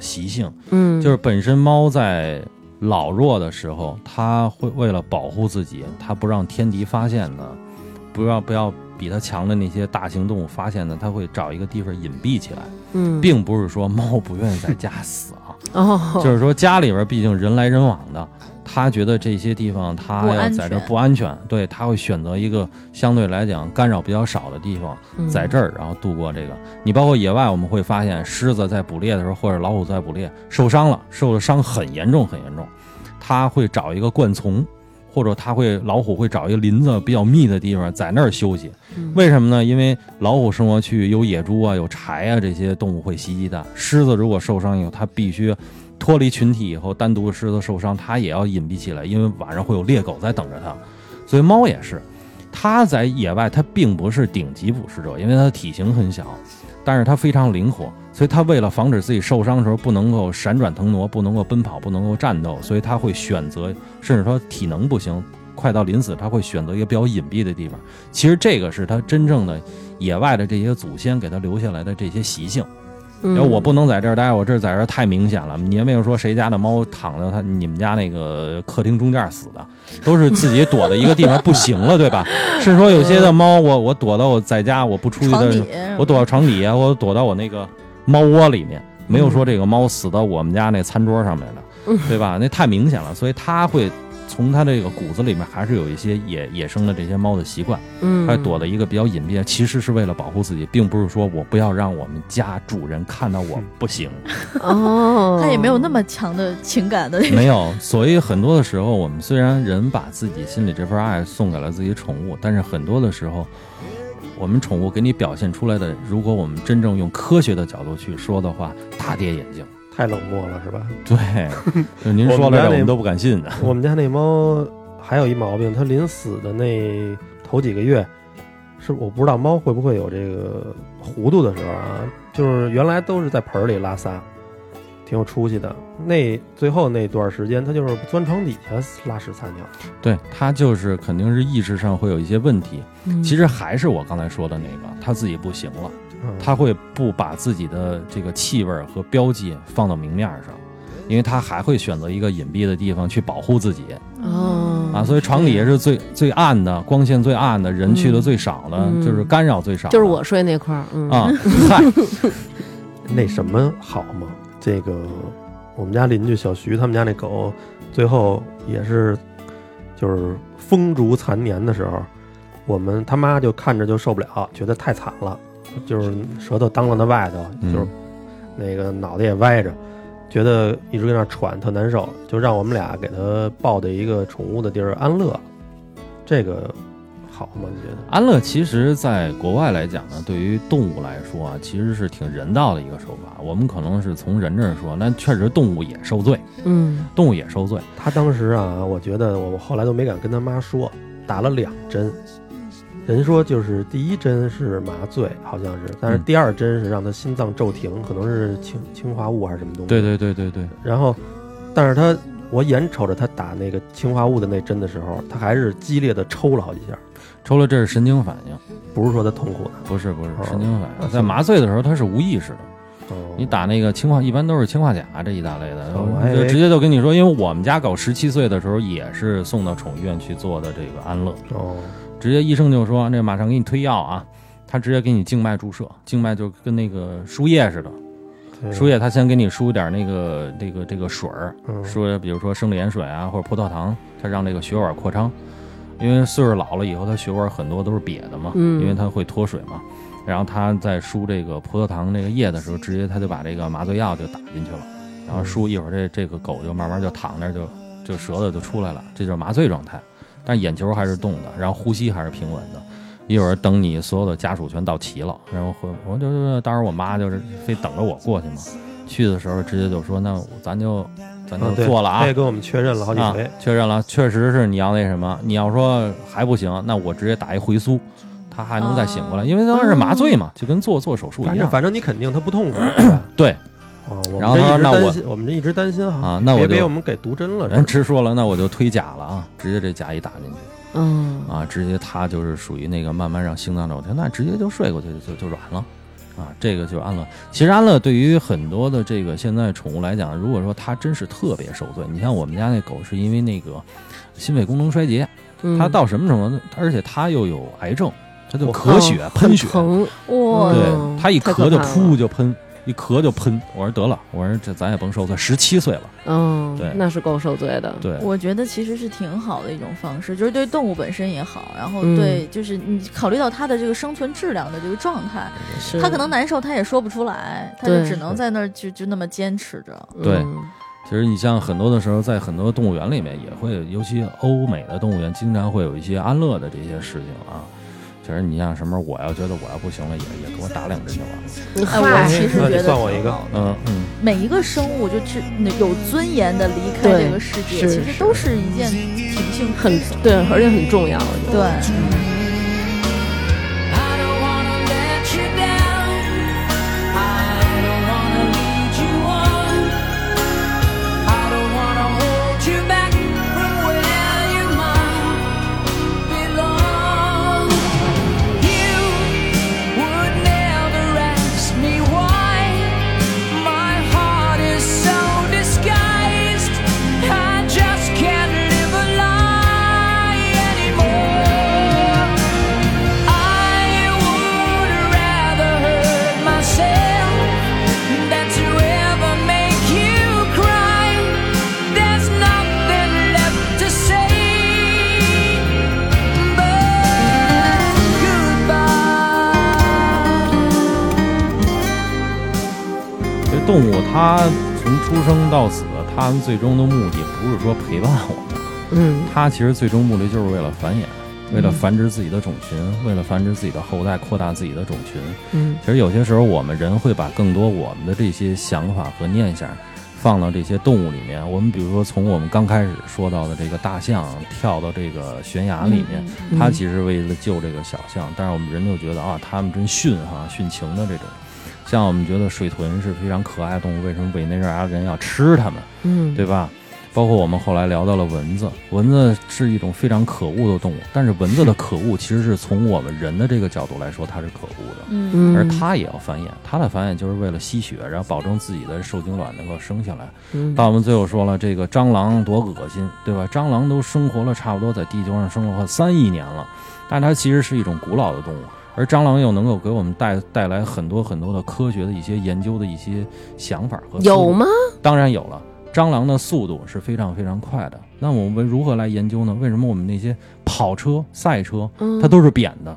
S5: 习性，
S1: 嗯，
S5: 就是本身猫在老弱的时候，它会为了保护自己，它不让天敌发现呢，不要不要比它强的那些大型动物发现呢，它会找一个地方隐蔽起来，
S1: 嗯，
S5: 并不是说猫不愿意在家死啊，
S1: 哦，
S5: 就是说家里边毕竟人来人往的，他觉得这些地方他
S4: 不
S5: 要
S4: 安
S5: 在这
S4: 全
S5: 不安全，对他会选择一个相对来讲干扰比较少的地方，
S1: 嗯
S5: 在这儿然后度过这个。你包括野外，我们会发现狮子在捕猎的时候，或者老虎在捕猎受伤了，受的伤很严重很严重，他会找一个灌丛。或者他会老虎会找一个林子比较密的地方，在那儿休息。
S1: 嗯
S5: 为什么呢？因为老虎生活区有野猪啊、有豺啊这些动物会袭击它。狮子如果受伤以后，它必须脱离群体以后，单独的狮子受伤，它也要隐蔽起来，因为晚上会有猎狗在等着它。所以猫也是，它在野外它并不是顶级捕食者，因为它的体型很小，但是它非常灵活，所以它为了防止自己受伤的时候不能够闪转腾挪，不能够奔跑，不能够战斗，所以它会选择，甚至说体能不行。快到临死，它会选择一个比较隐蔽的地方。其实这个是它真正的野外的这些祖先给它留下来的这些习性。
S1: 嗯
S5: 要我不能在这儿待，我这儿在这儿太明显了。你也没有说谁家的猫躺在他你们家那个客厅中间死的，都是自己躲在一个地方不行了，对吧？是说有些的猫，我我躲到我在家我不出去
S4: 床
S5: 的
S4: 底
S5: 时候，，我躲到床底下，我躲到我那个猫窝里面，没有说这个猫死到我们家那餐桌上面
S1: 嗯
S5: 了，对吧？那太明显了，所以它会从它这个骨子里面还是有一些野野生的这些猫的习惯。
S1: 嗯，
S5: 它躲在一个比较隐蔽，的，其实是为了保护自己，并不是说我不要让我们家主人看到我不 行，
S1: 哦，
S4: 他也没有那么强的情感的那种。
S5: 没有。所以很多的时候，我们虽然人把自己心里这份爱送给了自己宠物，但是很多的时候，我们宠物给你表现出来的，如果我们真正用科学的角度去说的话，大跌眼镜。
S3: 太冷漠了是吧？
S5: 对，就您说
S3: 我们家
S5: 了这
S3: 那
S5: 我们都不敢 信的。
S3: 我们家那猫还有一毛病，它临死的那头几个月，是我不知道猫会不会有这个糊涂的时候啊，就是原来都是在盆儿里拉撒，挺有出息的。那最后那段时间，它就是钻床底下拉屎撒尿。
S5: 对，它就是肯定是意识上会有一些问题。
S1: 嗯，
S5: 其实还是我刚才说的那个，它自己不行了。
S3: 嗯、
S5: 他会不把自己的这个气味儿和标记放到明面儿上，因为他还会选择一个隐蔽的地方去保护自己
S1: 哦
S5: 啊。所以床底下是最最暗的，光线最暗的，人去的最少的，
S1: 嗯
S5: 就是干扰最少的。
S1: 就是我睡那块儿，嗯
S5: 啊， 嗨，
S3: 那什么好吗？这个我们家邻居小徐他们家那狗，最后也是就是风烛残年的时候，我们他妈就看着就受不了，觉得太惨了，就是舌头当啷在外头，
S5: 嗯
S3: 就是那个脑袋也歪着，觉得一直跟那喘，特难受，就让我们俩给他抱的一个宠物的地儿安乐，这个好吗？你觉得？
S5: 安乐其实在国外来讲呢，对于动物来说啊，其实是挺人道的一个手法。我们可能是从人这儿说，那确实动物也受罪，
S1: 嗯，
S5: 动物也受罪。
S3: 他当时啊，我觉得我后来都没敢跟他妈说，打了两针。人说就是第一针是麻醉，好像是，但是
S5: 嗯
S3: 第二针是让他心脏骤停，可能是氰氰化物还是什么东西。
S5: 对。对对对对，
S3: 然后，但是他我眼瞅着他打那个氰化物的那针的时候，他还是激烈的抽了好几下，
S5: 除了这是神经反应，
S3: 不是说他痛苦的。
S5: 不是不是
S3: 哦
S5: 神经反
S3: 啊
S5: 应，在麻醉的时候它是无意识的。
S3: 哦
S5: 你打那个氰化，一般都是氰化钾这一大类的，
S3: 哦我还以
S5: 就
S3: 为
S5: 直接就跟你说，因为我们家狗十七岁的时候也是送到宠物医院去做的这个安乐，
S3: 哦，
S5: 直接医生就说那马上给你推药啊，他直接给你静脉注射，静脉就跟那个输液似的，
S3: 哦对
S5: 输液他先给你输点那个这个这个水儿，
S3: 嗯
S5: 输比如说生理盐水啊或者葡萄糖，它让这个血管扩张，因为岁数老了以后，他血管很多都是瘪的嘛，
S1: 嗯
S5: 因为它会脱水嘛。然后他在输这个葡萄糖这个液的时候，直接他就把这个麻醉药就打进去了，然后输一会儿这这个狗就慢慢就躺那儿就就舌头就出来了，这就是麻醉状态，但眼球还是动的，然后呼吸还是平稳的。一会儿等你所有的家属全到齐了，然后回我就是当时我妈就是非等着我过去嘛，去的时候直接就说那咱就咱
S3: 啊
S5: 就
S3: 对
S5: 做了啊
S3: 他也，跟我们确认了好几
S5: 啊
S3: 回，，
S5: 确认了，确实是你要那什么，你要说还不行，那我直接打一回苏，他还能再醒过来，
S4: 哦
S5: 因为当时是麻醉嘛，就跟做做手术
S3: 反
S5: 一
S3: 正
S5: 样。
S3: 反正你肯定他不 痛苦。是吧
S5: 对
S3: 啊，我们
S5: 然后
S3: 这
S5: 他
S3: 一
S5: 说
S3: 直
S5: 那
S3: 担
S5: 我
S3: 心我们这一直担心哈，
S5: 啊，那我
S3: 别被我
S5: 就
S3: 们给毒针了。
S5: 人直说了，那我就推假了啊，直接这假一打进去
S1: 嗯
S5: 啊，直接他就是属于那个慢慢让心脏骤停，那直接就睡过去就就就软了。啊，这个就是安乐。其实安乐对于很多的这个现在宠物来讲，如果说它真是特别受罪，你像我们家那狗是因为那个心肺功能衰竭，
S1: 嗯，
S5: 他到什么程度呢？而且他又有癌症，他就
S3: 我
S5: 咳血、喷血，
S1: 哦疼，
S4: 哇
S1: 嗯
S5: 对他一
S1: 太
S5: 咳
S1: 可
S5: 就
S1: 怕
S5: 噗
S1: 了
S5: 就喷，一咳就喷。我说得了，我说这咱也甭受罪，十七岁了，
S1: 嗯，
S5: 对
S1: 那是够受罪的，
S5: 对，
S4: 我觉得其实是挺好的一种方式，就是对动物本身也好，然后
S1: 嗯
S4: 对就是你考虑到它的这个生存质量的这个状态，
S1: 是
S4: 它可能难受，它也说不出来，它就
S1: 对
S4: 只能在那儿就就那么坚持着。
S1: 嗯
S5: 对其实你像很多的时候，在很多动物园里面也会，尤其欧美的动物园经常会有一些安乐的这些事情啊。其实你像什么，我要觉得我要不行了，也也给我打两针就完了。
S4: 哎，我
S1: 嗨，
S4: 其实
S3: 那你
S4: 觉得
S3: 算我一个
S4: 挺好的
S5: 嗯嗯，
S4: 每一个生物就是有尊严的离开
S1: 对
S4: 这个世界，
S1: 是
S4: 其实都是一件挺幸福
S1: 很
S4: 的事。
S1: 对，而且很重要，我觉得
S4: 对，
S7: I don't wanna let you down. I don't wanna lead you on. I don't wanna hold you back from where you might belong. You would never ask me why my heart is so disguised. I just can't live a lie anymore. I would rather hurt myself than to ever make you cry. There's nothing left to say but goodbye.
S5: 其实动物它从出生到死，它们最终的目的不是说陪伴我们，
S1: 嗯
S5: 它其实最终目的就是为了繁衍，为了繁殖自己的种群，为了繁殖自己的后代，扩大自己的种群。
S1: 嗯，
S5: 其实有些时候，我们人会把更多我们的这些想法和念想放到这些动物里面。我们比如说，从我们刚开始说到的这个大象跳到这个悬崖里面，
S1: 嗯
S5: 它其实为了救这个小象，但是我们人就觉得啊，它们真驯哈、驯情的这种。像我们觉得水豚是非常可爱的动物，为什么委内瑞拉人要吃它们？
S1: 嗯，
S5: 对吧？包括我们后来聊到了蚊子，蚊子是一种非常可恶的动物，但是蚊子的可恶其实是从我们人的这个角度来说，它是可恶的。
S4: 嗯，
S1: 嗯，
S5: 而它也要繁衍，它的繁衍就是为了吸血，然后保证自己的受精卵能够生下来。
S1: 嗯
S5: 到我们最后说了，这个蟑螂多恶心，对吧？蟑螂都生活了差不多在地球上生活了三亿年了，但是它其实是一种古老的动物，而蟑螂又能够给我们带带来很多很多的科学的一些研究的一些想法和思
S1: 有
S5: 路
S1: 吗？
S5: 当然有了。蟑螂的速度是非常非常快的，那我们如何来研究呢？为什么我们那些跑车、赛车，
S1: 嗯，
S5: 它都是扁的？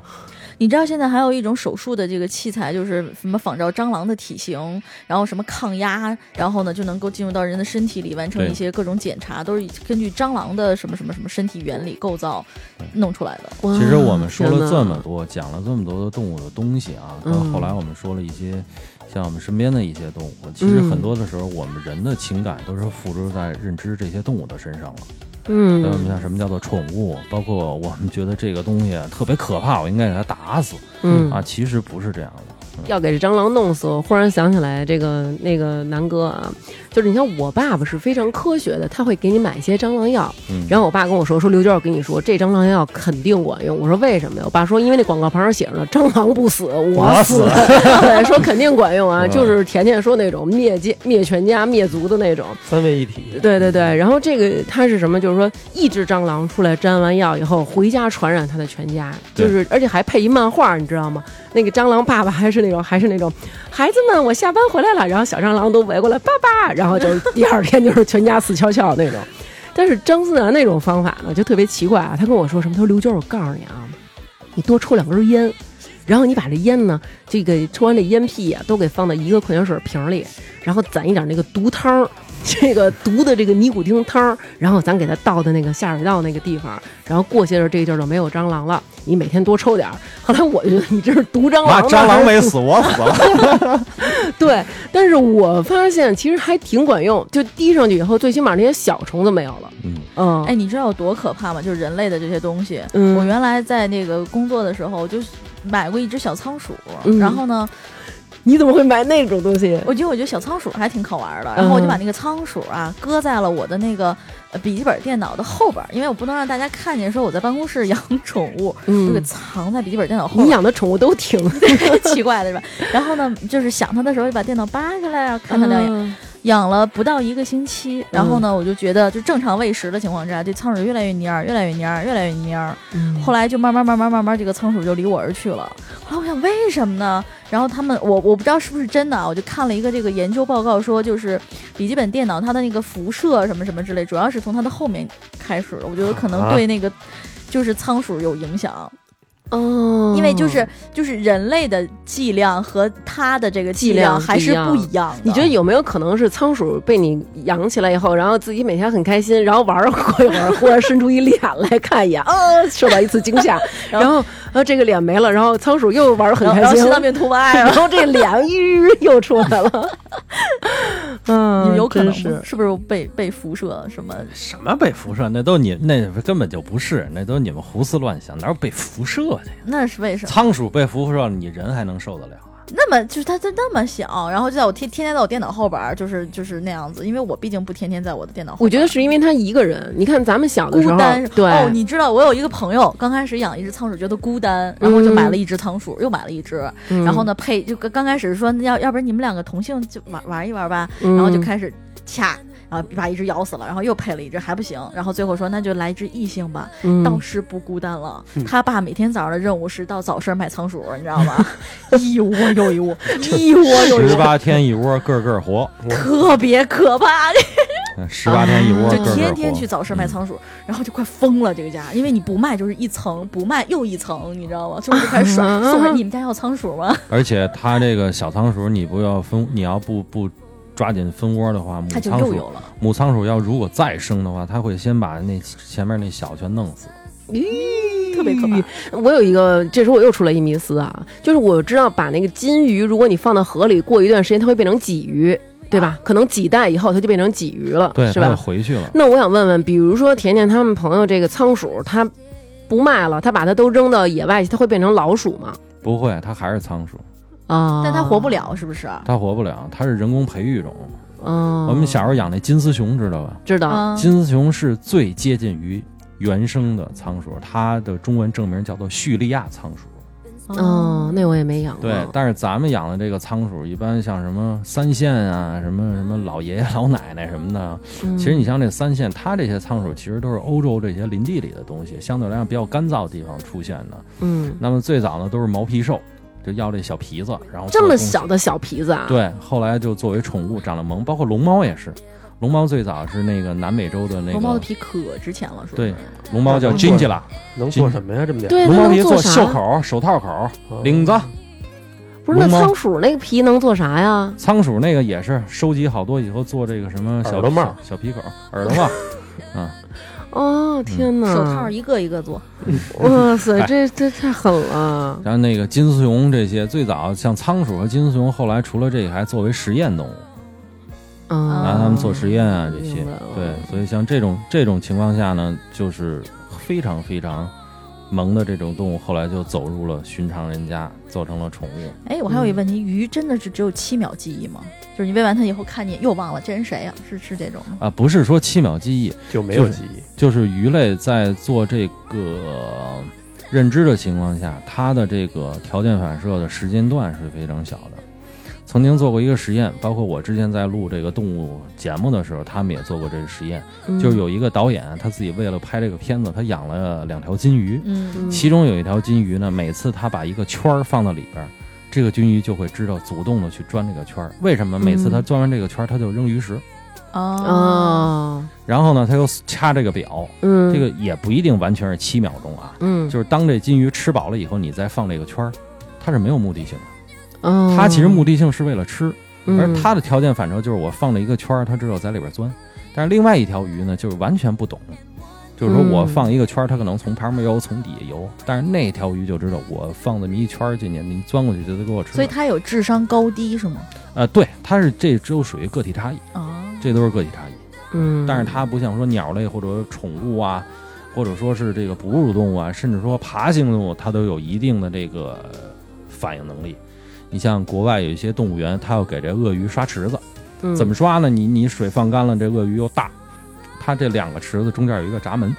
S4: 你知道现在还有一种手术的这个器材，就是什么仿照蟑螂的体型，然后什么抗压，然后呢就能够进入到人的身体里，完成
S5: 对
S4: 一些各种检查，都是以根据蟑螂的什么什么什么身体原理构造弄出来的。
S1: 哇
S5: 其实我们说了这
S1: 天
S5: 么
S1: 哪
S5: 多，讲了这么多的动物的东西啊，
S1: 嗯
S5: 到后来我们说了一些像我们身边的一些动物，其实
S1: 嗯
S5: 很多的时候，我们人的情感都是付诸在认知这些动物的身上了。所以我
S1: 嗯
S5: 们像什么叫做宠物，包括我们觉得这个东西特别可怕，我应该给它打死啊，
S1: 嗯，
S5: 其实不是这样的。
S1: 要给这蟑螂弄死我。忽然想起来，这个那个南哥啊，就是你像我爸爸是非常科学的，他会给你买一些蟑螂药。
S5: 嗯
S1: 然后我爸跟我说，说刘娟，我跟你说，这蟑螂药肯定管用。我说为什么呀？我爸说，因为那广告牌上写着呢，蟑螂不死，我死。对，说肯定管用啊，
S5: 嗯
S1: 就是甜甜说那种灭家、灭全家、灭族的那种。
S3: 三位一体，
S1: 对对对，然后这个它是什么？就是说一只蟑螂出来沾完药以后，回家传染它的全家，
S5: 对
S1: 就是而且还配一漫画，你知道吗？那个蟑螂爸爸还是那种还是那种，孩子们，我下班回来了，然后小蟑螂都围过来，爸爸，然后就是第二天就是全家死翘翘那种。但是张思楠那种方法呢，就特别奇怪啊。他跟我说什么？他说刘娟，我告诉你啊，你多抽两根烟，然后你把这烟呢，这个抽完这烟屁呀、都给放到一个矿泉水瓶里，然后攒一点那个毒汤儿，这个毒的这个尼古丁汤儿，然后咱给它倒到那个下水道那个地方，然后过些日儿这个地儿就没有蟑螂了。你每天多抽点儿。后来我就觉得你这是毒蟑
S5: 妈，
S1: 螂吧，
S5: 蟑螂
S1: 还
S5: 没
S1: 是毒
S5: 死，我死了。
S1: 对，但是我发现其实还挺管用，就滴上去以后，最起码那些小虫子没有了。
S5: 嗯，
S1: 嗯，
S4: 哎，你知道有多可怕吗？就是人类的这些东西。
S1: 嗯
S4: 我原来在那个工作的时候，就是买过一只小仓鼠，
S1: 嗯
S4: 然后呢，
S1: 你怎么会买那种东西？
S4: 我觉得我觉得小仓鼠还挺好玩的，然后我就
S1: 嗯
S4: 把那个仓鼠啊搁在了我的那个呃笔记本电脑的后边儿，因为我不能让大家看见说我在办公室养宠物，我就给
S1: 嗯，
S4: 藏在笔记本电脑后边
S1: 你
S4: 儿。
S1: 养的宠物都挺
S4: 奇怪的是吧？然后呢，就是想它的时候就把电脑扒下来，然后看它两眼。
S1: 嗯
S4: 养了不到一个星期，然后呢，我就觉得就正常喂食的情况之下，这仓鼠越来越蔫儿，越来越蔫儿，越来越蔫儿。后来就慢慢慢慢慢慢，这个仓鼠就离我而去了。后来我想为什么呢？然后他们我我不知道是不是真的啊，我就看了一个这个研究报告说，就是笔记本电脑它的那个辐射什么什么之类，主要是从它的后面开始的。我觉得可能
S3: 啊
S4: 对那个。就是仓鼠有影响，
S1: 哦，
S4: 因为就是就是人类的剂量和它的这个
S1: 剂
S4: 剂
S1: 量
S4: 量还
S1: 不一
S4: 是
S1: 样
S4: 不一样的。
S1: 你觉得有没有可能是仓鼠被你养起来以后，然后自己每天很开心，然后玩儿过一会儿，忽然伸出一脸来看一眼，啊，受到一次惊 吓，然后呃这个脸没了，然后仓鼠又玩儿很
S4: 然后
S1: 开
S4: 然后
S1: 心
S4: 心，脏 病突发
S1: 然后这脸吁又出来了，嗯，
S4: 有可能
S1: 真
S4: 吗
S1: 是
S4: 是不是被被辐射什么？
S5: 什么被辐射？那都你那根本就不是，那都是你们胡思乱想，哪有被辐射的呀？
S4: 那是为什么？
S5: 仓鼠被辐射，你人还能受得了啊？
S4: 那么就是它它那么小，然后就在我天天天在我电脑后边儿，就是就是那样子，因为我毕竟不天天在我的电脑 后
S1: 我
S4: 边
S1: 觉
S4: 儿。
S1: 得是因为他一个人，你看咱们小的
S4: 孤
S1: 时候
S4: 单，
S1: 对，
S4: 哦，你知道我有一个朋友，刚开始养一只仓鼠，觉得孤单，然后就买了一只仓鼠，又买了一只，
S1: 嗯
S4: 然后，呢配就刚刚开始说要要不然你们两个同性就玩玩一玩吧，
S1: 然
S4: 然后就
S5: 嗯
S4: 开始掐，然后把一只咬死了，然后又配了一只还不行，然后最后说那就来一只异性吧，
S5: 嗯
S1: 嗯
S4: 倒是不孤单了。他爸每天早上的任务是到早市买仓鼠，你知道吗？ 一窝又一窝，一窝又一
S5: 十
S4: 窝，
S5: 八天一窝，个个活；
S4: 特别可怕。
S5: 十八天一窝，嗯个
S4: 啊就
S5: 个活。
S4: 天天去早市买仓鼠，然后就快疯了这个家，因为你不卖就是一层，不卖又一层，你知道吗？所以我就开始甩，
S5: 嗯
S1: 啊
S4: 送人你们家要仓鼠吗？
S5: 而且它这个小仓鼠，你不要分，你要不不抓紧分窝的话，母
S4: 他就
S5: 仓
S4: 又有
S5: 鼠
S4: 了，
S5: 母仓鼠要如果再生的话，它会先把那前面那小全弄死。
S4: 特别可怕。
S1: 我有一个，这时候我又出了一迷思啊，就是我知道把那个金鱼，如果你放到河里，过一段时间它会变成鲫鱼，对吧？可能几代以后它就变成鲫鱼了，
S5: 对，
S1: 是
S5: 它就
S1: 吧？
S5: 回去了。
S1: 那我想问问，比如说甜甜他们朋友这个仓鼠，它不卖了，它把它都扔到野外去，它会变成老鼠吗？
S5: 不会，它还是仓鼠，嗯
S1: 啊，
S4: 但它活不。了，是不啊是？
S5: 它活不了，它是人工培育种。
S4: 哦
S1: 嗯，
S5: 我们小时候养那金丝熊，知道吧？
S1: 知道，
S4: 啊，
S5: 金丝熊是最接近于原生的仓鼠，它的中文正名叫做叙利亚仓鼠。
S1: 嗯，那我也没养过。
S5: 对，但是咱们养的这个仓鼠，一般像什么三线啊，什么什么老爷爷老奶奶什么的，
S1: 嗯
S5: 其实你像这三线，它这些仓鼠其实都是欧洲这些林地里的东西，相对来讲比较干燥的地方出现的。
S1: 嗯，
S5: 那么最早呢，都是毛皮兽，就要这小皮子，然后做
S1: 这么
S5: 东西
S1: 小的小皮子啊，
S5: 对，后来就作为宠物长了萌，包括龙猫也是。龙猫最早是那个南美洲的那
S4: 龙猫的
S5: 个，
S4: 皮可值钱了，是不
S5: 对
S4: 是？
S5: 龙猫叫
S3: 能
S5: g i
S3: 做
S5: n g l a
S3: 能做什么呀？这么点啊
S1: 对，
S5: 龙
S1: 它
S5: 猫
S1: 能
S5: 皮
S1: 做
S5: 做
S1: 啥嗯
S5: 袖？口、手套口、
S3: 儿
S5: 领子。
S1: 不是那
S5: 龙猫
S1: 仓鼠那个皮能做啥呀？
S5: 仓鼠那个也是收集好多以后做这个什么小
S3: 耳朵帽、
S5: 小小皮口、耳朵帽，
S1: 哦，天哪！
S4: 手套一个一个做，
S1: 哇
S5: 哎
S1: 塞，这这太狠了！啊
S5: 然后那个金丝熊这些，最早像仓鼠和金丝熊，后来除了这个还作为实验动物，
S1: 嗯，
S5: 拿它们做实验啊这些
S1: 哦明白了。
S5: 对，所以像这种这种情况下呢，就是非常非常萌的这种动物后来就走入了寻常人家，做成了宠物。
S4: 哎，我还有一
S1: 嗯
S4: 个问题，鱼真的是只有七秒记忆吗？就是你喂完它以后，看你又忘了这人谁呀、是是这种吗？
S5: 啊，不是说七秒记忆，
S3: 就没有
S5: 就是
S3: 记忆。
S5: 就是鱼类在做这个呃认知的情况下，它的这个条件反射的时间段是非常小的。曾经做过一个实验，包括我之前在录这个动物节目的时候，他们也做过这个实验。
S1: 嗯
S5: 就是有一个导演，他自己为了拍这个片子，他养了两条金鱼，
S4: 嗯，
S5: 其中有一条金鱼呢，每次他把一个圈儿放到里边儿，这个金鱼就会知道主动的去钻这个圈儿。为什么？每次他钻完这个圈儿，他就扔鱼食，
S4: 哦，
S1: 哦，
S5: 然后呢，他又掐这个表，
S1: 嗯，
S5: 这个也不一定完全是七秒钟啊，
S1: 嗯，
S5: 就是当这金鱼吃饱了以后，你再放这个圈儿，它是没有目的性的。
S1: 哦
S5: 它其实目的性是为了吃，
S1: 嗯
S5: 而它的条件反射就是我放了一个圈儿，它知道在里边钻。但是另外一条鱼呢，就是完全不懂，就是说我
S1: 嗯
S5: 放一个圈儿，它可能从旁边游，从底下游，但是那条鱼就知道我放这么一圈儿进去，你钻过去就得给我吃了。
S4: 所以它有智商高低是吗？
S5: 呃，对，它是这都属于个体差异，
S4: 啊，
S5: 这都是个体差异。
S1: 嗯，
S5: 但是它不像说鸟类或者宠物啊，或者说是这个哺乳动物啊，甚至说爬行动物，它都有一定的这个呃反应能力。你像国外有一些动物园，它要给这鳄鱼刷池子，
S1: 嗯
S5: 怎么刷呢？你你水放干了，这鳄鱼又大，它这两个池子中间有一个闸门，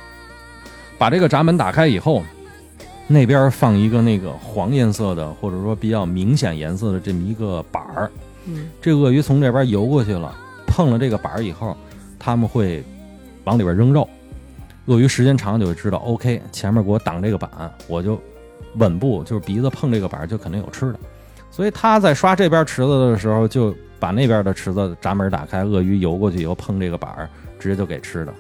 S5: 把这个闸门打开以后，那边放一个那个黄颜色的，或者说比较明显颜色的这么一个板儿，
S1: 嗯
S5: 这鳄鱼从这边游过去了，碰了这个板儿以后，他们会往里边扔肉。鳄鱼时间长了就会知道，OK，前面给我挡这个板，我就稳步，就是鼻子碰这个板儿就肯定有吃的。所以它在刷这边池子的时候，就把那边的池子闸门打开，鳄鱼游过去以后碰这个板儿，直接就给吃的。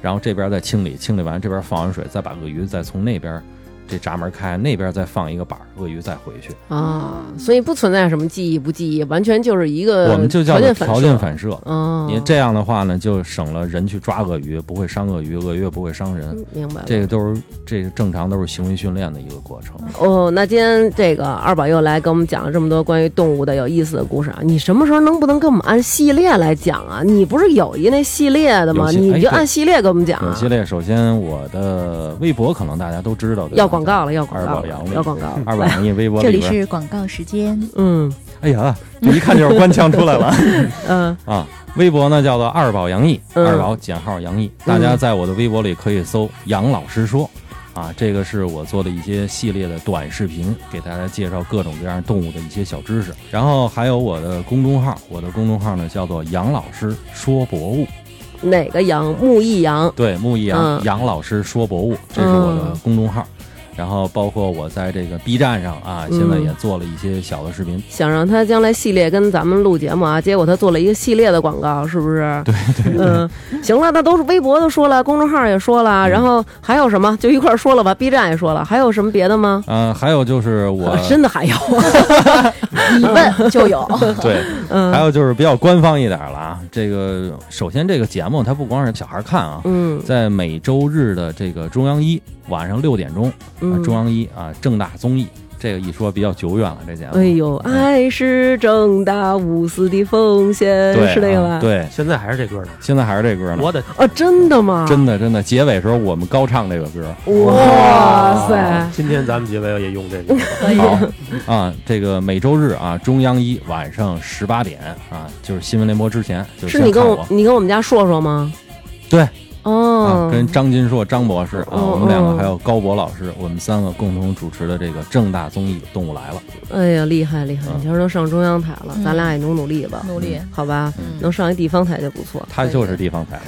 S5: 然后这边再清理，清理完这边放完水，再把鳄鱼再从那边这闸门开，那边再放一个板儿，鳄鱼再回去。
S1: 啊，所以不存在什么记忆不记忆，完全就是一个
S5: 我们就叫做条件
S1: 呃反射。
S5: 反射。
S1: 哦，
S5: 你这样的话呢，就省了人去抓鳄鱼，不会伤鳄鱼，鳄鱼也不会伤人。
S1: 嗯明白了
S5: 这个都是这个正常都是行为训练的一个过程。
S1: 哦，那今天这个二宝又来给我们讲了这么多关于动物的有意思的故事啊！你什么时候能不能给我们按系列来讲啊？你不是有一那系列的吗？
S5: 有系
S1: 你就
S5: 哎对
S1: 按系列给我们讲
S5: 有
S1: 啊！
S5: 系列，首先我的微博可能大家都知道，对吧
S1: 要广告了，要广
S5: 二
S1: 告
S5: 宝
S1: 了
S5: 杨，
S1: 要广告了。
S5: 二百行业微博
S4: 这里
S5: 里边，
S4: 是广告时间。
S1: 嗯
S5: 哎呀，这一看就是官腔出来了
S1: 嗯
S5: 啊！微博呢叫做二宝杨毅，
S1: 嗯
S5: 二宝减号杨毅，大家在我的微博里可以搜“杨老师说”。啊，这个是我做的一些系列的短视频，给大家介绍各种各样动物的一些小知识。然后还有我的公众号，我的公众号呢叫做“杨老师说博物”，
S1: 哪个羊？木易羊。
S5: 对，木易
S1: 嗯
S5: 杨杨老师说博物，这是我的公众号。然后包括我在这个 B 站上啊，现
S1: 嗯
S5: 在也做了一些小的视频。
S1: 想让他将来系列跟咱们录节目啊，结果他做了一个系列的广告，是不是？对对嗯，行了，那都是微博都说了，公众号也说
S5: 嗯
S1: 了，然后还有什么就一块儿说了吧，B 站也说了，还有什么别的吗？
S5: 嗯、还有就是我、
S1: 啊真的还有，
S4: 一问就有，
S5: 对，
S1: 嗯
S5: 还有就是比较官方一点了啊。这个首先这个节目它不光是小孩看啊，
S1: 嗯
S5: 在每周日的这个中央一晚上六点钟，啊
S1: 嗯，
S5: 中央一啊正大综艺，这个一说比较久远了，这节目。
S1: 哎呦，
S5: 嗯
S1: 爱是正大无私的奉献，
S5: 对，
S1: 是这个吧？
S5: 啊对，
S3: 现在还是这歌呢，
S5: 现在还是这歌呢。
S3: 我的
S1: 哦，真的吗？
S5: 真的真的，结尾时候我们高唱这个歌。
S1: 哇塞！
S3: 啊今天咱们结尾也用这
S1: 嗯
S3: 个，
S4: 可以。
S5: 好啊，这个每周日啊，中央一晚上十八点啊，就是新闻联播之前，就是先
S1: 你
S5: 看
S1: 跟
S5: 我
S1: 我你跟我们家硕硕吗？
S5: 对
S1: 哦
S5: 啊，，跟张金硕张博士啊，
S1: 哦
S5: 我们两
S1: 哦
S5: 个还有高博老师，我们三个共同主持的这个正大综艺《动物来了》。
S1: 哎呀，厉害厉害！
S5: 嗯
S1: 你瞧，都上中央台了，咱俩也努努力吧，
S4: 努力，
S1: 好吧？
S4: 嗯
S1: 能上一地方台就不错。
S5: 他就是地方台，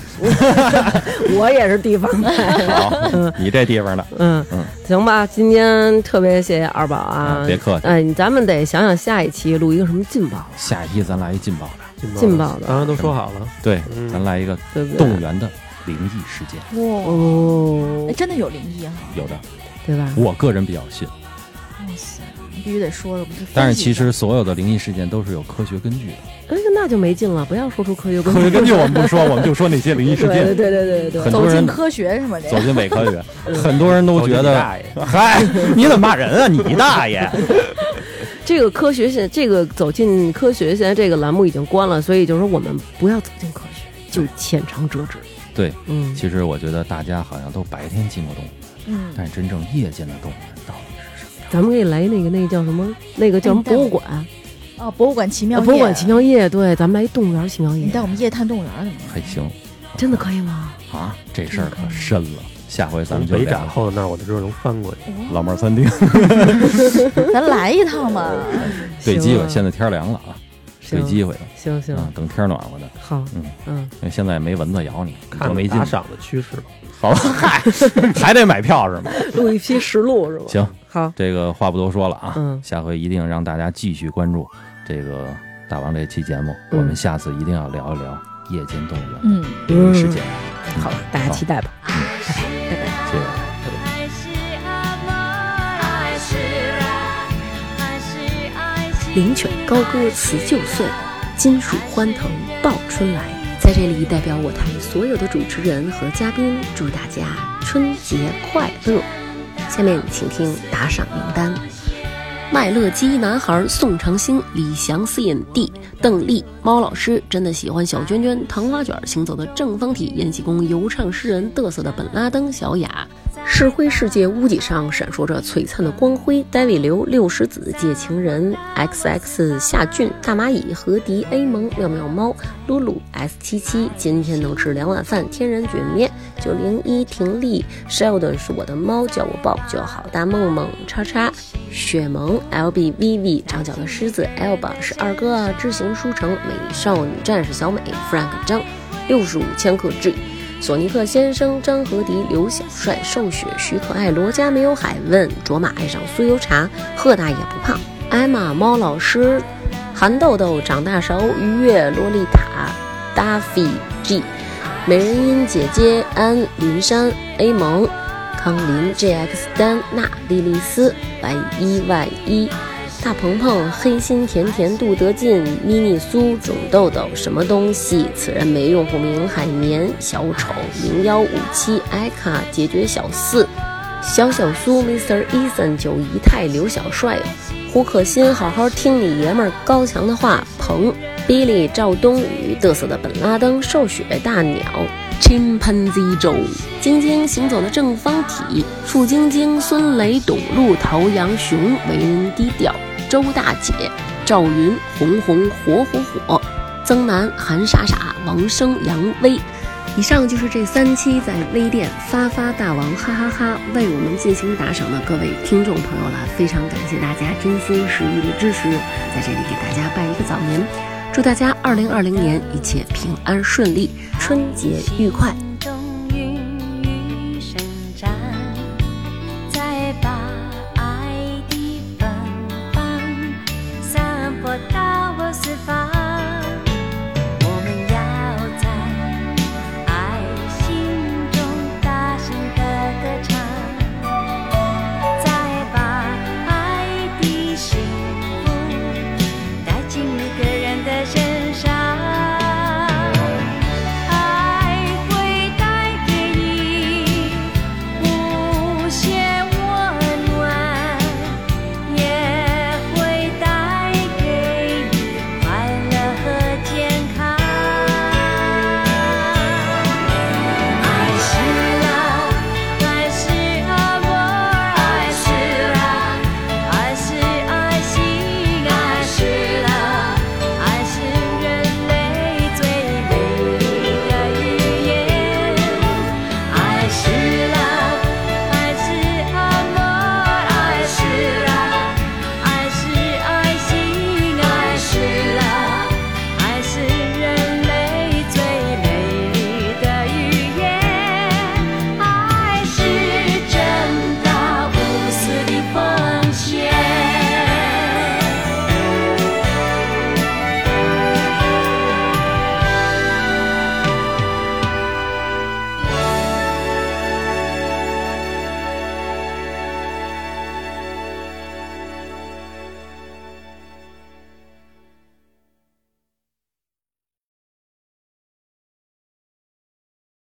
S1: 我也是地方台。
S5: 好，你这地方的，
S1: 嗯
S5: 嗯，
S1: 行吧，今天特别谢谢二宝啊
S5: 啊，别客气
S1: 哎，咱们得想想下一期录一个什么劲爆的，
S5: 下一期咱来一劲爆的，
S1: 劲爆的
S3: 刚刚都说好了，
S5: 对，
S3: 嗯
S5: 咱来一个
S1: 对不对？
S5: 动物园的灵异事件，
S4: 哇，
S1: 哦
S4: 哎，真的有灵异哈！
S5: 有的，
S1: 对吧？
S5: 我个人比较信，
S4: 哇塞，你必须得说了，我们得分析一下
S5: 但是其实所有的灵异事件都是有科学根据的。
S1: 哎，那就没劲了，不要说出科学根
S5: 科学
S1: 据。
S5: 根据我们不说，我们就说那些灵异事
S1: 对对对
S5: 件，
S1: 对对对
S5: 很
S1: 对，
S5: 多
S4: 走进
S5: 人
S4: 科学是吗？这
S5: 走进伪科学，很多人都觉
S3: 走你
S5: 得
S3: 大爷，
S5: 嗨，你怎么骂人啊？你大爷！
S1: 这个科学现这个走进科学现在这个栏目已经关了，所以就是说我们不要走进科学，就浅尝辄止。
S5: 对，
S1: 嗯，
S5: 其实我觉得大家好像都白天进过动物园，
S4: 嗯，
S5: 但是真正夜间的动物园到底是什么？
S1: 咱们可以来那个那个叫什么？那个叫什么
S4: 哎你带
S1: 博
S4: 我
S1: 物馆？
S4: 哦，博物馆奇妙
S1: 啊
S4: 夜，
S1: 博物馆奇，妙夜，对，咱们来一动物园奇妙夜
S4: 你，带我们夜探动物园儿怎么样？
S5: 还行
S1: 真的可以吗？
S5: 啊，这事儿可深了。
S1: 嗯
S5: 下回咱
S3: 咱
S5: 们
S3: 们
S5: 就
S3: 北
S5: 聊
S3: 展后头那儿，我就知道能翻过去。
S5: 老妹儿餐厅
S4: 咱来一趟嘛，
S5: 对机
S1: 行
S5: 会，
S1: 啊
S5: 现在天儿凉了啊，对
S1: 行
S5: 机会的
S1: 行行
S5: 啊，，等天儿暖和的，
S1: 好，
S5: 嗯
S1: 嗯，
S5: 因为现在没蚊子咬你，
S3: 看
S5: 没
S3: 没
S5: 劲
S3: 打，赏的趋势吧，
S5: 好 吧？嗨，还得买票是吗？
S1: 录一批实录是吧？
S5: 行，
S1: 好，
S5: 这个话不多说了啊，
S1: 嗯
S5: 下回一定让大家继续关注这个大王这期节目，
S1: 嗯
S5: 我们下次一定要聊一聊夜间动物园
S4: 嗯。
S5: 的灵异事件。
S1: 嗯好，大家期待吧。
S5: 谢谢大家。
S8: 爱是阿莫爱是啊，爱是爱是
S9: 灵犬高歌辞旧岁，金属欢腾报春来。在这里，代表我台所有的主持人和嘉宾，祝大家春节快乐。下面请听打赏名单：麦乐鸡男孩、宋长兴、李翔、CMD、邓丽、猫老师、真的喜欢小娟娟、糖花卷、行走的正方体、延禧宫游唱诗人、嘚瑟的本拉登、小雅。石灰世界屋脊上闪烁着璀璨的光辉。David 刘、六石子、借情人、XX、夏俊、大蚂蚁、何迪、A 萌、妙妙猫、露露、S 七七，今天能吃两碗饭，天人卷面。九零一婷丽，Sheldon 是我的猫，叫我抱就好。大梦梦、叉叉、雪萌、LB、VV、长角的狮子、Elba 是二哥啊，知行书城、美少女战士小美、Frank 张，六十五千克制。索尼克先生、张和迪、刘小帅、瘦雪、徐可爱、罗家没有海问、卓玛爱上酥油茶、贺大也不胖、艾玛猫老师、韩豆豆、长大勺、愉悦、洛丽塔、达菲 G、美人音姐姐、安林山、A 萌、康林、JX 丹、娜、莉莉丝、白衣外衣。大鹏鹏、黑心甜甜、杜德进、咪妮苏、肿豆豆，什么东西？此人没用户名：海绵、小丑、零幺五七、艾卡、解决小四、小小苏、Mr. Ethan、九姨太、刘小帅、胡可欣，好好听你爷们儿高强的话。鹏、Billy、赵冬雨、嘚瑟的本拉登、瘦雪、大鸟、Chimpanzee Joe、晶晶、行走的正方体、付晶晶、孙雷、董路、陶阳熊、为人低调、周大姐、赵云、红红、火火火、曾楠、韩傻傻、王生、杨威。以上就是这三期在微店发发大王哈哈哈为我们进行打赏的各位听众朋友了，非常感谢大家真心实意的支持，在这里给大家拜一个早年，祝大家二零二零年一切平安顺利，春节愉快。